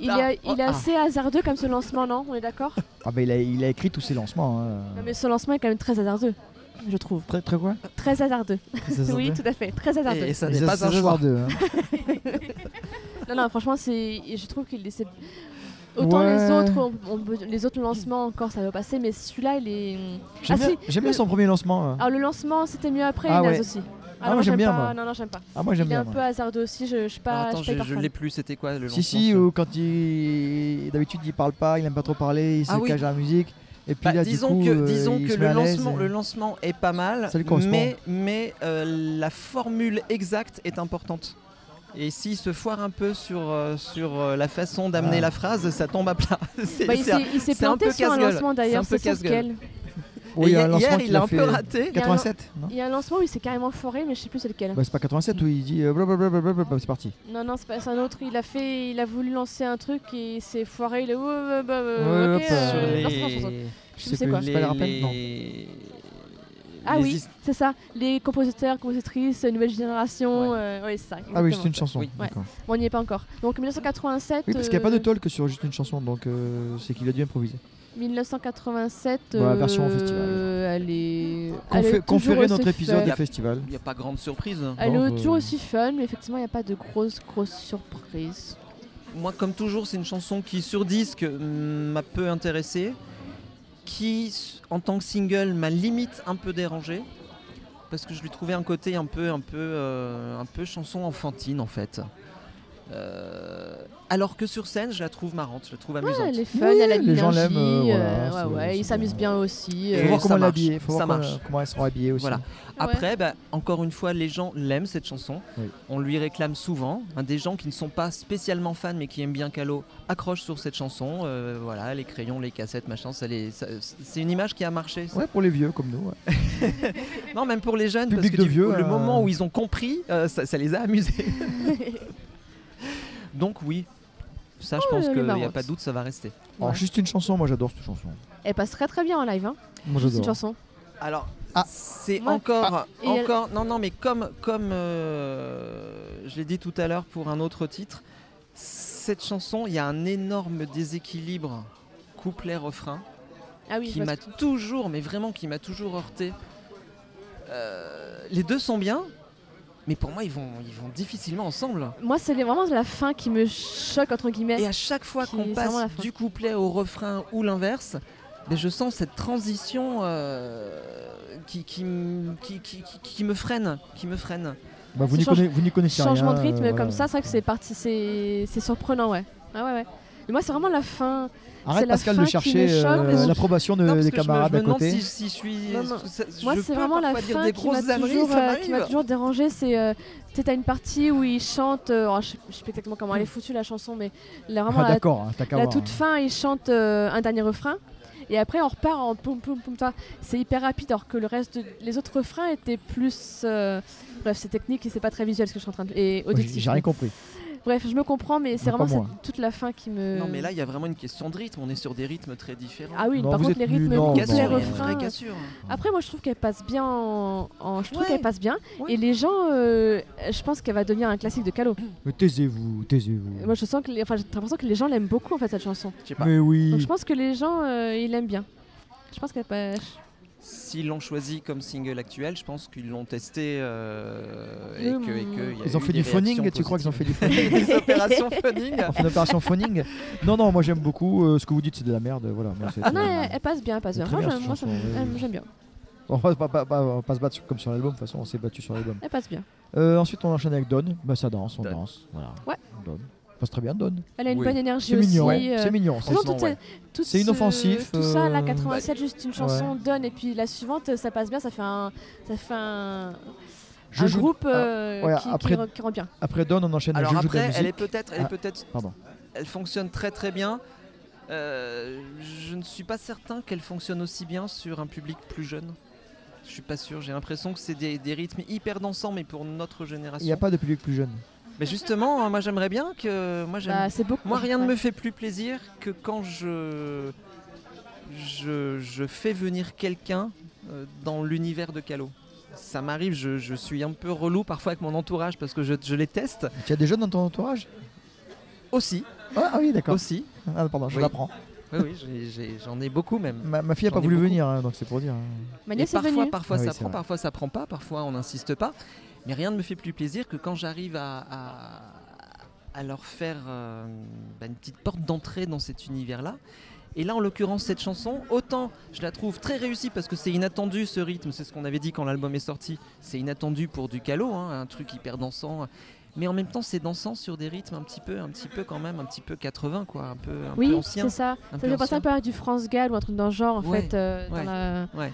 Speaker 2: il
Speaker 4: Ah,
Speaker 2: est, il est
Speaker 4: ah.
Speaker 2: assez hasardeux comme ce lancement, non On est d'accord
Speaker 3: Ah bah, il, a, il a écrit tous ses lancements. hein.
Speaker 2: Non, mais ce lancement est quand même très hasardeux, je trouve.
Speaker 3: Très, très quoi
Speaker 2: Très hasardeux. Oui, tout à fait, très hasardeux.
Speaker 4: Et, et Ah, bah, ça Ah,
Speaker 3: Mais
Speaker 4: n'est
Speaker 3: ça,
Speaker 4: pas
Speaker 3: ça, ça,
Speaker 4: un
Speaker 2: Bah,
Speaker 4: choix.
Speaker 3: voir deux, hein.
Speaker 2: Non, non, franchement, c'est, je trouve qu'il est. c'est- Autant les
Speaker 3: Ouais.
Speaker 2: autres, on- on peut- les autres lancements encore, ça va passer, mais celui-là, il est.
Speaker 3: J'aime
Speaker 2: Ah,
Speaker 3: bien,
Speaker 2: si,
Speaker 3: j'aime bien
Speaker 2: le-
Speaker 3: son premier lancement. hein.
Speaker 4: Ah,
Speaker 2: Alors le lancement, c'était mieux après,
Speaker 3: Ah
Speaker 2: naze
Speaker 3: ouais.
Speaker 2: aussi.
Speaker 3: Ah,
Speaker 2: non,
Speaker 3: moi, j'aime bien,
Speaker 2: pas-
Speaker 3: moi.
Speaker 2: Non, non, j'aime pas.
Speaker 3: Ah, moi
Speaker 2: Il
Speaker 3: j'aime
Speaker 2: est
Speaker 3: bien.
Speaker 2: un
Speaker 3: moi.
Speaker 2: peu hasardeux aussi. Je, je suis
Speaker 4: Alors,
Speaker 2: pas.
Speaker 4: attends,
Speaker 2: je suis
Speaker 4: je,
Speaker 2: pas
Speaker 4: je
Speaker 2: hyper fan.
Speaker 4: l'ai plus, c'était quoi le
Speaker 3: Si,
Speaker 4: lancement,
Speaker 3: si,
Speaker 4: ça
Speaker 3: ou quand il. D'habitude il parle pas, il aime pas trop parler, il se
Speaker 4: Ah oui.
Speaker 3: cache à la musique. Et puis
Speaker 4: Bah,
Speaker 3: là, du
Speaker 4: disons
Speaker 3: coup,
Speaker 4: que,
Speaker 3: euh,
Speaker 4: disons
Speaker 3: il
Speaker 4: que
Speaker 3: se met
Speaker 4: le,
Speaker 3: à l'aise
Speaker 4: lancement,
Speaker 3: et-
Speaker 4: le lancement est pas mal,
Speaker 3: Ça lui correspond.
Speaker 4: mais, mais euh, la formule exacte est importante. Et s'il se foire un peu sur, euh, sur euh, la façon d'amener
Speaker 3: Ah.
Speaker 4: la phrase, ça tombe à plat. C'est-
Speaker 2: Bah, il
Speaker 4: c'est un-
Speaker 2: s'est- il s'est
Speaker 4: c'est un
Speaker 2: planté
Speaker 4: peu
Speaker 2: sur un
Speaker 4: casse-gueule.
Speaker 2: lancement
Speaker 4: C'est
Speaker 2: d'ailleurs.
Speaker 4: un peu
Speaker 2: C'est sauf
Speaker 4: casse-gueule.
Speaker 2: lequel.
Speaker 3: Oui,
Speaker 4: Et
Speaker 3: il y a un
Speaker 4: hier,
Speaker 3: lancement
Speaker 4: il
Speaker 3: qu'il
Speaker 4: a
Speaker 3: a
Speaker 4: un peu
Speaker 3: fait-
Speaker 4: raté.
Speaker 2: y a un
Speaker 3: 87, non
Speaker 2: Il y a un lancement où il s'est carrément foré, mais je sais plus c'est lequel.
Speaker 3: Bah, c'est pas 87 où il dit euh, blablabla, blablabla, c'est parti.
Speaker 2: Non, non, c'est pas c'est un autre. Il a fait, il a voulu lancer un truc et il s'est foiré. Il est. Ouais, bah, bah, ok,
Speaker 3: Ouais, hop,
Speaker 2: euh,
Speaker 4: sur les...
Speaker 2: non, c'est pas chanson. Je sais plus
Speaker 3: sais plus.
Speaker 2: quoi.
Speaker 3: C'est pas la rappel, non.
Speaker 4: les-
Speaker 2: Ah
Speaker 4: les
Speaker 2: oui,
Speaker 4: his-
Speaker 2: c'est ça. Les compositeurs, compositrices, nouvelle génération. euh, Oui, c'est ça.
Speaker 3: Ah oui,
Speaker 2: exactement.
Speaker 3: juste une chanson.
Speaker 4: Oui.
Speaker 3: d'accord.
Speaker 2: Bon, On n'y est pas encore. Donc 1987.
Speaker 3: Oui, parce qu'il n'y a pas
Speaker 2: euh,
Speaker 3: de talk sur juste une chanson, donc euh, c'est qu'il a dû improviser.
Speaker 2: 1987.
Speaker 3: Dans la Bah, version
Speaker 2: euh,
Speaker 3: festival.
Speaker 2: Elle est. elle est
Speaker 3: Confé-
Speaker 2: toujours
Speaker 3: Conférer
Speaker 2: aussi
Speaker 3: notre épisode
Speaker 2: fun.
Speaker 3: du festival.
Speaker 4: Il n'y a pas grande surprise.
Speaker 2: Elle
Speaker 3: Non,
Speaker 2: est
Speaker 3: bah,
Speaker 2: toujours
Speaker 3: euh.
Speaker 2: aussi fun, mais effectivement, il n'y a pas de grosse, grosse surprise.
Speaker 4: Moi, comme toujours, c'est une chanson qui, sur disque, m'a peu intéressé, qui, s- en tant que single, m'a limite un peu dérangé, parce que je lui trouvais un côté un peu, un peu, euh, un peu chanson enfantine, en fait. Euh, alors que sur scène, je la trouve marrante, je la trouve amusante.
Speaker 2: Ah, elle est fun,
Speaker 3: Oui,
Speaker 2: elle a de
Speaker 3: les gens
Speaker 2: l'énergie.
Speaker 3: l'aiment, euh,
Speaker 2: euh, ouais,
Speaker 3: voilà, c'est-
Speaker 2: ouais,
Speaker 3: c'est
Speaker 2: ils s'amusent
Speaker 3: bien.
Speaker 2: bien aussi.
Speaker 3: Il
Speaker 4: Et
Speaker 3: faut
Speaker 2: euh,
Speaker 3: voir
Speaker 4: ça
Speaker 3: comment elle est
Speaker 4: marche,
Speaker 3: habillée, faut
Speaker 4: ça
Speaker 3: voir comment,
Speaker 4: marche.
Speaker 3: comment elle sera habillée aussi.
Speaker 4: Voilà. Après, bah, encore une fois, les gens l'aiment cette chanson.
Speaker 3: Oui.
Speaker 4: On lui réclame souvent. hein, des gens qui ne sont pas spécialement fans mais qui aiment bien Calo accrochent sur cette chanson. Euh, voilà, les crayons, les cassettes, machin. ça les- ça- c'est une image qui a marché. ça.
Speaker 3: Ouais, pour les vieux comme nous. ouais.
Speaker 4: Non, même pour les jeunes,
Speaker 3: Public
Speaker 4: parce que
Speaker 3: de
Speaker 4: du-
Speaker 3: vieux,
Speaker 4: le
Speaker 3: euh,
Speaker 4: moment où ils ont compris, euh, ça, ça les a amusés. Donc oui, ça, je pense
Speaker 2: elle est
Speaker 4: qu'il n'y a
Speaker 2: marrante.
Speaker 4: pas de doute, ça va rester.
Speaker 3: Alors,
Speaker 2: Ouais.
Speaker 3: juste une chanson, moi j'adore cette chanson.
Speaker 2: Elle passe très très bien en live, hein,
Speaker 3: Moi
Speaker 2: cette
Speaker 3: j'adore.
Speaker 2: chanson.
Speaker 4: Alors,
Speaker 3: Ah.
Speaker 4: c'est
Speaker 2: Moi- ah,
Speaker 4: encore,
Speaker 2: Et elle-
Speaker 4: encore, non, non, mais comme, comme euh, je l'ai dit tout à l'heure pour un autre titre, cette chanson, il y a un énorme déséquilibre couplet-refrain
Speaker 2: Ah oui,
Speaker 4: qui
Speaker 2: je vois
Speaker 4: m'a
Speaker 2: ce que-
Speaker 4: toujours, mais vraiment qui m'a toujours heurté. Euh, les deux sont bien, Mais pour moi, ils vont, ils vont difficilement ensemble.
Speaker 2: Moi, c'est les- vraiment la fin qui me choque, entre guillemets.
Speaker 4: Et à chaque fois
Speaker 2: Qui
Speaker 4: qu'on
Speaker 2: est vraiment la
Speaker 4: passe
Speaker 2: fin.
Speaker 4: du couplet au refrain ou l'inverse, ben, je sens cette transition euh, qui, qui, m- qui- qui- qui- qui me freine, qui me freine.
Speaker 3: Bah, vous
Speaker 2: Ce
Speaker 3: n'y
Speaker 2: change-
Speaker 3: connaissez, vous n'y connaissez
Speaker 2: changement
Speaker 3: rien,
Speaker 2: de rythme
Speaker 3: euh, voilà.
Speaker 2: comme ça, c'est vrai que c'est parti, c'est c'est surprenant, ouais. Ah ouais, ouais. Mais moi, c'est vraiment la fin.
Speaker 3: Arrête
Speaker 2: c'est la
Speaker 3: Pascal
Speaker 2: fin
Speaker 3: de
Speaker 2: qui
Speaker 3: chercher
Speaker 2: me choque,
Speaker 3: euh,
Speaker 4: mais-
Speaker 3: l'approbation de-
Speaker 4: Non, parce
Speaker 3: des
Speaker 4: que je me-
Speaker 3: camarades
Speaker 4: je me,
Speaker 3: à côté.
Speaker 4: demande si, si je suis.
Speaker 2: Non, non.
Speaker 4: ça-
Speaker 2: Moi,
Speaker 4: je
Speaker 2: c'est
Speaker 4: peux
Speaker 2: vraiment la
Speaker 4: parfois dire
Speaker 2: fin
Speaker 4: des
Speaker 2: qui m'a
Speaker 4: grosses âneries,
Speaker 2: toujours,
Speaker 4: ça
Speaker 2: euh, qui m'a
Speaker 4: m'arrive.
Speaker 2: toujours dérangé. C'est euh, tu sais, t'as une partie où ils chantent. euh, oh, je, sais- je sais pas exactement comment elle est foutue la chanson, mais là, vraiment
Speaker 3: Ah,
Speaker 2: la-
Speaker 3: D'accord, hein, t'as qu'à
Speaker 2: la,
Speaker 3: voir,
Speaker 2: toute
Speaker 3: hein.
Speaker 2: fin, ils chantent euh, un dernier refrain. Et après, on repart en poum poum poum. toi. C'est hyper rapide, alors que le reste, de- les autres refrains étaient plus. euh, bref, c'est technique et c'est pas très visuel ce que je suis en train de. Et
Speaker 3: Moi,
Speaker 2: auditif.
Speaker 3: J'ai j'ai rien compris.
Speaker 2: Bref, je me comprends, mais c'est
Speaker 3: Bah,
Speaker 2: vraiment
Speaker 3: pas moi.
Speaker 2: cette- toute la fin qui me.
Speaker 4: Non, mais là, il y a vraiment une question de rythme. On est sur des rythmes très différents.
Speaker 2: Ah oui,
Speaker 3: Non,
Speaker 2: par
Speaker 3: vous
Speaker 2: contre, les
Speaker 3: êtes nuls,
Speaker 2: rythmes,
Speaker 3: non,
Speaker 2: couplets,
Speaker 3: non,
Speaker 4: Cassure, il y a une
Speaker 2: refrains, euh,
Speaker 4: vraie cassure.
Speaker 2: Après, moi, je trouve qu'elle passe bien en. en- je trouve
Speaker 4: Ouais.
Speaker 2: qu'elle passe bien.
Speaker 4: Ouais.
Speaker 2: Et les gens, euh, je pense qu'elle va devenir un classique de Calo.
Speaker 3: Mais taisez-vous, taisez-vous.
Speaker 2: Moi, je sens que, les- enfin, j'ai l'impression que les gens l'aiment beaucoup en fait cette chanson.
Speaker 4: Je sais pas.
Speaker 3: Mais
Speaker 2: Donc,
Speaker 3: oui.
Speaker 2: je pense que les gens, euh, ils l'aiment bien. Je pense qu'elle passe.
Speaker 4: S'ils l'ont choisi comme single actuel, je pense qu'ils l'ont testé euh, et
Speaker 2: Oui,
Speaker 4: que, et
Speaker 2: mon-
Speaker 4: que il y a
Speaker 3: Ils ont
Speaker 4: eu
Speaker 3: fait
Speaker 4: des
Speaker 3: du phoning,
Speaker 4: réactions
Speaker 3: tu crois qu'ils ont fait
Speaker 4: positives.
Speaker 3: du phoning
Speaker 4: des opérations phoning
Speaker 3: On fait une opération phoning Non, non, moi j'aime beaucoup. euh, ce que vous dites, c'est de la merde. Voilà. moi, c'est-
Speaker 2: Ah non, elle, elle passe bien, elle passe
Speaker 3: C'est
Speaker 2: bien.
Speaker 3: très
Speaker 2: Moi,
Speaker 3: bien,
Speaker 2: j'aime-
Speaker 3: cette
Speaker 2: moi, ça
Speaker 3: chanson,
Speaker 2: me-
Speaker 3: ouais.
Speaker 2: elle- j'aime bien.
Speaker 3: On va pas, pas- pas- on va pas se battre sur- comme sur l'album, de toute façon on s'est battu sur l'album.
Speaker 2: Elle passe bien.
Speaker 3: Euh, ensuite on enchaîne avec Don, bah ça danse, on
Speaker 4: Don.
Speaker 3: danse, voilà.
Speaker 2: Ouais.
Speaker 3: Don. Ça passe très bien Don.
Speaker 2: Elle a une
Speaker 4: Oui.
Speaker 2: bonne énergie
Speaker 3: C'est
Speaker 2: aussi.
Speaker 3: mignon, hein.
Speaker 2: euh,
Speaker 3: c'est mignon.
Speaker 2: franchement, tout est- tout
Speaker 3: c'est
Speaker 2: ce-
Speaker 3: inoffensif,
Speaker 2: Tout ça, la
Speaker 3: euh,
Speaker 2: 87, juste une chanson donne, et puis la suivante, ça passe bien, ça fait un, ça fait un,
Speaker 3: Je
Speaker 2: un
Speaker 3: joue-
Speaker 2: groupe euh,
Speaker 3: ouais,
Speaker 2: qui- qui,
Speaker 3: après-
Speaker 2: re- qui rend bien.
Speaker 3: Après Don on enchaîne
Speaker 4: Alors
Speaker 3: avec Joujou de la
Speaker 4: après, elle est
Speaker 3: musique.
Speaker 4: peut-être, elle est
Speaker 3: Ah.
Speaker 4: peut-être,
Speaker 3: Pardon.
Speaker 4: elle fonctionne très très bien. Euh, je ne suis pas certain qu'elle fonctionne aussi bien sur un public plus jeune. Je suis pas sûr. J'ai l'impression que c'est des, des rythmes hyper dansants, mais pour notre
Speaker 3: Il n'y a
Speaker 4: génération.
Speaker 3: pas de public plus jeune.
Speaker 4: Mais justement, hein, moi j'aimerais bien que, moi j'aime-
Speaker 2: Bah, c'est beaucoup.
Speaker 4: moi rien ne
Speaker 2: ouais.
Speaker 4: me fait plus plaisir que quand je je, je fais venir quelqu'un euh, dans l'univers de Calo. Ça m'arrive, je, je suis un peu relou parfois avec mon entourage parce que je, je les teste
Speaker 3: Tu as des jeunes dans ton entourage
Speaker 4: aussi,
Speaker 3: ah, ah oui d'accord.
Speaker 4: aussi.
Speaker 3: Ah, pardon, je
Speaker 4: Oui.
Speaker 3: l'apprends.
Speaker 4: Oui, oui, j'ai- j'ai- j'en ai beaucoup même.
Speaker 3: Ma, ma fille a
Speaker 4: J'en
Speaker 3: pas
Speaker 4: ai
Speaker 3: voulu
Speaker 4: beaucoup.
Speaker 3: venir, hein, donc c'est pour dire. hein.
Speaker 2: Ma
Speaker 4: Et
Speaker 2: nièce est
Speaker 4: parfois,
Speaker 2: venue.
Speaker 4: parfois
Speaker 3: Ah oui,
Speaker 4: ça
Speaker 3: c'est
Speaker 4: prend,
Speaker 3: vrai.
Speaker 4: parfois ça prend pas, parfois on n'insiste pas. Mais rien ne me fait plus plaisir que quand j'arrive à, à- à leur faire euh, bah, une petite porte d'entrée dans cet univers-là. Et là, en l'occurrence, cette chanson, autant je la trouve très réussie parce que c'est inattendu ce rythme, c'est ce qu'on avait dit quand l'album est sorti, c'est inattendu pour du calot, hein, un truc hyper dansant. Mais en même temps, c'est dansant sur des rythmes un petit peu, un petit peu quand même, un petit peu 80 quoi, un peu, un
Speaker 2: Oui,
Speaker 4: peu ancien.
Speaker 2: c'est ça.
Speaker 4: un
Speaker 2: Ça
Speaker 4: peu
Speaker 2: fait penser
Speaker 4: ancien.
Speaker 2: un peu à du France Gall ou un truc dans le genre, en
Speaker 4: Ouais,
Speaker 2: fait. euh, dans
Speaker 4: ouais,
Speaker 2: la-
Speaker 4: ouais.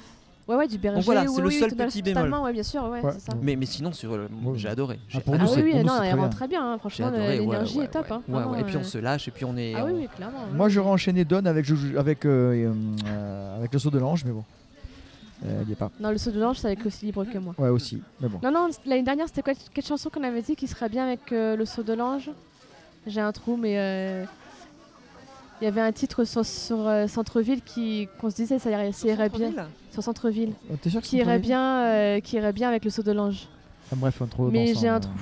Speaker 2: ouais, ouais, du Berger.
Speaker 4: voilà, c'est
Speaker 2: oui,
Speaker 4: le
Speaker 2: oui,
Speaker 4: seul
Speaker 2: total-
Speaker 4: petit bémol.
Speaker 2: totalement, ouais, bien sûr, ouais,
Speaker 3: Ouais. Ah
Speaker 2: c'est ça.
Speaker 4: Mais, mais sinon, sur le-
Speaker 3: Ouais.
Speaker 4: j'ai adoré. J'ai
Speaker 3: pour
Speaker 2: Ah
Speaker 3: nous,
Speaker 4: adoré.
Speaker 2: oui, oui,
Speaker 3: pour nous,
Speaker 2: non,
Speaker 3: c'est
Speaker 2: elle
Speaker 3: très
Speaker 2: rentre
Speaker 3: bien.
Speaker 2: très bien. hein,
Speaker 4: J'ai
Speaker 2: franchement,
Speaker 4: adoré. ouais,
Speaker 2: l'énergie
Speaker 4: ouais,
Speaker 2: est top.
Speaker 4: ouais.
Speaker 2: hein,
Speaker 4: Ouais, ouais,
Speaker 2: vraiment,
Speaker 4: Et puis
Speaker 2: euh.
Speaker 4: on se lâche et puis on est.
Speaker 2: Ah oui,
Speaker 4: on-
Speaker 2: oui, clairement.
Speaker 3: Moi j'aurais enchaîné Don avec, Joujou- avec, euh, euh, avec le saut de l'ange, mais bon. Euh, il n'y est pas.
Speaker 2: Non, le saut de l'ange, c'est avec aussi libre que moi.
Speaker 3: Ouais aussi, mais bon.
Speaker 2: Non, non, c- l'année dernière, c'était quoi Quelle chanson qu'on avait dit qui serait bien avec euh, le saut de l'ange J'ai un trou, mais. euh, Il y avait un titre sur, sur, euh, Centre-Ville qui- qu'on se disait ça irait, ça irait bien.
Speaker 4: Centre-ville.
Speaker 2: Sur Centre-Ville.
Speaker 3: Oh, T'es sûr que
Speaker 2: Qui
Speaker 3: c'est
Speaker 2: irait
Speaker 3: ton idée
Speaker 2: bien, euh, qui irait bien avec le saut de l'ange.
Speaker 3: Ah, Bref, un trou.
Speaker 2: Mais
Speaker 3: dansant,
Speaker 2: j'ai un
Speaker 3: euh.
Speaker 2: trou.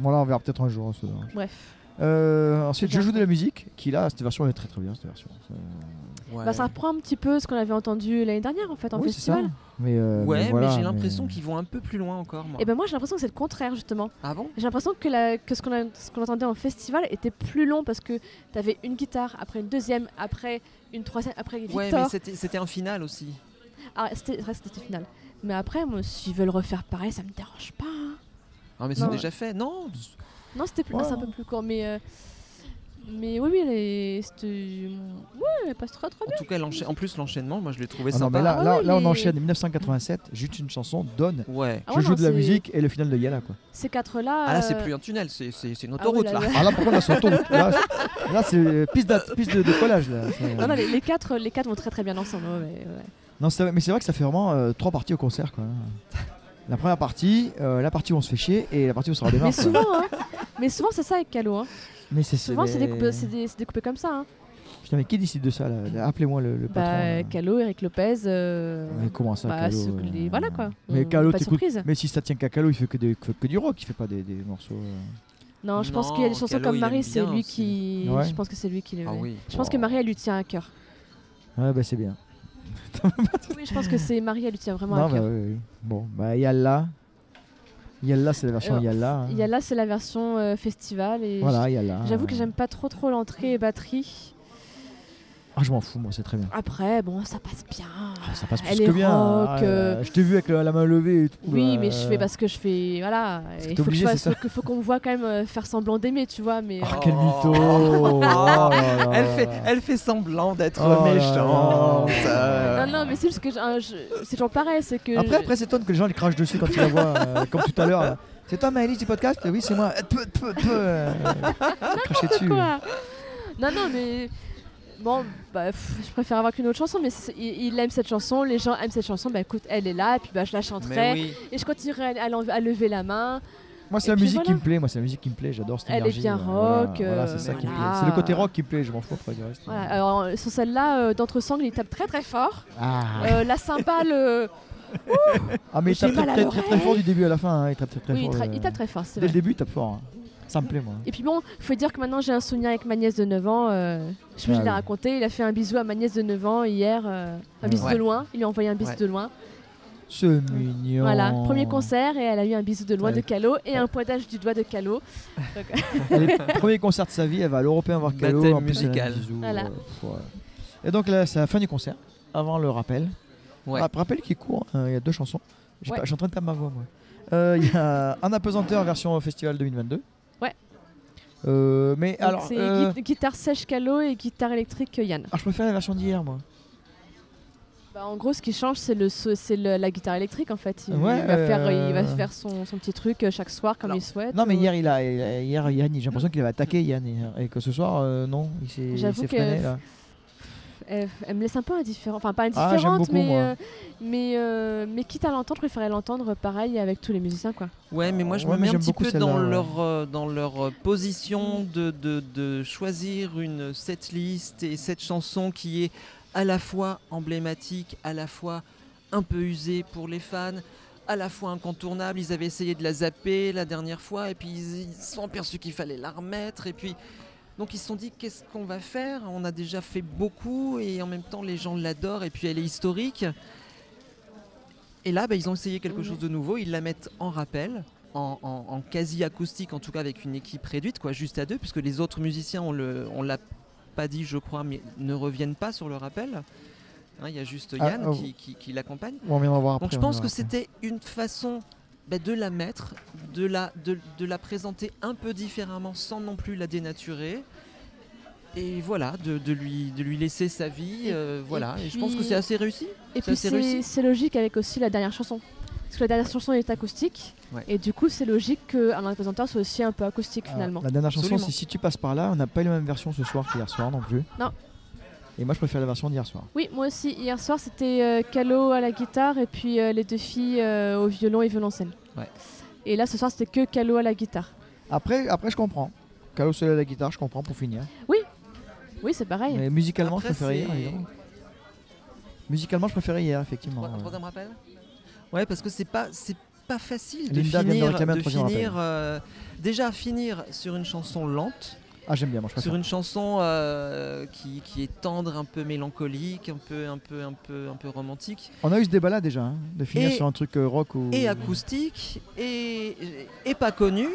Speaker 3: Bon là on verra peut-être un jour. hein, ce saut de l'ange.
Speaker 2: Bref.
Speaker 3: Euh, ensuite, je
Speaker 2: Bien.
Speaker 3: joue de la musique, qui là, cette version elle est très très bien, cette version. Euh,
Speaker 4: Ouais,
Speaker 2: Bah, ça reprend un petit peu ce qu'on avait entendu l'année dernière en fait en
Speaker 3: oui, c'est ça.
Speaker 2: festival.
Speaker 3: Mais, euh,
Speaker 4: Ouais, mais,
Speaker 3: voilà,
Speaker 4: j'ai l'impression qu'ils vont un peu plus loin encore. Moi.
Speaker 2: Et ben moi j'ai l'impression que c'est le contraire justement.
Speaker 4: Ah bon
Speaker 2: J'ai l'impression que, la- que ce qu'on a- ce qu'on entendait en festival était plus long parce que t'avais une guitare, après une deuxième, après une troisième, après
Speaker 4: Ouais, mais
Speaker 2: Victor.
Speaker 4: c'était- c'était un final aussi.
Speaker 2: Ah, c'était ouais, c'était final. Mais après, moi, s'ils veulent refaire pareil, ça me dérange pas. hein.
Speaker 4: Ah, mais c'est
Speaker 2: Non.
Speaker 4: déjà fait. Non
Speaker 2: Non, c'était plus,
Speaker 3: Ouais,
Speaker 2: c'est un
Speaker 3: non.
Speaker 2: peu plus court, mais euh, mais oui, oui, les, c'était- ouais, elle passe très très
Speaker 4: En tout cas, l'encha- en plus, l'enchaînement, moi je l'ai trouvé
Speaker 3: Ah non,
Speaker 4: sympa.
Speaker 3: mais là,
Speaker 2: Ah
Speaker 3: là,
Speaker 2: ouais,
Speaker 3: là, on
Speaker 2: mais-
Speaker 3: enchaîne 1987, juste une chanson, donne.
Speaker 4: Ouais.
Speaker 2: Ah
Speaker 3: je
Speaker 2: ouais,
Speaker 3: joue
Speaker 2: non,
Speaker 3: de la
Speaker 2: c'est-
Speaker 3: musique et le final de Yala quoi.
Speaker 2: Ces quatre-là.
Speaker 4: Ah là, c'est
Speaker 2: euh,
Speaker 4: plus un tunnel, c'est- c'est c'est une
Speaker 2: ah oui,
Speaker 4: autoroute là.
Speaker 3: Ah là, pourquoi là, c'est autoroute Là, c'est- là, c'est euh, piste, d'a- piste de, de collage là. C'est-
Speaker 2: Ah Non, non, les, les quatre, les quatre vont très très bien ensemble. ouais, ouais, ouais.
Speaker 3: Non, c'est- mais c'est vrai que ça fait vraiment euh, trois parties au concert quoi. La première partie, euh, la partie où on se fait chier et la partie où on se redémarre.
Speaker 2: Mais
Speaker 3: quoi.
Speaker 2: souvent, hein, mais souvent c'est ça avec Calo. Hein.
Speaker 3: mais c'est
Speaker 2: Souvent c'est
Speaker 3: mais-
Speaker 2: découpé, c'est des- c'est découpé comme ça. Hein.
Speaker 3: Putain, mais qui décide de ça là Appelez-moi le, le patron.
Speaker 2: Bah,
Speaker 3: là.
Speaker 2: Calo, Eric Lopez. euh,
Speaker 3: Mais comment ça,
Speaker 2: bah,
Speaker 3: Calo,
Speaker 2: ceux que les-
Speaker 3: euh,
Speaker 2: Voilà quoi.
Speaker 3: Mais
Speaker 2: On-
Speaker 3: Calo,
Speaker 2: pas de
Speaker 3: t'écoutes-
Speaker 2: surprise.
Speaker 3: Mais si ça tient qu'à Calo, il fait que, des- que, que du rock, il fait pas des, des morceaux. euh.
Speaker 2: Non, je pense
Speaker 4: Non,
Speaker 2: qu'il y a des chansons
Speaker 4: Calo, il
Speaker 2: comme
Speaker 4: aime
Speaker 2: Marie, c'est
Speaker 4: bien
Speaker 2: lui
Speaker 4: aussi.
Speaker 2: qui.
Speaker 3: Ouais.
Speaker 2: Je pense que c'est lui qui le.
Speaker 4: Ah oui.
Speaker 2: Je pense que Marie, elle lui tient à cœur.
Speaker 3: Ouais, bah c'est bien.
Speaker 2: Oui, je pense que c'est Marie, elle lui tient vraiment
Speaker 3: non,
Speaker 2: à
Speaker 3: bah,
Speaker 2: cœur.
Speaker 3: oui, oui. Bon, bah Yalla. Yalla, c'est la version
Speaker 2: Alors,
Speaker 3: Yalla. hein.
Speaker 2: Il y a là, c'est la version euh, festival. Et
Speaker 3: Voilà, Yalla.
Speaker 2: J'avoue que j'aime pas trop trop l'entrée et batterie.
Speaker 3: Ah, je m'en fous, moi, c'est très bien.
Speaker 2: Après, bon, ça passe bien.
Speaker 3: Ah, ça passe plus
Speaker 2: Elle
Speaker 3: que
Speaker 2: est
Speaker 3: bien.
Speaker 2: rock,
Speaker 3: Ah,
Speaker 2: euh,
Speaker 3: Je t'ai vu avec la, la main levée et tout.
Speaker 2: Oui,
Speaker 3: là.
Speaker 2: mais je fais parce que je fais. Voilà.
Speaker 3: C'est
Speaker 2: Il faut que
Speaker 3: obligé,
Speaker 2: je fasse-
Speaker 3: c'est ça.
Speaker 2: faut que- faut qu'on me voit quand même euh, faire semblant d'aimer, tu vois. Mais
Speaker 3: Ah,
Speaker 4: Oh.
Speaker 3: quel mytho Oh là là
Speaker 4: Elle
Speaker 3: là
Speaker 4: fait,
Speaker 3: là.
Speaker 4: elle fait semblant d'être
Speaker 3: Oh là
Speaker 4: méchante.
Speaker 3: là.
Speaker 4: euh.
Speaker 2: non, non, mais c'est juste que j'ai un- je- c'est toujours pareil, c'est que.
Speaker 3: Après,
Speaker 2: je-
Speaker 3: après c'est toi que les gens les crachent dessus quand ils la voient, euh, comme tout à l'heure. là. C'est toi, Maëlys du podcast Oui, c'est moi. Euh, peu, peu, peu, euh, cracher dessus.
Speaker 2: Quoi Non, non, mais. Bon, bah, pff, je préfère avoir qu'une autre chanson, mais c'est- il, il aime cette chanson, les gens aiment cette chanson, bah écoute, elle est là, et puis bah, je la chanterai,
Speaker 4: Mais oui.
Speaker 2: et je continuerai à, à l'en- à lever la main.
Speaker 3: Moi,
Speaker 2: Et
Speaker 3: c'est la
Speaker 2: puis
Speaker 3: musique qui
Speaker 2: voilà.
Speaker 3: me plaît. Moi, c'est la musique qui me plaît. J'adore cette
Speaker 2: Elle est
Speaker 3: énergie.
Speaker 2: bien
Speaker 3: euh, voilà.
Speaker 2: rock,
Speaker 3: Voilà, c'est
Speaker 2: euh,
Speaker 3: ça qui me plaît.
Speaker 2: voilà.
Speaker 3: C'est le côté rock qui me plaît. Je m'en fous après du reste.
Speaker 2: Voilà, alors sur celle-là, euh, d'entre sangles, il tape très très fort.
Speaker 3: Ah.
Speaker 2: Euh, la cymbale, euh,
Speaker 3: Ah, mais il
Speaker 2: j'ai
Speaker 3: tape très,
Speaker 2: mal à
Speaker 3: très, très, très
Speaker 2: l'oreille.
Speaker 3: fort du début à la fin. hein. Il tape très, très
Speaker 2: oui, il,
Speaker 3: fort.
Speaker 2: tra-
Speaker 3: euh,
Speaker 2: il tape très fort, c'est
Speaker 3: Dès
Speaker 2: vrai.
Speaker 3: le début, il tape fort. hein. Ça me plaît, moi.
Speaker 2: Et puis bon, faut dire que maintenant j'ai un souvenir avec ma nièce de 9 ans. euh, je sais pas,
Speaker 3: Ah
Speaker 2: je l'ai
Speaker 3: oui.
Speaker 2: raconté. Il a fait un bisou à ma nièce de 9 ans hier. euh, un
Speaker 3: Ouais.
Speaker 2: bisou
Speaker 4: Ouais.
Speaker 2: de loin. Il lui a envoyé un bisou
Speaker 4: Ouais.
Speaker 2: de loin.
Speaker 3: C'est mignon.
Speaker 2: Voilà, premier concert et elle a eu un bisou de loin
Speaker 3: Elle-
Speaker 2: de Calo et un pointage du doigt de Calo.
Speaker 3: Elle est- premier concert de sa vie, elle va à l'Européen voir Calo.
Speaker 4: Baptême
Speaker 3: en plus, elle a un
Speaker 4: musical.
Speaker 3: bisou,
Speaker 2: Voilà.
Speaker 3: euh, pff, ouais. Et donc là, c'est la fin du concert, avant le rappel.
Speaker 4: Ouais.
Speaker 3: Rap- rappel qui est court, hein, il y a deux chansons. J'ai
Speaker 2: Ouais.
Speaker 3: pas- Je suis en train de perdre ma voix, moi. Euh, Il y a Un apesanteur version Festival 2022.
Speaker 2: Ouais.
Speaker 3: Euh, mais
Speaker 2: Donc,
Speaker 3: alors,
Speaker 2: c'est
Speaker 3: euh,
Speaker 2: gui- guitare sèche Calo et guitare électrique euh, Yann.
Speaker 3: ah, je préfère la version d'hier, moi.
Speaker 2: Bah, en gros, ce qui change, c'est le so- c'est le- la guitare électrique en fait. Il,
Speaker 3: Ouais,
Speaker 2: il va, faire, il va
Speaker 3: euh,
Speaker 2: faire son, son petit truc euh, chaque soir comme
Speaker 4: Alors,
Speaker 2: il souhaite.
Speaker 3: Non, mais
Speaker 2: ou-
Speaker 3: hier, il a, il a- hier Yann, j'ai l'impression qu'il avait attaqué Yann. hier. Et que ce soir, euh, non, il s'est il
Speaker 2: J'avoue
Speaker 3: s'est
Speaker 2: que-
Speaker 3: freiné, là.
Speaker 2: Euh, elle, elle me laisse un peu indifférente. Enfin, pas
Speaker 3: Ah, j'aime
Speaker 2: indifférente,
Speaker 3: beaucoup,
Speaker 2: mais,
Speaker 3: moi.
Speaker 2: euh, mais, euh, mais quitte à l'entendre, je préférais l'entendre pareil avec tous les musiciens. quoi.
Speaker 4: Ouais, mais moi je
Speaker 3: Ouais,
Speaker 4: me
Speaker 3: mais
Speaker 4: mets un
Speaker 3: j'aime
Speaker 4: petit
Speaker 3: beaucoup
Speaker 4: peu dans
Speaker 3: celle-là, ouais.
Speaker 4: leur, euh, dans leur euh, position de, de, de choisir une setlist et cette chanson qui est à la fois emblématique, à la fois un peu usée pour les fans, à la fois incontournable. Ils avaient essayé de la zapper la dernière fois et puis ils ils se sont aperçus qu'il fallait la remettre et puis. Donc ils se sont dit qu'est-ce qu'on va faire On a déjà fait beaucoup et en même temps les gens l'adorent et puis elle est historique. Et là, bah, ils ont essayé quelque chose de nouveau. Ils la mettent en rappel, en, en- en quasi acoustique, en tout cas avec une équipe réduite, quoi, juste à deux, puisque les autres musiciens, on le, on l'a pas dit, je crois, mais ne reviennent pas sur le rappel. Hein, Il y a juste
Speaker 3: Ah,
Speaker 4: Yann
Speaker 3: oh.
Speaker 4: qui- qui- qui l'accompagne.
Speaker 3: On viendra voir après.
Speaker 4: Donc je
Speaker 3: on
Speaker 4: pense
Speaker 3: verra
Speaker 4: que
Speaker 3: après.
Speaker 4: c'était une façon bah, de la mettre, de la, de, de la présenter un peu différemment sans non plus la dénaturer. Et voilà, de, de lui, de lui laisser sa vie. euh, voilà, et, je pense que
Speaker 2: puis-
Speaker 4: c'est assez réussi.
Speaker 2: Et
Speaker 4: Ça,
Speaker 2: puis
Speaker 4: c'est
Speaker 2: c'est
Speaker 4: réussi.
Speaker 2: c'est logique avec aussi la dernière chanson. Parce que la dernière chanson est acoustique.
Speaker 4: Ouais.
Speaker 2: Et du coup, c'est logique qu'un représentant soit aussi un peu acoustique
Speaker 3: Ah,
Speaker 2: finalement.
Speaker 3: La dernière chanson,
Speaker 4: Absolument.
Speaker 3: c'est Si tu passes par là, on n'a pas eu la même version ce soir qu'hier soir non plus.
Speaker 2: Non.
Speaker 3: Et moi, je préfère la version d'hier soir.
Speaker 2: Oui, moi aussi, hier soir, c'était euh, Calo à la guitare et puis euh, les deux filles euh, au violon et violoncelle.
Speaker 4: Ouais.
Speaker 2: Et là, ce soir, c'était que Calo à la guitare.
Speaker 3: Après, après je comprends. Calo Soleil à la guitare, je comprends pour finir.
Speaker 2: Oui, c'est pareil.
Speaker 3: Mais musicalement,
Speaker 4: Après,
Speaker 3: je préférais hier,
Speaker 4: c'est-
Speaker 3: évidemment. Musicalement, je préférais hier, effectivement.
Speaker 4: Trois-
Speaker 3: ouais.
Speaker 4: Troisième rappel Ouais, parce que c'est pas, c'est pas facile de
Speaker 3: Linda vient de
Speaker 4: finir,
Speaker 3: réclamer un
Speaker 4: de
Speaker 3: troisième
Speaker 4: finir euh, déjà finir sur une chanson lente.
Speaker 3: Ah, j'aime bien, moi, je préfère.
Speaker 4: sur une chanson euh, qui, qui est tendre, un peu mélancolique, un peu, un peu, un peu, un peu romantique,
Speaker 3: On a eu ce débat-là déjà, hein, de finir
Speaker 4: Et-
Speaker 3: sur un truc euh, rock ou.
Speaker 4: et acoustique, et, et pas connue,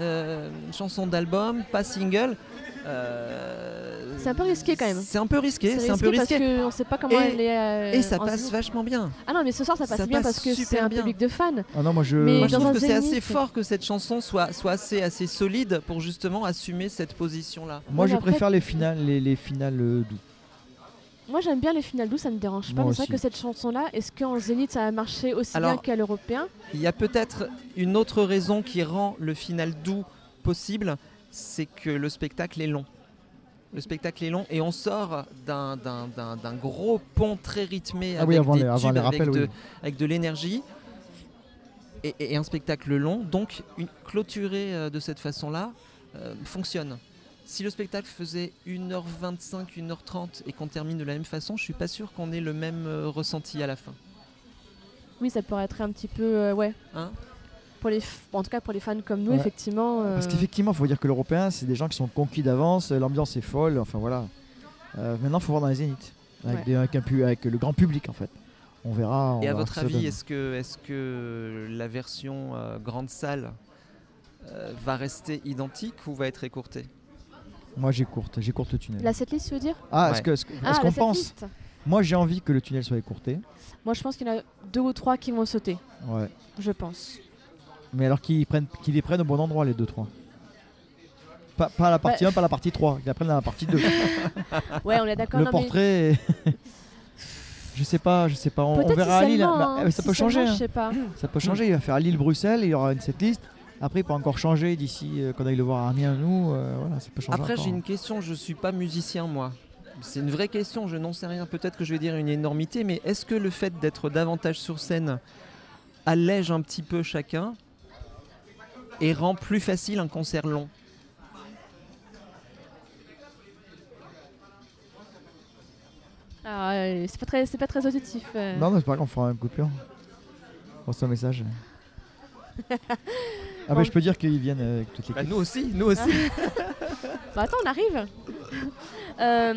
Speaker 4: euh, une chanson d'album, pas single. euh,
Speaker 2: C'est un peu risqué, quand même.
Speaker 4: C'est un peu risqué, c'est un peu risqué.
Speaker 2: Parce qu'on sait pas comment
Speaker 4: Et-
Speaker 2: elle est. euh,
Speaker 4: Et ça
Speaker 2: en
Speaker 4: passe
Speaker 2: solo.
Speaker 4: vachement bien.
Speaker 2: Ah non, mais ce soir, ça passe
Speaker 4: ça
Speaker 2: bien
Speaker 4: passe
Speaker 2: parce que c'est
Speaker 4: super
Speaker 2: un
Speaker 4: bien.
Speaker 2: public de fans.
Speaker 3: Ah non, moi, je.
Speaker 2: Mais
Speaker 4: Moi, je
Speaker 2: dans
Speaker 4: trouve
Speaker 2: un
Speaker 4: que c'est assez
Speaker 2: zénith.
Speaker 4: fort que cette chanson soit, soit assez, assez solide pour justement assumer cette position-là.
Speaker 3: Moi,
Speaker 2: Oui,
Speaker 3: je
Speaker 2: mais après-
Speaker 3: préfère les finales, les, les finales euh, doux.
Speaker 2: Moi j'aime bien les finales douces, ça me dérange pas,
Speaker 3: Moi
Speaker 2: mais c'est vrai
Speaker 3: aussi.
Speaker 2: que cette chanson là, est-ce qu'en Zénith ça a marché aussi
Speaker 4: Alors-
Speaker 2: bien qu'à l'européen
Speaker 4: Il y a peut-être une autre raison qui rend le final doux possible, c'est que le spectacle est long. Le spectacle est long et on sort d'un- d'un d'un- d'un gros pont très rythmé
Speaker 3: Ah
Speaker 4: avec
Speaker 3: oui, avant
Speaker 4: des
Speaker 3: les- avant
Speaker 4: tubes,
Speaker 3: les
Speaker 4: avec
Speaker 3: rappels,
Speaker 4: de,
Speaker 3: oui.
Speaker 4: avec de l'énergie et, et- et un spectacle long. Donc, une, clôturer euh, de cette façon-là euh, fonctionne. Si le spectacle faisait 1h25, 1h30 et qu'on termine de la même façon, je suis pas sûr qu'on ait le même euh, ressenti à la fin.
Speaker 2: Oui, ça pourrait être un petit peu. euh, ouais.
Speaker 4: Hein
Speaker 2: pour les f- En tout cas pour les fans comme nous,
Speaker 3: Ouais.
Speaker 2: effectivement.
Speaker 3: Parce
Speaker 2: euh,
Speaker 3: qu'effectivement, il faut dire que l'Européen, c'est des gens qui sont conquis d'avance, euh, l'ambiance est folle, enfin voilà. Euh, maintenant, il faut voir dans les zéniths, avec,
Speaker 2: Ouais.
Speaker 3: des- avec un pu- avec le grand public en fait. On verra. on
Speaker 4: Et à
Speaker 3: verra
Speaker 4: votre
Speaker 3: ce que ça
Speaker 4: avis,
Speaker 3: donne.
Speaker 4: est-ce que, est que la version euh, grande salle euh, va rester identique ou va être écourtée
Speaker 3: Moi, j'ai courte, j'ai courte le tunnel.
Speaker 2: La setlist, tu veux dire
Speaker 3: Ah, est-ce
Speaker 4: Ouais.
Speaker 3: que- est-ce que-
Speaker 2: Ah,
Speaker 3: est-ce qu'on
Speaker 2: la
Speaker 3: pense
Speaker 2: setlist.
Speaker 3: Moi, j'ai envie que le tunnel soit écourté.
Speaker 2: Moi, je pense qu'il y en a deux ou trois qui vont sauter,
Speaker 3: Ouais.
Speaker 2: je pense.
Speaker 3: Mais alors qu'ils prennent, qu'ils les prennent au bon endroit, les 2-3. Pas, pas la
Speaker 2: Bah,
Speaker 3: partie 1, pas la partie 3. Qu'ils la prennent dans la partie 2.
Speaker 2: Ouais, on est d'accord.
Speaker 3: le
Speaker 2: non, mais
Speaker 3: portrait. est- je sais pas, je sais pas. On, on
Speaker 2: peut-être si
Speaker 3: verra à Lille.
Speaker 2: seulement,
Speaker 3: Bah,
Speaker 2: hein,
Speaker 3: euh, ça
Speaker 2: si
Speaker 3: peut
Speaker 2: seulement,
Speaker 3: changer.
Speaker 2: Je sais pas.
Speaker 3: hein. Ça peut changer. Il va faire Lille-Bruxelles. Il y aura une setlist. Après, il peut encore changer d'ici euh, qu'on aille le voir à Amiens, nous. euh, voilà, ça peut changer.
Speaker 4: Après,
Speaker 3: encore,
Speaker 4: j'ai
Speaker 3: hein.
Speaker 4: une question, je suis pas musicien moi. C'est une vraie question, je n'en sais rien. Peut-être que je vais dire une énormité, mais est-ce que le fait d'être davantage sur scène allège un petit peu chacun et rend plus facile un concert long
Speaker 2: Alors, euh, c'est pas très, c'est pas très auditif. euh.
Speaker 3: Non, non, c'est pas grave, on fera une coupure. On reçoit un message. ah, bah,
Speaker 2: Bon.
Speaker 3: je peux dire qu'ils viennent euh, avec toutes les
Speaker 4: Bah, Nous aussi, nous aussi.
Speaker 2: Bah, attends, on arrive. Euh,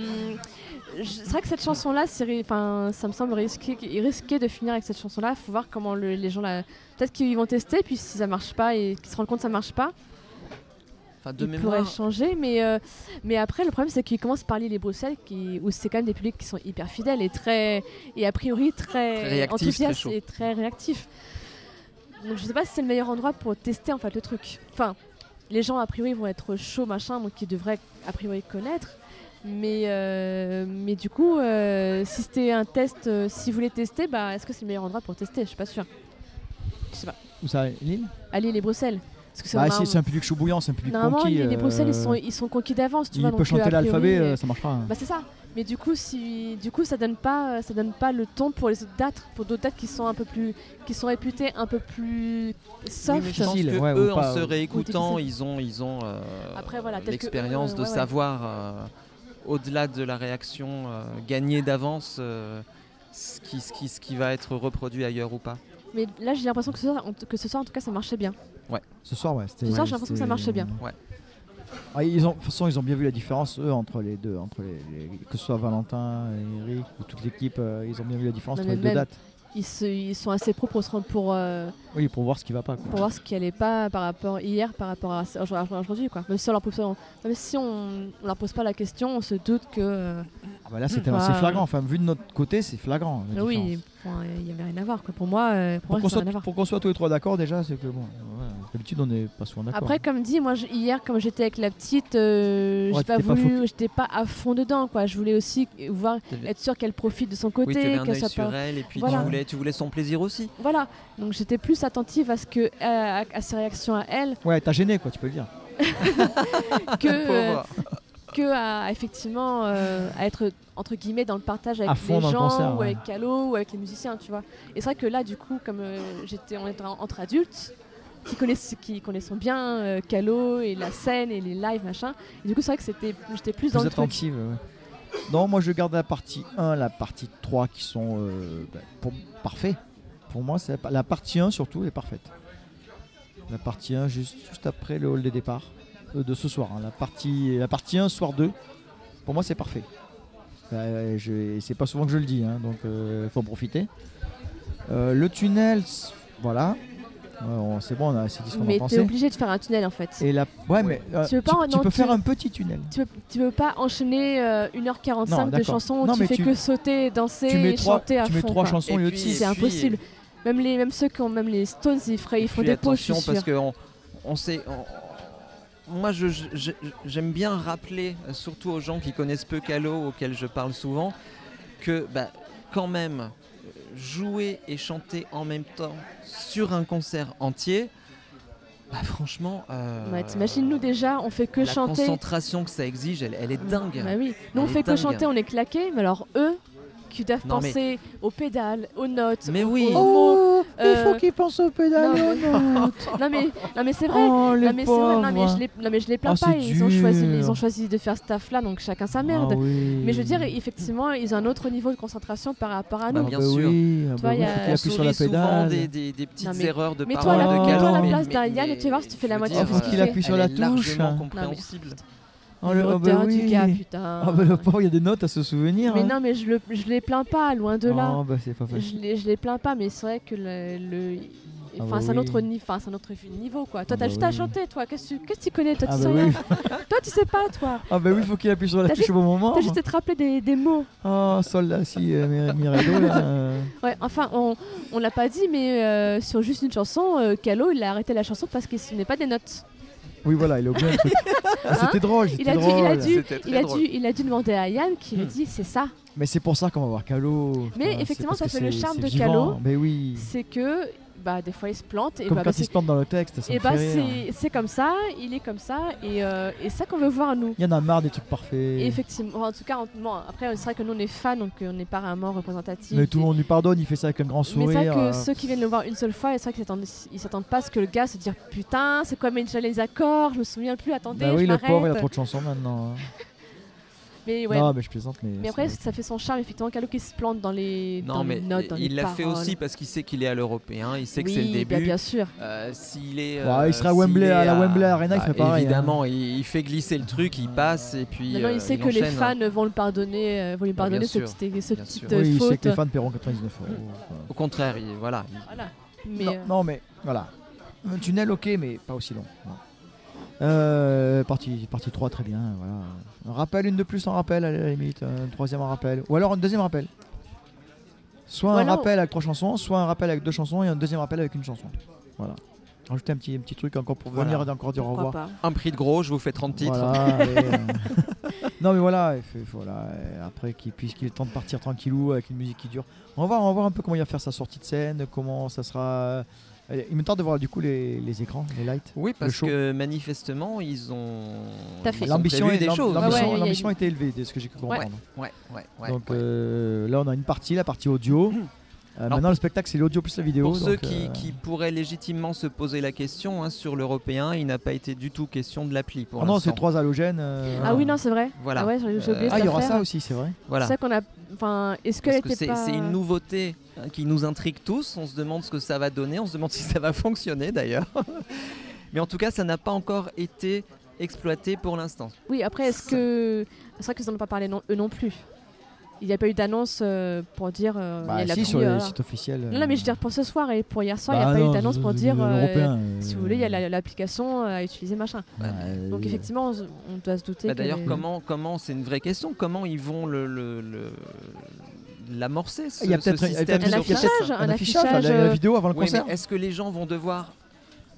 Speaker 2: je- c'est vrai que cette chanson-là, c'est ri- enfin, ça me semble risqué, risqué de finir avec cette chanson-là. Faut voir comment le- les gens la. Peut-être qu'ils vont tester, puis si ça marche pas et qu'ils se rendent compte que ça marche pas,
Speaker 4: Enfin, de
Speaker 2: ils pourraient
Speaker 4: mémoire,
Speaker 2: changer. Mais euh, mais après, le problème c'est qu'ils commencent par Lille et Bruxelles, qui, où c'est quand même des publics qui sont hyper fidèles et très et a priori très,
Speaker 4: Très réactifs, très
Speaker 2: enthousiastes
Speaker 4: chauds.
Speaker 2: et très réactifs. Donc je sais pas si c'est le meilleur endroit pour tester en fait le truc. Enfin, les gens a priori vont être chauds machin, donc ils devraient a priori connaître. Mais, euh, mais du coup, euh, si c'était un test, euh, si vous voulez tester, bah, est-ce que c'est le meilleur endroit pour tester Je suis pas sûre.
Speaker 3: Où ça, Lille
Speaker 2: Allez, les Bruxelles. Parce que c'est
Speaker 3: Bah,
Speaker 2: vraiment-
Speaker 3: si, c'est un public chourbouillant, c'est un public
Speaker 2: Normalement,
Speaker 3: conquis.
Speaker 2: les, les
Speaker 3: euh,
Speaker 2: Bruxelles, ils sont, ils sont conquis d'avance. tu
Speaker 3: il
Speaker 2: vois,
Speaker 3: peut
Speaker 2: donc, euh,
Speaker 3: chanter
Speaker 2: a priori,
Speaker 3: l'alphabet,
Speaker 2: euh,
Speaker 3: euh, ça marchera. hein.
Speaker 2: Bah c'est ça. Mais du coup, si du coup, ça donne pas, euh, ça donne pas le ton pour les autres dates, pour d'autres dates qui sont un peu plus, qui sont réputées un peu plus soft.
Speaker 4: je pense
Speaker 3: Difficile,
Speaker 4: que
Speaker 3: ouais, ou
Speaker 4: eux,
Speaker 3: pas,
Speaker 4: en se
Speaker 3: ou-
Speaker 4: réécoutant,
Speaker 2: difficile.
Speaker 4: ils ont, ils ont euh,
Speaker 2: Après, voilà, Ah, peut-être que
Speaker 4: l'expérience
Speaker 2: eux,
Speaker 4: de
Speaker 2: ouais, ouais.
Speaker 4: savoir, euh, au-delà de la réaction, euh, gagner d'avance euh, ce, qui, ce, qui, ce qui va être reproduit ailleurs ou pas.
Speaker 2: Mais là, j'ai l'impression que ce soir, en tout- que ce soir, en tout cas, ça marchait bien.
Speaker 3: Ce soir, ouais. c'était-
Speaker 2: Ce soir,
Speaker 3: ouais,
Speaker 2: j'ai l'impression que
Speaker 3: c'était-
Speaker 2: ça marchait bien.
Speaker 4: Ouais.
Speaker 3: Ah, ils ont, de toute façon, ils ont bien vu la différence, eux, entre les deux. Entre les, les- que ce soit Valentin, Eric ou toute l'équipe, euh, ils ont bien vu la différence
Speaker 2: Non,
Speaker 3: entre les
Speaker 2: mais
Speaker 3: deux
Speaker 2: même-
Speaker 3: dates.
Speaker 2: Ils, se- ils sont assez propres pour, se rendre- pour, euh,
Speaker 3: Oui, pour voir ce qui va pas. quoi.
Speaker 2: pour voir ce qui allait pas par rapport hier, par rapport à, à- à aujourd'hui, quoi. Même si on leur pose, pas- même si on, on leur pose pas la question, on se doute que euh,
Speaker 3: Ah, bah, là, c'était
Speaker 2: Bah,
Speaker 3: c'est flagrant. Enfin, vu de notre côté, c'est flagrant. la
Speaker 2: oui,
Speaker 3: différence.
Speaker 2: bon, il y avait rien à voir, quoi. Pour moi, euh, pour
Speaker 3: Pour
Speaker 2: moi,
Speaker 3: qu'on
Speaker 2: ça n'a
Speaker 3: soit,
Speaker 2: rien à voir.
Speaker 3: pour qu'on soit tous les trois d'accord, déjà, c'est que bon. voilà, D'habitude, on n'est pas souvent d'accord.
Speaker 2: Après, comme dit, moi je- hier, comme j'étais avec la petite, euh,
Speaker 3: Ouais,
Speaker 2: j'ai pas
Speaker 3: t'étais pas
Speaker 2: voulu, j'étais pas à fond dedans, quoi. Je voulais aussi voir,
Speaker 4: T'avais-
Speaker 2: être sûr qu'elle profite de son
Speaker 4: Oui, tu avais
Speaker 2: côté,
Speaker 4: un
Speaker 2: qu'elle
Speaker 4: œil
Speaker 2: soit
Speaker 4: sur
Speaker 2: pas.
Speaker 4: elle et puis
Speaker 2: Voilà.
Speaker 4: tu, voulais, tu voulais son plaisir aussi.
Speaker 2: Voilà. Donc j'étais plus attentive à ce que, à, à- à ses réactions à elle,
Speaker 3: Ouais, t'as gêné, quoi, tu peux le dire.
Speaker 2: que, euh,
Speaker 4: Pauvre.
Speaker 2: que à effectivement euh, à être entre guillemets dans le partage avec
Speaker 3: À fond
Speaker 2: les
Speaker 3: dans
Speaker 2: gens
Speaker 3: le concert,
Speaker 2: ou
Speaker 3: ouais.
Speaker 2: avec Calo ou avec les musiciens, tu vois. Et c'est vrai que là, du coup, comme euh, j'étais, on était en- entre adultes qui connaissent, qui connaissons bien euh, Calo et la scène et les lives machin. Et du coup, c'est vrai que c'était, j'étais plus dans
Speaker 3: plus
Speaker 2: le truc.
Speaker 3: attentive. ouais. Non, moi je garde la partie 1, la partie 3 qui sont euh, bah, pour- parfaits. Pour moi, c'est la partie 1 surtout est parfaite. La partie 1 juste, juste après le hall des départs euh, de ce soir. hein. La, partie, la partie 1, soir 2, pour moi c'est parfait. Euh, je- c'est pas souvent que je le dis, hein, donc il faut en profiter. Euh, le tunnel, c- voilà. Ouais, on- c'est bon, on a assez dit ce qu'on en
Speaker 2: Mais t'es
Speaker 3: pensait.
Speaker 2: obligé de faire un tunnel en fait.
Speaker 3: Et la, ouais, mais euh,
Speaker 2: Tu veux pas
Speaker 3: tu-
Speaker 2: en-
Speaker 3: tu
Speaker 2: non,
Speaker 3: peux
Speaker 2: tu-
Speaker 3: faire un petit tunnel.
Speaker 2: Tu veux, tu veux pas enchaîner euh, 1h45
Speaker 3: Non,
Speaker 2: de
Speaker 3: d'accord.
Speaker 2: chansons où
Speaker 3: Non,
Speaker 2: tu
Speaker 3: mais
Speaker 2: fais
Speaker 3: tu-
Speaker 2: que sauter, danser,
Speaker 3: tu mets
Speaker 2: et
Speaker 3: trois,
Speaker 2: chanter à
Speaker 3: tu
Speaker 2: fond.
Speaker 3: mets trois
Speaker 2: quoi.
Speaker 3: chansons et,
Speaker 4: Et
Speaker 3: au-dessus.
Speaker 4: puis-
Speaker 2: C'est impossible.
Speaker 4: et-
Speaker 2: Même, les, même ceux qui ont même les Stones, ils, feraient,
Speaker 4: Et
Speaker 2: ils font
Speaker 4: puis,
Speaker 2: des pauses, je
Speaker 4: attention
Speaker 2: suis
Speaker 4: parce
Speaker 2: sûre.
Speaker 4: que on, on sait. on- moi, je- je- je- j'aime bien rappeler, euh, surtout aux gens qui connaissent peu Calo, auxquels je parle souvent, que bah, quand même, euh, jouer et chanter en même temps sur un concert entier, bah, franchement. euh,
Speaker 2: Ouais, T'imagines, nous déjà, on fait que
Speaker 4: la
Speaker 2: chanter.
Speaker 4: concentration que ça exige, elle, elle est dingue.
Speaker 2: Bah oui. Nous, on
Speaker 4: Elle est
Speaker 2: fait que
Speaker 4: dingue.
Speaker 2: chanter, on est claqués, mais alors eux qui doivent
Speaker 4: Non, mais-
Speaker 2: penser aux pédales, aux notes,
Speaker 4: Mais
Speaker 2: aux,
Speaker 4: oui.
Speaker 2: aux mots. euh,
Speaker 3: qu'ils pensent au
Speaker 2: non,
Speaker 3: non,
Speaker 2: Non mais, non, mais c'est vrai.
Speaker 3: Oh, les
Speaker 2: non, mais c'est vrai. Non, mais
Speaker 3: pauvres.
Speaker 2: je les, non, mais je les plains
Speaker 3: Ah,
Speaker 2: pas.
Speaker 3: c'est
Speaker 2: Ils ont, choisi,
Speaker 3: dur.
Speaker 2: ils ont choisi de faire ce taf là, donc chacun sa merde.
Speaker 3: Ah oui.
Speaker 2: Mais je veux dire, effectivement, ils ont un autre niveau de concentration par rapport à
Speaker 3: Ah
Speaker 2: nous.
Speaker 4: Bah,
Speaker 3: bah
Speaker 4: bien
Speaker 3: oui,
Speaker 4: sûr.
Speaker 3: ah
Speaker 2: Tu vois,
Speaker 3: bah oui,
Speaker 2: y a-
Speaker 3: faut qu'il
Speaker 4: On
Speaker 3: appuie sur la
Speaker 4: sourit souvent
Speaker 3: pédale.
Speaker 4: des, des- des petites
Speaker 2: euh, Non, mais-
Speaker 4: erreurs de
Speaker 2: mais toi,
Speaker 4: parole
Speaker 3: la-
Speaker 4: de
Speaker 3: mets-toi à la
Speaker 4: Calo, mais-
Speaker 2: place d'un
Speaker 4: mais-
Speaker 2: Yann et tu vas voir si tu fais la
Speaker 4: je veux
Speaker 2: moitié
Speaker 4: dire,
Speaker 3: du truc. Faut qu'il
Speaker 4: euh,
Speaker 3: appuie sur
Speaker 4: elle
Speaker 3: la
Speaker 4: est
Speaker 3: touche.
Speaker 4: largement
Speaker 3: Non, mais-
Speaker 4: compréhensible.
Speaker 1: Oh,
Speaker 2: le
Speaker 1: le- oh, bah
Speaker 2: l'auteur
Speaker 1: oui.
Speaker 2: du gars, putain.
Speaker 1: Ah bah le pauvre, il y a des notes à se souvenir.
Speaker 2: mais
Speaker 1: hein.
Speaker 2: non, mais je, le, je les plains pas, loin de là.
Speaker 3: Ah,
Speaker 1: Oh, bah, c'est pas facile.
Speaker 2: je, les, je les plains pas, mais c'est vrai que le. le-
Speaker 1: Ah
Speaker 2: Enfin,
Speaker 1: bah
Speaker 2: c'est un autre
Speaker 1: oui.
Speaker 2: niveau, enfin, c'est un autre niveau
Speaker 1: Ah
Speaker 2: quoi. Toi, t'as
Speaker 1: bah
Speaker 2: juste
Speaker 1: oui,
Speaker 2: à
Speaker 1: oui.
Speaker 2: chanter, toi. Qu'est-ce que tu- qu'est-ce que tu connais Toi,
Speaker 1: Ah
Speaker 2: tu
Speaker 1: bah
Speaker 2: sais
Speaker 1: oui,
Speaker 2: rien. Toi, tu sais pas, toi.
Speaker 1: ah bah oui, faut qu'il appuie sur la
Speaker 2: T'as
Speaker 1: touche au bon moment.
Speaker 2: T'as juste à te rappeler des, des mots.
Speaker 1: Oh, soldat, si, euh, Mir- Mirado, là, euh,
Speaker 2: Ouais, enfin, on, on l'a pas dit, mais euh, sur juste une chanson, euh, Calo, il a arrêté la chanson parce qu'il se souvenait pas des notes.
Speaker 3: Oui, voilà, il a oublié un truc.
Speaker 2: Hein
Speaker 3: Ah, c'était drôle,
Speaker 2: il,
Speaker 3: c'était
Speaker 2: a dû,
Speaker 3: drôle.
Speaker 2: il, a dû,
Speaker 4: C'était très
Speaker 2: il, a
Speaker 4: drôle.
Speaker 2: dû, il a dû demander à Yann qui lui
Speaker 4: Hmm.
Speaker 2: dit c'est ça.
Speaker 3: Mais c'est pour ça qu'on va voir Calo.
Speaker 2: Mais
Speaker 3: Enfin, c'est
Speaker 2: effectivement,
Speaker 3: parce
Speaker 2: ça
Speaker 3: que
Speaker 2: fait le
Speaker 3: c'est-
Speaker 2: charme
Speaker 3: c'est
Speaker 2: de
Speaker 3: vivant.
Speaker 2: Calo.
Speaker 3: Mais oui.
Speaker 2: C'est que bah, des fois il se plante et
Speaker 3: Comme
Speaker 2: bah, bah,
Speaker 3: quand il se plante dans le texte, ça
Speaker 2: Et
Speaker 3: me
Speaker 2: bah
Speaker 3: fait rire. hein.
Speaker 2: c'est c'est comme ça, il est comme ça, et, euh, et ça qu'on veut voir nous.
Speaker 3: Il y en a marre des trucs parfaits.
Speaker 2: Et effectivement, en tout cas, on- bon, après c'est vrai que nous on est fans, donc euh, on n'est pas vraiment représentatif.
Speaker 3: Mais tout le monde lui pardonne, il fait ça avec un grand
Speaker 2: Mais
Speaker 3: sourire.
Speaker 2: c'est vrai que
Speaker 3: euh,
Speaker 2: ceux qui viennent le voir une seule fois, c'est vrai qu'ils s'attendent- ils s'attendent pas à ce que le gars se dise putain, c'est quoi mais déjà les accords, je me souviens plus, attendez,
Speaker 3: Bah oui,
Speaker 2: je
Speaker 3: le pauvre, il a
Speaker 2: m'arrête.
Speaker 3: trop de chansons maintenant. hein.
Speaker 2: Mais ouais.
Speaker 3: Non, mais je plaisante, mais.
Speaker 2: mais après,
Speaker 3: c'est-
Speaker 2: ça fait son charme, effectivement, Calo qui se plante dans les,
Speaker 4: Non,
Speaker 2: dans
Speaker 4: mais
Speaker 2: les notes, dans
Speaker 4: il
Speaker 2: les
Speaker 4: l'a fait
Speaker 2: paroles.
Speaker 4: aussi parce qu'il sait qu'il est à l'européen, il sait que
Speaker 2: oui, bah,
Speaker 4: c'est le début.
Speaker 2: Bien, bien sûr.
Speaker 4: Euh, s'il est.
Speaker 3: Ouais, il sera à Wembley,
Speaker 4: s'il est Bah,
Speaker 3: à la Wembley Arena, il fait pareil, hein.
Speaker 4: Évidemment, il, il fait glisser le truc, il passe et puis.
Speaker 2: Maintenant,
Speaker 4: euh,
Speaker 2: il sait que les
Speaker 4: enchaîne,
Speaker 2: fans
Speaker 4: hein.
Speaker 2: vont le pardonner, euh, vont lui
Speaker 4: Bah, bien
Speaker 2: pardonner ce
Speaker 4: sûr,
Speaker 2: petit, ce
Speaker 4: bien
Speaker 2: petit
Speaker 4: sûr.
Speaker 2: euh,
Speaker 3: Oui, il sait
Speaker 2: faute. Mm.
Speaker 3: que les fans paieront 99 euros. quoi.
Speaker 4: Au contraire, il, voilà. il-
Speaker 2: Voilà. Mais
Speaker 3: non,
Speaker 2: euh,
Speaker 3: non, mais voilà. Un tunnel, ok, mais pas aussi long. Ouais. Euh, partie, partie 3, très bien. Voilà. Un rappel, une de plus en rappel, à la limite. Un troisième en rappel. Ou alors un deuxième rappel. Soit
Speaker 2: Ou
Speaker 3: un
Speaker 2: alors-
Speaker 3: rappel avec trois chansons, soit un rappel avec deux chansons et un deuxième rappel avec une chanson. Voilà. Rajouter un petit, un petit truc encore pour
Speaker 4: Voilà.
Speaker 3: venir et encore dire au
Speaker 2: pourquoi
Speaker 3: revoir.
Speaker 2: pas
Speaker 4: Un prix de gros, je vous fais 30 titres.
Speaker 3: Voilà, et, euh, non mais voilà, il fait- voilà et après qu'il puisqu'il est temps de partir tranquillou avec une musique qui dure. On va voir, on va voir un peu comment il va faire sa sortie de scène, comment ça sera. Euh, Il me tarde de voir du coup les, les écrans, les lights.
Speaker 4: Oui, parce
Speaker 3: show.
Speaker 4: que manifestement, ils ont.
Speaker 2: T'as fait.
Speaker 4: ils ont
Speaker 3: L'ambition
Speaker 4: prévu
Speaker 3: est-
Speaker 4: des
Speaker 3: l'amb-
Speaker 4: choses. hein.
Speaker 3: l'ambition-
Speaker 2: Ouais, ouais, ouais,
Speaker 3: l'ambition
Speaker 2: ouais.
Speaker 3: était élevée, de ce que j'ai pu comprendre.
Speaker 4: Ouais, ouais, ouais,
Speaker 3: donc
Speaker 4: ouais.
Speaker 3: euh, là on a une partie, la partie audio. Euh, maintenant le spectacle c'est l'audio plus la vidéo.
Speaker 4: Pour ceux
Speaker 3: donc,
Speaker 4: qui,
Speaker 3: euh,
Speaker 4: qui pourraient légitimement se poser la question hein, sur l'européen, il n'a pas été du tout question de l'appli pour
Speaker 3: Ah non,
Speaker 4: l'instant.
Speaker 3: c'est trois halogènes. euh,
Speaker 2: Ah oui, non, c'est vrai.
Speaker 4: Voilà.
Speaker 2: Ah ouais, j'ai j'ai oublié
Speaker 4: Euh,
Speaker 3: Ah,
Speaker 2: cette
Speaker 3: il y aura
Speaker 2: affaire.
Speaker 3: ça aussi, c'est vrai.
Speaker 4: Voilà.
Speaker 2: C'est ça qu'on a. Enfin, est-ce qu'elle
Speaker 4: Parce que
Speaker 2: était
Speaker 4: c'est
Speaker 2: pas. euh,
Speaker 4: c'est une nouveauté hein, qui nous intrigue tous. On se demande ce que ça va donner. On se demande si ça va fonctionner d'ailleurs. Mais en tout cas, ça n'a pas encore été exploité pour l'instant. Bah,
Speaker 2: Oui, après, est-ce que. C'est vrai qu'ils n'en ont pas parlé non, eux non plus. Il n'y a pas eu d'annonce euh, pour dire. euh, il y a
Speaker 3: Bah,
Speaker 2: de la
Speaker 3: si, sur
Speaker 2: pluie,
Speaker 3: les
Speaker 2: euh.
Speaker 3: sites Bah, officiels.
Speaker 2: Non, non, mais je veux dire pour ce soir et pour hier soir, il n'y a pas eu d'annonce pour dire. euh, si vous voulez, il y a la- l'application euh, à utiliser, machin.
Speaker 3: Bah, euh,
Speaker 2: Donc, effectivement, on, se- on doit se douter.
Speaker 4: Bah,
Speaker 2: que
Speaker 4: d'ailleurs,
Speaker 2: les-
Speaker 4: comment, comment, c'est une vraie question. Comment ils vont le, le- le- l'amorcer ce,
Speaker 3: Il y a
Speaker 4: ce
Speaker 3: peut-être- il y a
Speaker 4: système
Speaker 3: peut-être-
Speaker 2: Un
Speaker 4: sur
Speaker 2: affichage,
Speaker 4: place
Speaker 2: un,
Speaker 3: un affichage,
Speaker 2: affichage.
Speaker 3: la, la
Speaker 2: euh,
Speaker 3: vidéo avant le
Speaker 4: Oui,
Speaker 3: concert.
Speaker 4: mais est-ce que les gens vont devoir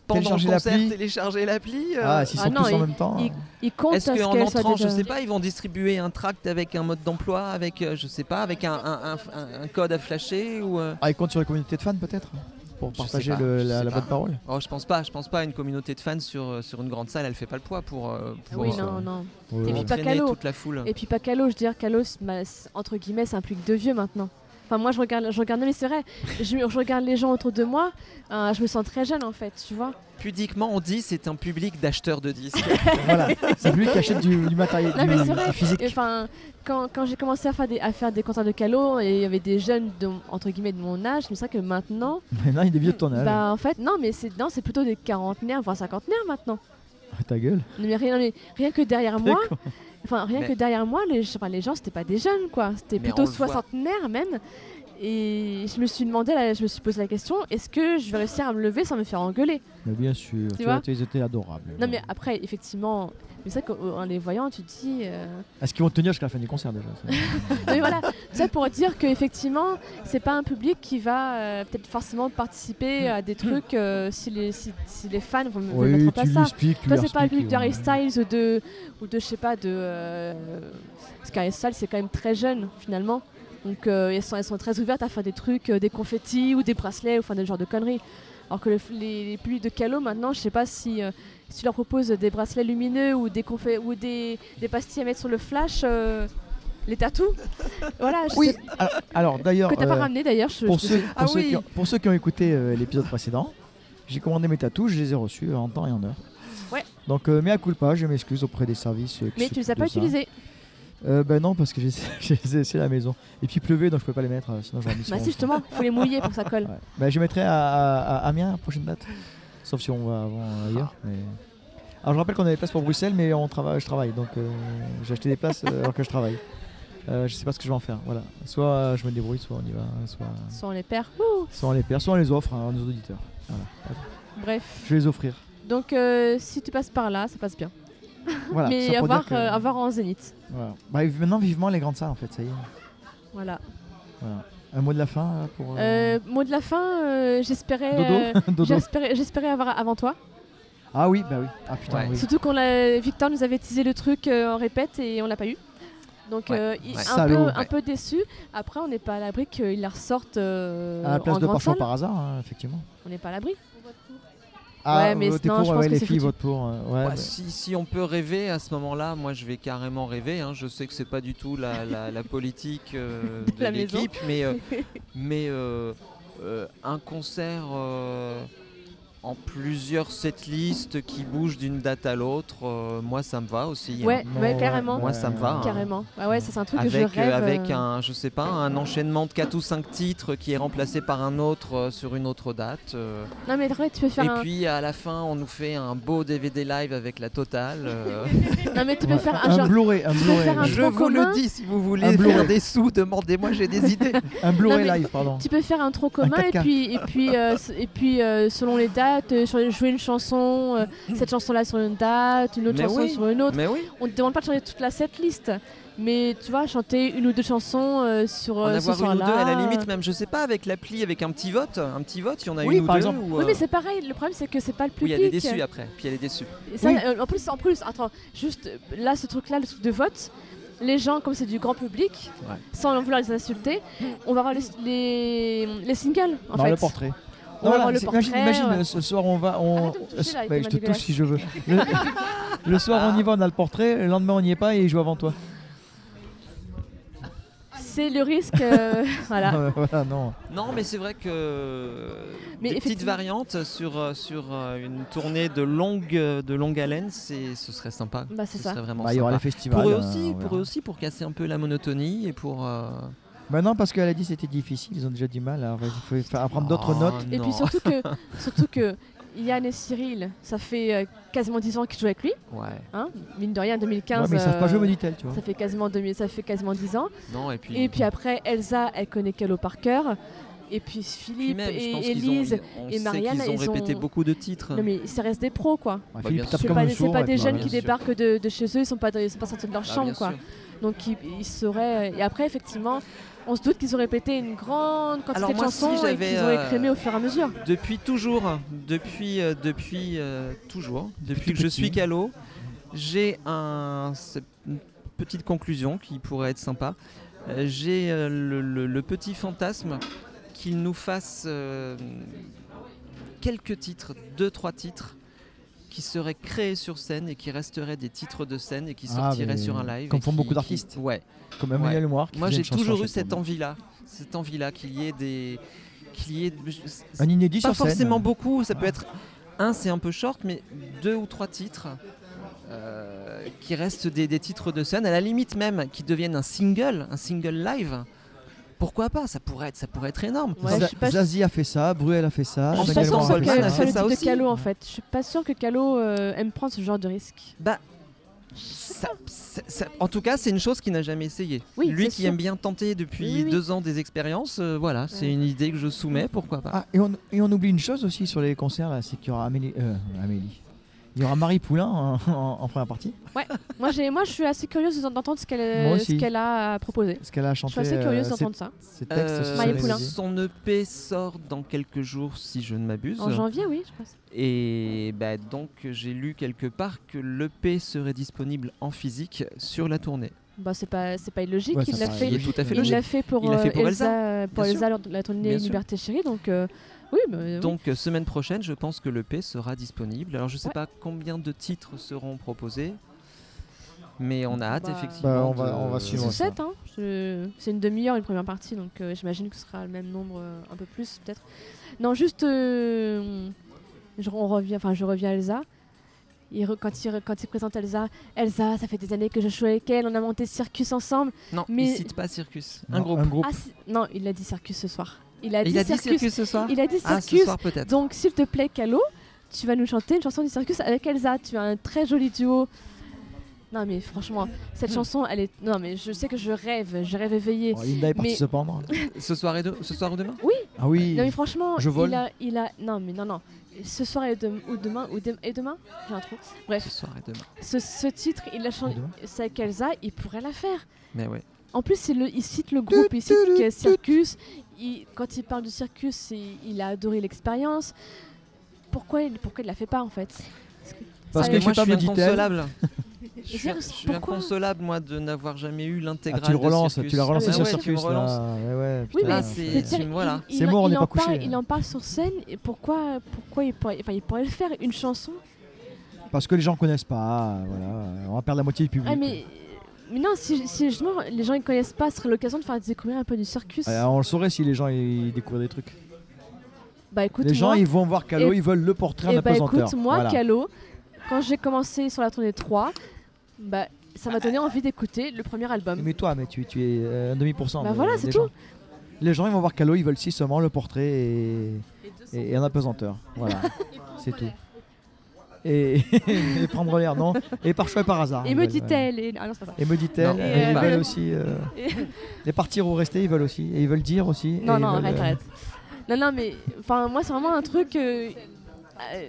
Speaker 4: pendant le
Speaker 3: Télécharger
Speaker 4: concert
Speaker 3: l'appli
Speaker 4: télécharger l'appli euh,
Speaker 3: Ah, s'ils
Speaker 2: Ah
Speaker 3: sont
Speaker 2: non,
Speaker 3: tous en
Speaker 2: il-
Speaker 3: même temps.
Speaker 2: il- Il compte
Speaker 4: Est-ce
Speaker 2: à ce
Speaker 4: qu'en
Speaker 2: qu'elle soit
Speaker 4: entrant, je
Speaker 2: déjà-
Speaker 4: sais pas, ils vont distribuer un tract avec un mode d'emploi, avec euh, je sais pas, avec un, un- un- un- un code à flasher ou euh,
Speaker 3: Ah, ils comptent sur la communauté de fans peut-être pour
Speaker 4: Je
Speaker 3: partager
Speaker 4: sais pas,
Speaker 3: le-
Speaker 4: je
Speaker 3: la,
Speaker 4: sais
Speaker 3: la
Speaker 4: pas.
Speaker 3: bonne parole.
Speaker 4: Oh, je pense pas, je pense pas. Une communauté de fans sur, euh, sur une grande salle, elle fait pas le poids pour, euh,
Speaker 2: Ah
Speaker 4: pour,
Speaker 2: Oui,
Speaker 4: euh,
Speaker 2: non, non.
Speaker 4: pour
Speaker 2: Et puis pas
Speaker 4: entraîner
Speaker 2: Calo.
Speaker 4: toute la foule.
Speaker 2: Et puis pas Calo, je veux dire, Calo, c'est ma- c'est- entre guillemets, c'est un plus que de vieux maintenant. Enfin, moi, je regarde, je regarde, non, mais c'est vrai, je, je regarde les gens autour de moi, euh, je me sens très jeune en fait, tu vois.
Speaker 4: Pudiquement, on dit c'est un public d'acheteurs de disques.
Speaker 3: voilà, c'est lui qui achète du, du matériel
Speaker 2: Non, mais
Speaker 3: du-
Speaker 2: c'est vrai.
Speaker 3: physique.
Speaker 2: Et Enfin, quand, quand j'ai commencé à faire, des, à faire des concerts de Calo, et il y avait des jeunes, de, entre guillemets, de mon âge, mais c'est vrai que maintenant,
Speaker 3: Maintenant, il est vieux de ton âge.
Speaker 2: bah en fait, non, mais c'est non, c'est plutôt des quarantenaires, voire cinquantenaires maintenant.
Speaker 3: Ah, Ta gueule.
Speaker 2: Non, mais rien, mais rien que derrière moi,
Speaker 3: D'accord.
Speaker 2: Enfin, rien
Speaker 4: Mais-
Speaker 2: que derrière moi, les, enfin, les gens, c'était pas des jeunes, quoi. C'était
Speaker 4: Mais
Speaker 2: plutôt
Speaker 4: on le voit.
Speaker 2: soixantenaires, même. Et je me suis demandé, là, je me suis posé la question, est-ce que je vais réussir à me lever sans me faire engueuler
Speaker 3: Mais bien sûr, tu,
Speaker 2: vois
Speaker 3: vois, tu- ils étaient adorables.
Speaker 2: Non, mais après, effectivement, mais c'est vrai qu'en les voyant, tu te dis. euh,
Speaker 3: Est-ce qu'ils vont tenir jusqu'à la fin du concert déjà ça
Speaker 2: Non, mais voilà, ça pour dire qu'effectivement, c'est pas un public qui va euh, peut-être forcément participer à des trucs euh, si, les, si, si les fans vont veulent mettre en
Speaker 3: Hmm. Oui, tu
Speaker 2: place
Speaker 3: lui
Speaker 2: ça.
Speaker 3: expliques, tu
Speaker 2: Toi,
Speaker 3: leur
Speaker 2: c'est pas le public
Speaker 3: expliques, hein.
Speaker 2: de Harry
Speaker 3: ouais.
Speaker 2: Styles ou de, ou de je sais pas, de. euh, parce qu'Harry Styles, c'est quand même très jeune, finalement. Donc, euh, elles, sont, elles sont très ouvertes à faire des trucs, euh, des confettis ou des bracelets, ou enfin, des genres de conneries. Alors que le f- les, les publics de Calo, maintenant, je sais pas si, euh, si tu leur proposes des bracelets lumineux ou des, confet- ou des, des pastilles à mettre sur le flash, euh, les tatous. voilà, je
Speaker 3: Oui,
Speaker 2: sais-
Speaker 3: alors, alors, d'ailleurs,
Speaker 2: que t'as
Speaker 3: euh,
Speaker 2: pas ramené d'ailleurs. je-
Speaker 3: pour,
Speaker 2: je-
Speaker 3: ceux, pour,
Speaker 4: Ah
Speaker 3: ceux qui,
Speaker 4: oui.
Speaker 3: ont- pour ceux qui ont écouté euh, l'épisode précédent, j'ai commandé mes tatouages, je les ai reçus en temps et en heure.
Speaker 2: Ouais.
Speaker 3: Donc, euh, mea culpa, je m'excuse auprès des services. euh, qui
Speaker 2: Mais tu les as
Speaker 3: s'occupent
Speaker 2: pas
Speaker 3: de ça.
Speaker 2: utilisés.
Speaker 3: Euh, Ben non, parce que j'ai j'ai laissé à la maison. Et puis il pleuvait, donc je peux pas les mettre, euh, sinon j'aurais mis sur
Speaker 2: Bah,
Speaker 3: mon
Speaker 2: si, justement, faut les mouiller pour que ça colle.
Speaker 3: chemin. Ouais.
Speaker 2: Ah.
Speaker 3: Bah, je les mettrai à, à, à Amiens, prochaine date. Sauf si on va avant euh, ailleurs. mais- Alors je rappelle qu'on a des places pour Bruxelles, mais on travaille, je travaille, donc euh, j'ai acheté des places euh, alors que je travaille. Euh, je sais pas ce que je vais en faire. Voilà. Soit euh, je me débrouille, soit on y va, soit,
Speaker 2: Soit on les perd. Ouh.
Speaker 3: soit on les perd, soit on les offre hein, à nos auditeurs. Voilà. Hop,
Speaker 2: Bref.
Speaker 3: Je vais les offrir.
Speaker 2: Donc euh, si tu passes par là, ça passe bien.
Speaker 3: Voilà. tout
Speaker 2: Mais
Speaker 3: ça pour
Speaker 2: avoir,
Speaker 3: dire que-
Speaker 2: euh, avoir en zénith.
Speaker 3: voilà. Bah, maintenant vivement les grandes salles en fait, ça y est.
Speaker 2: Voilà.
Speaker 3: Voilà. Un mot de la fin euh, pour. euh,
Speaker 2: Euh, mot de la fin, euh, j'espérais. euh,
Speaker 3: Dodo. Dodo.
Speaker 2: J'espérais j'espérais avoir avant toi.
Speaker 3: Ah oui, bah oui. Ah putain.
Speaker 4: Ouais.
Speaker 3: oui.
Speaker 2: Surtout qu'on l'a, Victor nous avait teasé le truc euh, en répète et on l'a pas eu. Donc
Speaker 4: Ouais,
Speaker 2: euh, il-
Speaker 4: ouais.
Speaker 2: un, peu,
Speaker 3: Salaud.
Speaker 2: un
Speaker 4: Ouais.
Speaker 2: peu déçu. Après, on n'est pas à l'abri qu'ils la ressortent euh,
Speaker 3: À la place
Speaker 2: en
Speaker 3: de
Speaker 2: grande
Speaker 3: parfois
Speaker 2: salle.
Speaker 3: par hasard, hein, effectivement.
Speaker 2: On n'est pas à l'abri.
Speaker 3: Ah,
Speaker 2: mais
Speaker 3: votez
Speaker 2: non,
Speaker 3: pour,
Speaker 2: je pense
Speaker 3: ouais,
Speaker 2: que
Speaker 3: les
Speaker 2: c'est
Speaker 3: filles
Speaker 2: foutu.
Speaker 3: votent pour. euh, ouais,
Speaker 4: Bah,
Speaker 3: bah,
Speaker 4: si, si on peut rêver à ce moment-là, moi je vais carrément rêver. hein. Je sais que c'est pas du tout la, la- la politique euh,
Speaker 2: De
Speaker 4: de
Speaker 2: la maison.
Speaker 4: l'équipe, mais, euh, mais euh, euh, un concert euh, en plusieurs setlists qui bougent d'une date à l'autre, euh, moi ça me va aussi. hein.
Speaker 2: Ouais,
Speaker 3: non,
Speaker 2: ouais, carrément.
Speaker 4: Moi, ça me va, hein.
Speaker 2: Carrément. Ouais, ouais, ça c'est un truc que je
Speaker 4: Avec, euh,
Speaker 2: rêve.
Speaker 4: avec
Speaker 2: euh,
Speaker 4: un, je sais pas, un enchaînement de 4 ou 5 titres qui est remplacé par un autre euh, sur une autre date. euh.
Speaker 2: Non mais vrai, tu peux
Speaker 4: Et
Speaker 2: faire. Un...
Speaker 4: puis à la fin, on nous fait un beau DVD live avec la totale. euh.
Speaker 2: Non mais tu peux
Speaker 3: Ouais.
Speaker 2: faire un
Speaker 3: Un
Speaker 2: genre.
Speaker 3: Blu-ray, un
Speaker 2: faire un
Speaker 3: Blu-ray,
Speaker 4: Je
Speaker 2: tronc
Speaker 4: vous
Speaker 2: commun.
Speaker 4: le dis, si vous
Speaker 3: Un
Speaker 4: voulez
Speaker 3: Blu-ray.
Speaker 4: faire des sous, demandez-moi, j'ai des idées.
Speaker 3: un Blu-ray
Speaker 2: Non, mais-
Speaker 3: live, pardon.
Speaker 2: Tu peux faire un tronc commun et
Speaker 3: 4K.
Speaker 2: puis et puis euh, s- et puis euh, selon les dates, euh, ch- jouer une chanson, euh, cette chanson-là sur une date, une autre
Speaker 4: Mais
Speaker 2: chanson
Speaker 4: oui.
Speaker 2: sur une autre.
Speaker 4: Mais oui,
Speaker 2: On te demande pas de changer toute la setlist, mais tu vois, chanter une ou deux chansons euh, sur
Speaker 4: en
Speaker 2: euh, ce
Speaker 4: avoir une ou deux
Speaker 2: soir-là. euh.
Speaker 4: à la limite, même je sais pas, avec l'appli, avec un petit vote, un petit vote, il y en a
Speaker 3: Oui,
Speaker 4: une ou
Speaker 3: par
Speaker 4: deux.
Speaker 3: exemple.
Speaker 4: ou,
Speaker 2: Oui,
Speaker 4: euh,
Speaker 2: mais c'est pareil. Le problème, c'est que c'est pas le
Speaker 4: oui,
Speaker 2: public.
Speaker 4: elle est déçue après, puis elle est déçue.
Speaker 2: Et ça,
Speaker 3: Oui.
Speaker 2: euh, en plus, en plus, attends, juste euh, là, ce truc-là, le truc de vote, les gens, comme c'est du grand public,
Speaker 4: Ouais.
Speaker 2: sans vouloir les insulter, on va avoir les, les, les singles, en
Speaker 3: Dans
Speaker 2: fait.
Speaker 3: le portrait.
Speaker 2: On va voir le
Speaker 3: c'est- imagine,
Speaker 2: portrait,
Speaker 3: imagine,
Speaker 2: ouais.
Speaker 3: euh, ce soir on va. On...
Speaker 2: Arrête de me toucher, là, avec
Speaker 3: Ouais,
Speaker 2: tes
Speaker 3: je te
Speaker 2: manigances.
Speaker 3: touche si je veux. Le, le soir on y va, on a le portrait. Le lendemain on n'y est pas et il joue avant toi.
Speaker 2: C'est le risque, euh, voilà.
Speaker 3: Euh, voilà, non.
Speaker 4: Non, mais c'est vrai que euh,
Speaker 2: Mais
Speaker 4: des petites
Speaker 2: effectivement-
Speaker 4: variantes sur, euh, sur euh, une tournée de longue, euh, de longue haleine, c'est- ce serait sympa.
Speaker 2: Bah, c'est
Speaker 4: ce
Speaker 2: ça.
Speaker 4: serait vraiment
Speaker 3: Bah, il y aura les
Speaker 4: sympa.
Speaker 3: festivals.
Speaker 4: Pour eux
Speaker 3: euh,
Speaker 4: aussi,
Speaker 3: on
Speaker 4: pour
Speaker 3: verra.
Speaker 4: eux aussi, pour casser un peu la monotonie et pour. euh,
Speaker 3: Bah non, parce qu'elle a dit c'était difficile, ils ont déjà du mal. Alors il faut faire- apprendre d'autres
Speaker 4: oh,
Speaker 3: notes.
Speaker 2: Et puis
Speaker 4: non.
Speaker 2: surtout que, surtout que Yann et Cyril, ça fait euh, quasiment 10 ans qu'ils jouent avec lui,
Speaker 4: Ouais.
Speaker 2: hein, mine de rien, 2015.
Speaker 3: Ouais, mais ils savent pas
Speaker 2: euh,
Speaker 3: jouer, hein. me dit-elle, tu vois.
Speaker 2: ça fait quasiment 2000, ça fait quasiment 10 ans.
Speaker 4: Non, et puis.
Speaker 2: Et puis après, Elsa, elle connaît Calo par cœur. Et puis
Speaker 4: puis
Speaker 2: Philippe
Speaker 4: même, je pense
Speaker 2: et
Speaker 4: qu'ils ont-
Speaker 2: Elise.
Speaker 4: on
Speaker 2: et
Speaker 4: sait
Speaker 2: Marianne,
Speaker 4: qu'ils ont
Speaker 2: ils ont-
Speaker 4: répété beaucoup de titres.
Speaker 2: Non mais ça reste des pros quoi.
Speaker 3: Ouais,
Speaker 4: Bah,
Speaker 3: Philippe
Speaker 4: bien
Speaker 3: tape
Speaker 4: sûr.
Speaker 2: C'est
Speaker 3: comme
Speaker 2: pas,
Speaker 3: le
Speaker 2: des- c'est
Speaker 3: sourd,
Speaker 2: pas
Speaker 3: et
Speaker 2: des
Speaker 3: puis
Speaker 2: jeunes
Speaker 3: voilà.
Speaker 2: qui
Speaker 4: Bien sûr.
Speaker 2: débarquent de, de chez eux, ils sont pas, ils sont pas sortis de leur
Speaker 4: Bah,
Speaker 2: chambre
Speaker 4: bien
Speaker 2: quoi.
Speaker 4: sûr.
Speaker 2: Donc ils, ils sauraient. Et après effectivement, on se doute qu'ils ont répété une grande quantité
Speaker 4: Alors,
Speaker 2: de
Speaker 4: moi, si
Speaker 2: chansons et
Speaker 4: j'avais,
Speaker 2: qu'ils ont
Speaker 4: euh,
Speaker 2: écrémé au fur et à mesure.
Speaker 4: Depuis toujours, depuis, euh, depuis euh, toujours, depuis
Speaker 3: tout
Speaker 4: que je
Speaker 3: petit.
Speaker 4: suis calo, j'ai un, c'est une petite conclusion qui pourrait être sympa. Euh, j'ai euh, le, le- le petit fantasme qu'il nous fasse euh, quelques titres, deux, trois titres, qui seraient créés sur scène et qui resteraient des titres de scène et qui
Speaker 3: Ah,
Speaker 4: sortiraient
Speaker 3: mais
Speaker 4: sur un live.
Speaker 3: comme
Speaker 4: et
Speaker 3: font
Speaker 4: qui-
Speaker 3: beaucoup
Speaker 4: qui-
Speaker 3: d'artistes.
Speaker 4: Ouais.
Speaker 3: Comme Emmanuel Moir. qui
Speaker 4: Moi,
Speaker 3: faisait
Speaker 4: j'ai
Speaker 3: une chanson
Speaker 4: toujours eu
Speaker 3: à chaque
Speaker 4: cette
Speaker 3: fois.
Speaker 4: envie-là, cette envie-là qu'il y ait des, qu'il y ait
Speaker 3: Un inédit
Speaker 4: pas
Speaker 3: sur scène.
Speaker 4: forcément beaucoup. Ça peut être un, c'est un peu short, mais deux ou trois titres euh, qui restent des, des titres de scène. À la limite même, qui deviennent un single, un single live. Pourquoi pas Ça pourrait être, ça pourrait être énorme.
Speaker 2: Ouais, je
Speaker 3: Za-
Speaker 2: suis pas-
Speaker 3: Zazie a fait ça, Bruel a fait ça.
Speaker 2: Je
Speaker 4: En
Speaker 2: suis pas
Speaker 3: Emmanuel
Speaker 2: sûre
Speaker 3: Moir
Speaker 4: pensant
Speaker 3: a
Speaker 2: sur,
Speaker 4: Goldman
Speaker 3: fait
Speaker 2: que,
Speaker 3: ça.
Speaker 4: a
Speaker 2: sur
Speaker 4: fait
Speaker 2: le
Speaker 4: ça
Speaker 2: titre de
Speaker 4: aussi.
Speaker 2: Calo en fait. Je suis pas sûre que Calo euh, aime prendre ce genre de risque.
Speaker 4: Bah, ça- ça- ça- en tout cas, c'est une chose qu'il n'a jamais essayé.
Speaker 2: Oui,
Speaker 4: Lui
Speaker 2: c'est
Speaker 4: qui
Speaker 2: sûr.
Speaker 4: aime bien tenter depuis
Speaker 2: Oui, oui.
Speaker 4: deux ans des expériences, euh, voilà,
Speaker 2: Ouais.
Speaker 4: c'est une idée que je soumets. Pourquoi pas
Speaker 3: Ah, et on, et on oublie une chose aussi sur les concerts, là, c'est qu'il y aura Amélie. euh, Amélie. Il y aura Marie Poulain en, en- en première partie,
Speaker 2: Moi j'ai, moi je suis assez curieuse d'entendre ce
Speaker 3: Moi
Speaker 2: qu'elle, ce
Speaker 3: aussi.
Speaker 2: qu'elle a à proposer.
Speaker 3: parce qu'elle a
Speaker 2: Je
Speaker 3: chanté
Speaker 2: suis assez
Speaker 3: euh,
Speaker 2: curieuse
Speaker 3: ses-
Speaker 2: d'entendre ça.
Speaker 3: ses textes.
Speaker 4: Euh,
Speaker 3: sur
Speaker 2: Marie
Speaker 3: Zazie.
Speaker 2: Poulain.
Speaker 4: Son EP sort dans quelques jours, si je ne m'abuse.
Speaker 2: En janvier, oui, je pense.
Speaker 4: Et bah, donc, j'ai lu quelque part que l'EP serait disponible en physique sur la tournée.
Speaker 2: Bah c'est pas, c'est pas illogique.
Speaker 3: Ouais, ça
Speaker 2: il l'a
Speaker 3: paraît
Speaker 2: fait,
Speaker 4: Il est tout à fait
Speaker 2: il
Speaker 4: logique.
Speaker 2: l'a fait pour,
Speaker 4: Il l'a fait
Speaker 2: euh,
Speaker 4: pour
Speaker 2: Elsa, euh, pour
Speaker 4: bien
Speaker 2: Elsa lors de la tournée
Speaker 4: Bien sûr.
Speaker 2: Liberté Chérie. Donc euh, oui, bah, oui.
Speaker 4: Donc, euh, semaine prochaine, je pense que l'EP sera disponible. Alors, je sais
Speaker 2: Ouais.
Speaker 4: pas combien de titres seront proposés, mais on a hâte,
Speaker 2: Bah,
Speaker 4: effectivement.
Speaker 3: Bah, on va-
Speaker 4: de-
Speaker 3: on va
Speaker 2: Six
Speaker 3: suivre.
Speaker 2: ou
Speaker 3: ça.
Speaker 2: sept, hein. Je- C'est une demi-heure une première partie, donc euh, j'imagine que ce sera le même nombre, euh, un peu plus peut-être. Non, juste, euh, je, on revient, enfin je reviens à Elsa. Il re- quand, il re- quand il présente Elsa, Elsa, ça fait des années que je joue avec elle, on a monté Circus ensemble.
Speaker 4: Non,
Speaker 2: Mais-
Speaker 4: il cite pas Circus.
Speaker 3: Non,
Speaker 4: un groupe.
Speaker 2: Ah, si- non, il a dit Circus ce soir. Il a,
Speaker 4: Et
Speaker 2: dit,
Speaker 4: Oh. il a dit
Speaker 2: circus.
Speaker 4: Circus ce soir
Speaker 2: Il a dit
Speaker 4: Ah, ce
Speaker 2: Circus.
Speaker 4: soir peut-être.
Speaker 2: Donc s'il te plaît, Calo, tu vas nous chanter une chanson du circus avec Elsa. Tu as un très joli duo. Non mais franchement,
Speaker 4: Hmm.
Speaker 2: cette chanson, elle est. Non mais je sais que je rêve, je rêve éveillé.
Speaker 3: Oh, Linda est partie
Speaker 2: Ah, Mais-
Speaker 3: se pendre.
Speaker 4: Ce soir, et de- ce soir ou demain
Speaker 3: Ah oui.
Speaker 2: Non mais franchement,
Speaker 3: Je vole.
Speaker 2: il a, il a, non mais non non. Ce soir et dem- ou demain ou dem- et demain, j'ai un trou.
Speaker 4: Ce soir et demain.
Speaker 2: Ce, ce titre, il l'a chanté.
Speaker 3: Demain.
Speaker 2: C'est avec Elsa, il pourrait la faire.
Speaker 4: Mais ouais.
Speaker 2: En plus, il, le- il cite le groupe, il cite que Circus. Il- quand il parle du circus, c'est- il, a adoré l'expérience. Pourquoi, il- pourquoi il la fait pas en fait
Speaker 3: Parce
Speaker 2: Ça-
Speaker 3: que
Speaker 4: Ah, Mais
Speaker 3: je
Speaker 4: moi,
Speaker 3: sais pas,
Speaker 4: je
Speaker 3: me
Speaker 4: suis
Speaker 3: dit-elle.
Speaker 4: inconsolable. Je suis,
Speaker 2: Zers,
Speaker 4: je suis
Speaker 2: pourquoi
Speaker 4: inconsolable, moi, de n'avoir jamais eu
Speaker 3: Ah,
Speaker 4: l'intégrale.
Speaker 3: tu le
Speaker 4: de
Speaker 3: relances,
Speaker 4: Circus.
Speaker 3: tu l'as relancé
Speaker 2: Ah
Speaker 3: sur
Speaker 4: ouais, tu me
Speaker 3: Circus.
Speaker 4: relances.
Speaker 3: Là. Ouais, ouais,
Speaker 2: Oui,
Speaker 3: putain,
Speaker 2: mais
Speaker 4: Là,
Speaker 3: ça-
Speaker 2: Je veux
Speaker 4: Ah, c'est-
Speaker 2: dire,
Speaker 4: tu- voilà.
Speaker 2: il- il
Speaker 3: C'est
Speaker 2: en-
Speaker 3: mort, on
Speaker 2: il
Speaker 3: n'est
Speaker 2: en
Speaker 3: pas couché,
Speaker 2: parle-
Speaker 3: là.
Speaker 2: Il en parle sur scène. Et pourquoi, pourquoi il pourrait, enfin, il pourrait le faire une chanson
Speaker 3: Parce que les gens connaissent pas. ah, Voilà. On va perdre la moitié du public.
Speaker 2: Ah, mais, mais non, si, si justement les gens ne connaissent pas, ce serait l'occasion de faire découvrir un peu du circus.
Speaker 3: Euh, on le saurait si les gens ils découvrent des trucs.
Speaker 2: bah écoute,
Speaker 3: les gens
Speaker 2: moi,
Speaker 3: ils vont voir Calo,
Speaker 2: et-
Speaker 3: ils veulent le portrait
Speaker 2: eh
Speaker 3: d'un
Speaker 2: bah,
Speaker 3: pesanteur.
Speaker 2: écoute, moi,
Speaker 3: Voilà.
Speaker 2: Calo, quand j'ai commencé sur la tournée 3, bah, ça m'a donné envie d'écouter le premier album.
Speaker 3: Mais toi, mais tu, tu es euh, un demi pour cent.
Speaker 2: Bah voilà, c'est tout.
Speaker 3: Les gens ils vont voir Calo, ils veulent si seulement le portrait et, et- et un apesanteur. Voilà, c'est tout. Et, et prendre l'air, non Et par choix et par hasard.
Speaker 2: Et
Speaker 3: ils
Speaker 2: me
Speaker 3: veulent, ouais.
Speaker 2: dit-elle, et... ah non, c'est pas ça.
Speaker 3: Et me dit-elle,
Speaker 4: Non,
Speaker 3: et
Speaker 2: et,
Speaker 3: ils
Speaker 2: euh,
Speaker 3: veulent
Speaker 2: le-
Speaker 3: aussi. euh,
Speaker 2: Et-
Speaker 3: les partir ou rester, ils veulent aussi. Et ils veulent dire aussi. et
Speaker 2: Non,
Speaker 3: ils
Speaker 2: non,
Speaker 3: veulent,
Speaker 2: arrête,
Speaker 3: euh,
Speaker 2: arrête. Non, non, mais enfin, moi, c'est vraiment un truc. euh, euh,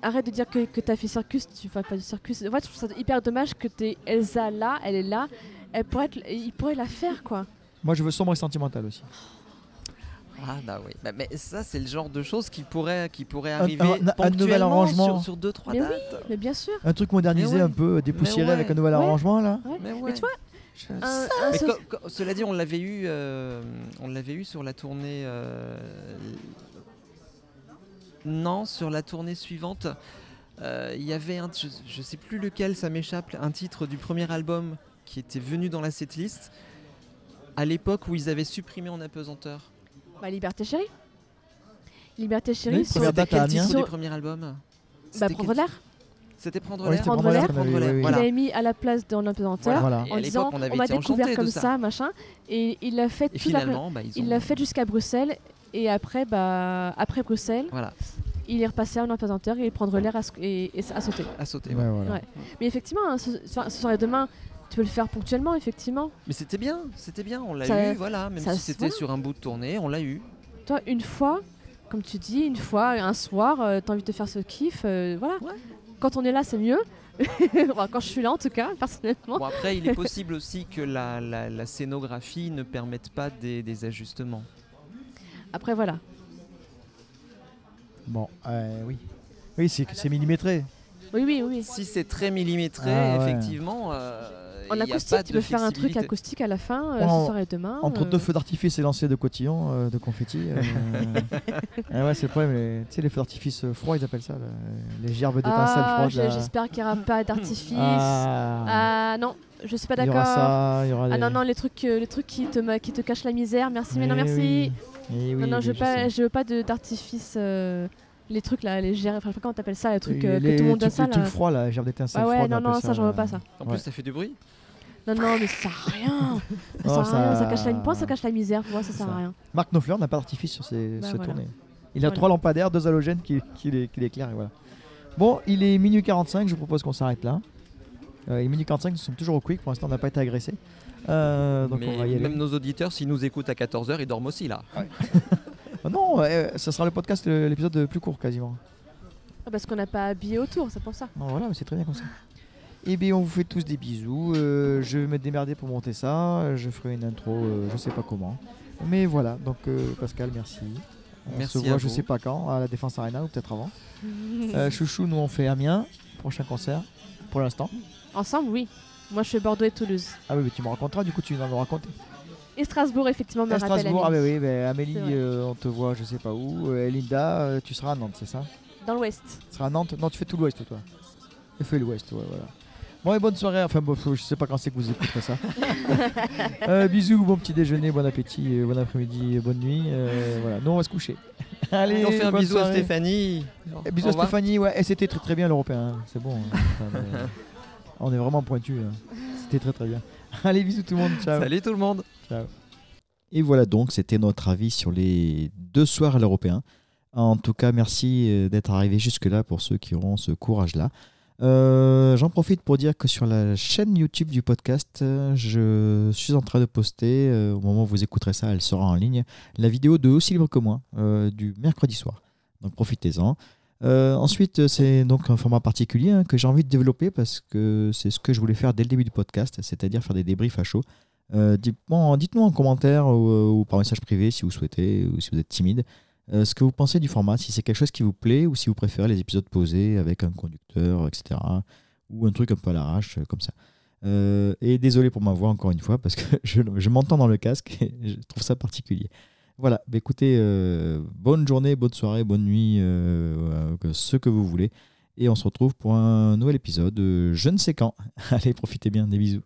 Speaker 2: arrête de dire que, que t'as fait circus, tu fais pas du circus. En fait, je trouve ça hyper dommage que t'es Elsa là, elle est là. Elle pourrait être- il pourrait la faire, quoi.
Speaker 3: Moi je veux sombre et sentimental aussi.
Speaker 4: Ah bah oui. Bah, mais ça, c'est le genre de choses qui pourrait, qui pourrait
Speaker 3: Un-
Speaker 4: arriver
Speaker 3: un- un nouvel
Speaker 4: ponctuellement
Speaker 3: arrangement.
Speaker 4: sur, sur deux trois
Speaker 2: Mais oui.
Speaker 4: dates.
Speaker 2: Mais bien sûr.
Speaker 3: Un truc modernisé
Speaker 4: Mais ouais.
Speaker 3: un peu, dépoussiéré
Speaker 4: Mais
Speaker 3: avec un
Speaker 4: ouais.
Speaker 3: nouvel
Speaker 2: Ouais.
Speaker 3: arrangement là.
Speaker 4: Mais, ouais.
Speaker 2: Mais tu vois,
Speaker 4: Je
Speaker 2: un-
Speaker 4: sais.
Speaker 2: un
Speaker 4: Mais
Speaker 2: so-
Speaker 4: co- co- cela dit, on l'avait eu, euh, on l'avait eu sur la tournée. euh, Non, sur la tournée suivante, euh, il y avait un, je, je sais plus lequel, ça m'échappe, un titre du premier album qui était venu dans la setlist à l'époque où ils avaient supprimé en apesanteur.
Speaker 2: bah, Liberté Chérie. Liberté
Speaker 3: Oui,
Speaker 2: Chérie, sur,
Speaker 3: première
Speaker 4: C'était
Speaker 3: date à
Speaker 4: quel
Speaker 3: Amiens.
Speaker 4: titre
Speaker 2: Sur-
Speaker 4: du premier album
Speaker 2: bah,
Speaker 4: C'était
Speaker 2: Prendre
Speaker 4: quel-
Speaker 2: l'air.
Speaker 4: C'était prendre
Speaker 3: Ouais,
Speaker 4: l'air.
Speaker 3: c'était
Speaker 2: Prendre
Speaker 3: l'air
Speaker 2: l'air,
Speaker 3: qu'on
Speaker 4: Prendre
Speaker 3: avait-
Speaker 4: l'air,
Speaker 3: oui, oui.
Speaker 4: Voilà.
Speaker 2: Il a mis à la place dans l'impesanteur
Speaker 3: Ah. Voilà.
Speaker 4: Et à
Speaker 2: en
Speaker 4: l'époque,
Speaker 2: disant
Speaker 4: on avait
Speaker 2: m'a
Speaker 4: été enchantés
Speaker 2: découvert
Speaker 4: de
Speaker 2: comme
Speaker 4: ça.
Speaker 2: ça. machin. Et il l'a fait
Speaker 4: Et
Speaker 2: toute la-
Speaker 4: finalement, bah, ils
Speaker 2: Il
Speaker 4: ont-
Speaker 2: l'a fait jusqu'à Bruxelles et après, bah, après Bruxelles,
Speaker 4: Voilà,
Speaker 2: il est repassé en apesanteur et il prendre l'air à, sa- et, et à sauter.
Speaker 4: à sauter.
Speaker 3: Ouais,
Speaker 4: ouais.
Speaker 3: voilà.
Speaker 2: Ouais. Mais effectivement, hein, ce, enfin, ce soir et demain, tu peux le faire ponctuellement, effectivement.
Speaker 4: Mais c'était bien, c'était bien, on l'a
Speaker 2: Ça-
Speaker 4: eu, voilà, même
Speaker 2: ça
Speaker 4: si
Speaker 2: se
Speaker 4: c'était
Speaker 2: voit.
Speaker 4: sur un bout de tournée, on l'a eu.
Speaker 2: Toi, une fois, comme tu dis, une fois, un soir, euh, t'as envie de te faire ce kiff, euh, voilà.
Speaker 4: Ouais.
Speaker 2: Quand on est là, c'est mieux. Enfin, quand je suis là, en tout cas, personnellement.
Speaker 4: Bon, après, il est possible aussi que la, la- la scénographie ne permette pas des, des ajustements.
Speaker 2: Après, voilà.
Speaker 3: Bon, euh, oui. Oui, c'est c'est millimétré.
Speaker 2: Oui, oui, oui.
Speaker 4: Si c'est très millimétré,
Speaker 3: Ah ouais.
Speaker 4: effectivement. euh,
Speaker 2: En
Speaker 4: il y a pas
Speaker 2: acoustique, tu
Speaker 4: de
Speaker 2: peux faire un truc
Speaker 4: flexibilité.
Speaker 2: acoustique à la fin, euh,
Speaker 3: En-
Speaker 2: ce soir et demain.
Speaker 3: Entre
Speaker 2: euh,
Speaker 3: deux feux d'artifice et lancers de cotillons, euh, de confettis. euh, ah ouais, c'est le problème. les- Tu sais, les feux d'artifice euh, froids, ils appellent ça. là, Les gerbes d'étincelles
Speaker 2: Ah,
Speaker 3: froides.
Speaker 2: j'ai-
Speaker 3: là.
Speaker 2: j'espère qu'il n'y aura pas d'artifice.
Speaker 3: Ah,
Speaker 2: Ah non, je suis pas
Speaker 3: Il y aura
Speaker 2: d'accord.
Speaker 3: ça, il y aura
Speaker 2: Ah
Speaker 3: des-
Speaker 2: non, non, les trucs, euh, les trucs qui, te, ma- qui te cachent la misère, merci, mais non,
Speaker 3: Eh
Speaker 2: merci.
Speaker 3: oui. Eh oui,
Speaker 2: non, non, je
Speaker 3: mais
Speaker 2: veux, pas,
Speaker 3: sais.
Speaker 2: je veux pas de- d'artifice. euh, les trucs là, les gères, enfin, je sais pas comment t'appelles ça, les trucs
Speaker 3: Les-
Speaker 2: euh,
Speaker 3: les
Speaker 2: que tout le monde a
Speaker 3: trucs-
Speaker 2: ça
Speaker 3: Les
Speaker 2: là.
Speaker 3: trucs froids, là, les gerbes d'étincelles
Speaker 2: Ah ouais,
Speaker 3: froides.
Speaker 2: non,
Speaker 3: on
Speaker 2: non,
Speaker 3: appelle
Speaker 2: ça, j'en veux pas ça.
Speaker 4: En plus,
Speaker 3: Ouais.
Speaker 4: ça fait du bruit.
Speaker 2: Non, non, mais ça sert à rien. ça
Speaker 3: Non,
Speaker 2: sert à rien,
Speaker 3: Oh, ça-
Speaker 2: ça cache la, pour moi, ça cache la misère, pour moi, ça sert
Speaker 3: Ça.
Speaker 2: à rien.
Speaker 3: Marc Knopfler n'a pas d'artifice sur ses,
Speaker 2: Bah,
Speaker 3: sa
Speaker 2: voilà.
Speaker 3: tournée. Il a
Speaker 2: Voilà.
Speaker 3: trois lampadaires, deux halogènes qui, qui, l'é- qui l'éclairent et voilà. Bon, il est minuit 45, je vous propose qu'on s'arrête là. Euh, il est minuit 45, nous sommes toujours au quick, pour l'instant on n'a pas été agressé. Euh, donc on va y
Speaker 4: Mais
Speaker 3: aller.
Speaker 4: même nos auditeurs, s'ils nous écoutent à 14h, ils dorment aussi là.
Speaker 3: Oh non, euh, ça sera le podcast, euh, l'épisode le plus court quasiment.
Speaker 2: Ah, parce qu'on n'a pas habillé autour, c'est pour ça.
Speaker 3: Non, voilà, mais c'est très bien comme ça. Et bien on vous fait tous des bisous. Euh, je vais me démerder pour monter ça. Euh, Je ferai une intro, euh, je sais pas comment. Mais voilà, donc euh, Pascal, merci. On
Speaker 4: Merci
Speaker 3: se
Speaker 4: à
Speaker 3: voit, je
Speaker 4: vous.
Speaker 3: sais pas quand, à la Défense Arena ou peut-être avant. Euh, Chouchou, nous on fait Amiens, prochain concert, pour l'instant.
Speaker 2: Ensemble, oui. Moi, je fais Bordeaux et Toulouse.
Speaker 3: Ah oui, mais tu me raconteras, du coup tu vas me raconter.
Speaker 2: Et Strasbourg, effectivement, me
Speaker 3: À
Speaker 2: rappelle.
Speaker 3: Strasbourg, ah
Speaker 2: Amélie.
Speaker 3: bah oui, bah, Amélie,
Speaker 2: C'est vrai.
Speaker 3: euh, on te voit, je sais pas où. Euh, Linda, euh, tu seras à Nantes, c'est ça
Speaker 2: Dans l'Ouest.
Speaker 3: Tu seras à Nantes Non, tu fais tout l'Ouest, toi. Tu fais l'Ouest, ouais, voilà. Bon et bonne soirée, enfin bon, je sais pas quand c'est que vous écouterez ça. Euh, bisous, bon petit déjeuner, bon appétit, euh, bon après-midi, euh, bonne nuit. euh, voilà, nous on va se coucher. Allez,
Speaker 4: Et on fait un
Speaker 3: bonne
Speaker 4: bisou à
Speaker 3: soirée.
Speaker 4: Stéphanie.
Speaker 3: Et
Speaker 4: Au
Speaker 3: bisous à
Speaker 4: revoir.
Speaker 3: Stéphanie, ouais, et c'était très très bien l'européen, hein. c'est bon. hein. Enfin, euh, on est vraiment pointu. hein. C'était très très bien. Allez, bisous tout le monde, ciao.
Speaker 4: Salut tout le monde.
Speaker 3: Et voilà donc, c'était notre avis sur les deux soirs à l'européen.
Speaker 1: En tout cas, merci euh, d'être arrivé jusque-là pour ceux qui auront ce courage-là. Euh, J'en profite pour dire que sur la chaîne YouTube du podcast, euh, je suis en train de poster, euh, au moment où vous écouterez ça, elle sera en ligne, la vidéo de Aussi libre que moi euh, du mercredi soir. Donc profitez-en. Euh, ensuite, euh, c'est donc un format particulier hein, que j'ai envie de développer parce que c'est ce que je voulais faire dès le début du podcast, c'est-à-dire faire des débriefs à chaud. Euh, dites-moi, dites-nous en commentaire ou, euh, ou par message privé si vous souhaitez ou si vous êtes timide euh, ce que vous pensez du format, si c'est quelque chose qui vous plaît ou si vous préférez les épisodes posés avec un conducteur, etc. Ou un truc un peu à l'arrache euh, comme ça. Euh, et désolé pour ma voix encore une fois parce que je, je m'entends dans le casque et je trouve ça particulier. Voilà, bah écoutez, euh, bonne journée, bonne soirée, bonne nuit, euh, euh, ce que vous voulez. Et on se retrouve pour un nouvel épisode, euh, je ne sais quand. Allez, profitez bien, des bisous.